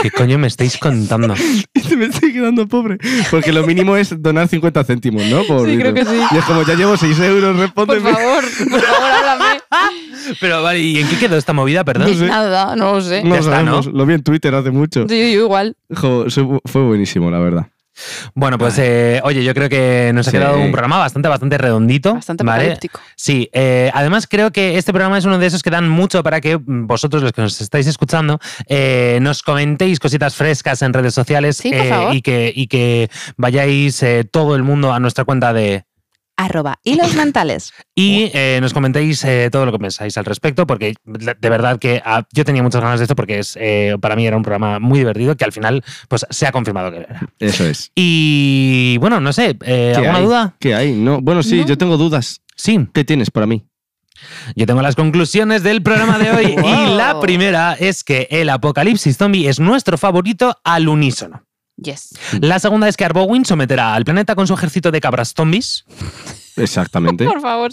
[SPEAKER 1] ¿Qué coño me estáis contando?
[SPEAKER 2] Y dice, me estoy quedando pobre. Porque lo mínimo es donar 50 céntimos, ¿no? Por
[SPEAKER 3] Sí, creo
[SPEAKER 2] litro.
[SPEAKER 3] que sí.
[SPEAKER 2] Y es como, ya llevo 6 euros,
[SPEAKER 3] Por
[SPEAKER 2] respóndeme.
[SPEAKER 3] favor, por favor, háblame.
[SPEAKER 1] Pero vale, ¿y en qué quedó esta movida, perdón?
[SPEAKER 2] sé.
[SPEAKER 3] Nada, no lo sé.
[SPEAKER 2] No
[SPEAKER 1] Ya está,
[SPEAKER 2] sabemos. Lo vi en Twitter hace mucho.
[SPEAKER 3] ¿eh? Sí, yo igual.
[SPEAKER 2] Jo, se- fue buenísimo, la verdad.
[SPEAKER 1] Bueno, pues eh, oye, yo creo que nos ha
[SPEAKER 2] Sí.
[SPEAKER 1] quedado un programa bastante, bastante redondito.
[SPEAKER 3] Bastante
[SPEAKER 1] ¿vale?
[SPEAKER 3] apocalíptico.
[SPEAKER 1] Sí, eh, además creo que este programa es uno de esos que dan mucho para que mm, vosotros, los que nos estáis escuchando, eh, nos comentéis cositas frescas en redes sociales
[SPEAKER 3] Sí, por
[SPEAKER 1] eh,
[SPEAKER 3] favor.
[SPEAKER 1] y, que, y que vayáis eh, todo el mundo a nuestra cuenta de...
[SPEAKER 3] Arroba hilos mentales.
[SPEAKER 1] Y eh, nos comentéis eh, todo lo que pensáis al respecto, porque la- de verdad que ah, yo tenía muchas ganas de esto porque es, eh, para mí era un programa muy divertido que al final pues, se ha confirmado que lo era.
[SPEAKER 2] Eso es.
[SPEAKER 1] Y bueno, no sé, eh,
[SPEAKER 2] ¿Qué
[SPEAKER 1] ¿alguna
[SPEAKER 2] hay?
[SPEAKER 1] duda?
[SPEAKER 2] ¿Qué hay? No, bueno, sí,
[SPEAKER 3] No.
[SPEAKER 2] yo tengo dudas.
[SPEAKER 1] Sí,
[SPEAKER 2] ¿Qué tienes para mí?
[SPEAKER 1] yo tengo las conclusiones del programa de hoy y
[SPEAKER 3] Wow.
[SPEAKER 1] la primera es que el apocalipsis zombie es nuestro favorito al unísono.
[SPEAKER 3] Yes.
[SPEAKER 1] La segunda es que Arbowin someterá al planeta con su ejército de cabras zombies.
[SPEAKER 2] Exactamente.
[SPEAKER 3] Por favor.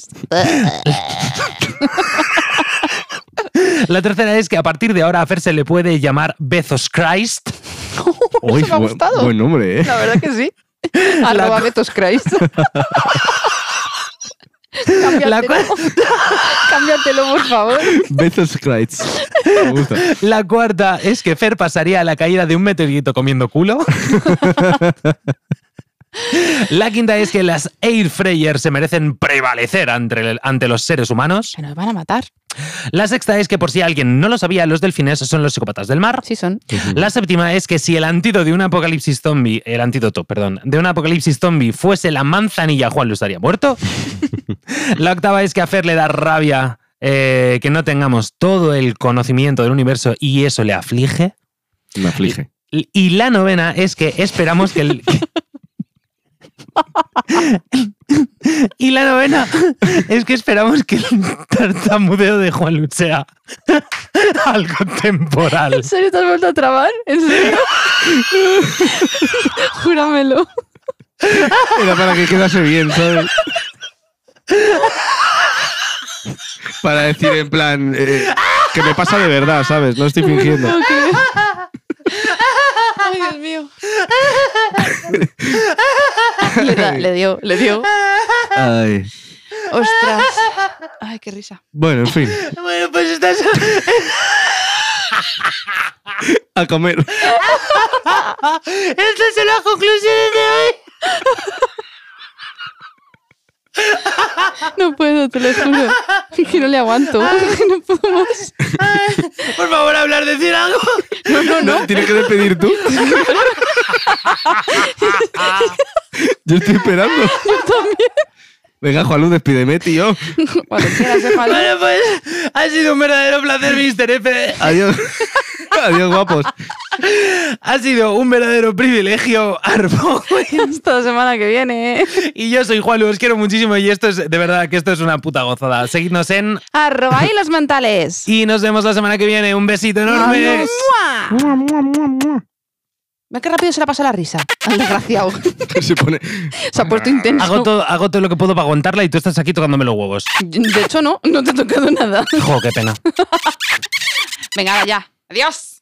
[SPEAKER 1] La tercera es que a partir de ahora a Fer se le puede llamar Bezos Christ.
[SPEAKER 2] Uy,
[SPEAKER 3] Eso me ha
[SPEAKER 2] buen-
[SPEAKER 3] gustado.
[SPEAKER 2] Buen nombre, ¿eh?
[SPEAKER 3] La verdad que sí. Arroba Betos Christ. Cámbiatelo.
[SPEAKER 1] cual-
[SPEAKER 3] Cámbiatelo, por favor.
[SPEAKER 2] Bezos Kreitz. Me gusta.
[SPEAKER 1] La cuarta es que Fer pasaría a la caída de un meteorito comiendo culo. La quinta es que las air fryer se merecen prevalecer ante, ante los seres humanos.
[SPEAKER 3] Que nos van a matar.
[SPEAKER 1] La sexta es que por si alguien no lo sabía, los delfines son los psicópatas del mar.
[SPEAKER 3] Sí son.
[SPEAKER 1] La séptima es que si el antídoto de un apocalipsis zombie, el antídoto, perdón, de un apocalipsis zombie fuese la manzanilla, Juan lo estaría muerto. la octava es que a Fer le da rabia eh, que no tengamos todo el conocimiento del universo y eso le aflige.
[SPEAKER 2] Me aflige.
[SPEAKER 1] Y y la novena es que esperamos que el. y la novena es que esperamos que el tartamudeo de Juan Luis sea algo temporal.
[SPEAKER 3] ¿En serio te has vuelto a trabar? ¿En serio? Júramelo.
[SPEAKER 2] Era para que quedase bien, ¿sabes? Para decir en plan eh, que me pasa de verdad, ¿sabes? No estoy fingiendo.
[SPEAKER 3] No creo. Ay, Dios mío. Le, da- le dio, le dio.
[SPEAKER 2] Ay.
[SPEAKER 3] Ostras. Ay, qué risa.
[SPEAKER 2] Bueno, en fin,
[SPEAKER 1] Bueno, pues estás.
[SPEAKER 2] a comer.
[SPEAKER 1] Estas son las conclusiones de hoy.
[SPEAKER 3] No puedo, te lo juro. Que no le aguanto. No puedo más.
[SPEAKER 1] Por favor, hablar, decir algo.
[SPEAKER 3] No, no, no.
[SPEAKER 2] ¿Tienes que despedir tú? Yo estoy esperando.
[SPEAKER 3] Yo también.
[SPEAKER 2] Venga, Juanlu, despídeme, tío.
[SPEAKER 3] Cuando quieras, Emanuel.
[SPEAKER 1] Bueno, pues ha sido un verdadero placer, Mr. F.
[SPEAKER 2] Adiós. Adiós, guapos.
[SPEAKER 1] Ha sido un verdadero privilegio, Arbo.
[SPEAKER 3] Hasta la semana que viene. ¿eh?
[SPEAKER 1] Y yo soy Juan, os quiero muchísimo y esto es, de verdad, que esto es una puta gozada. Seguidnos en
[SPEAKER 3] Arroba ahí los mentales.
[SPEAKER 1] y nos vemos la semana que viene. Un besito enorme.
[SPEAKER 3] ¡Mua! Ve qué rápido se la pasa la risa. Al desgraciado.
[SPEAKER 2] Se pone.
[SPEAKER 3] Se ha puesto intenso.
[SPEAKER 1] Hago todo, hago todo lo que puedo para aguantarla y tú estás aquí tocándome los huevos.
[SPEAKER 3] De hecho, no. No te he tocado nada.
[SPEAKER 1] Jo, qué pena.
[SPEAKER 3] Venga, va, ya. Adiós.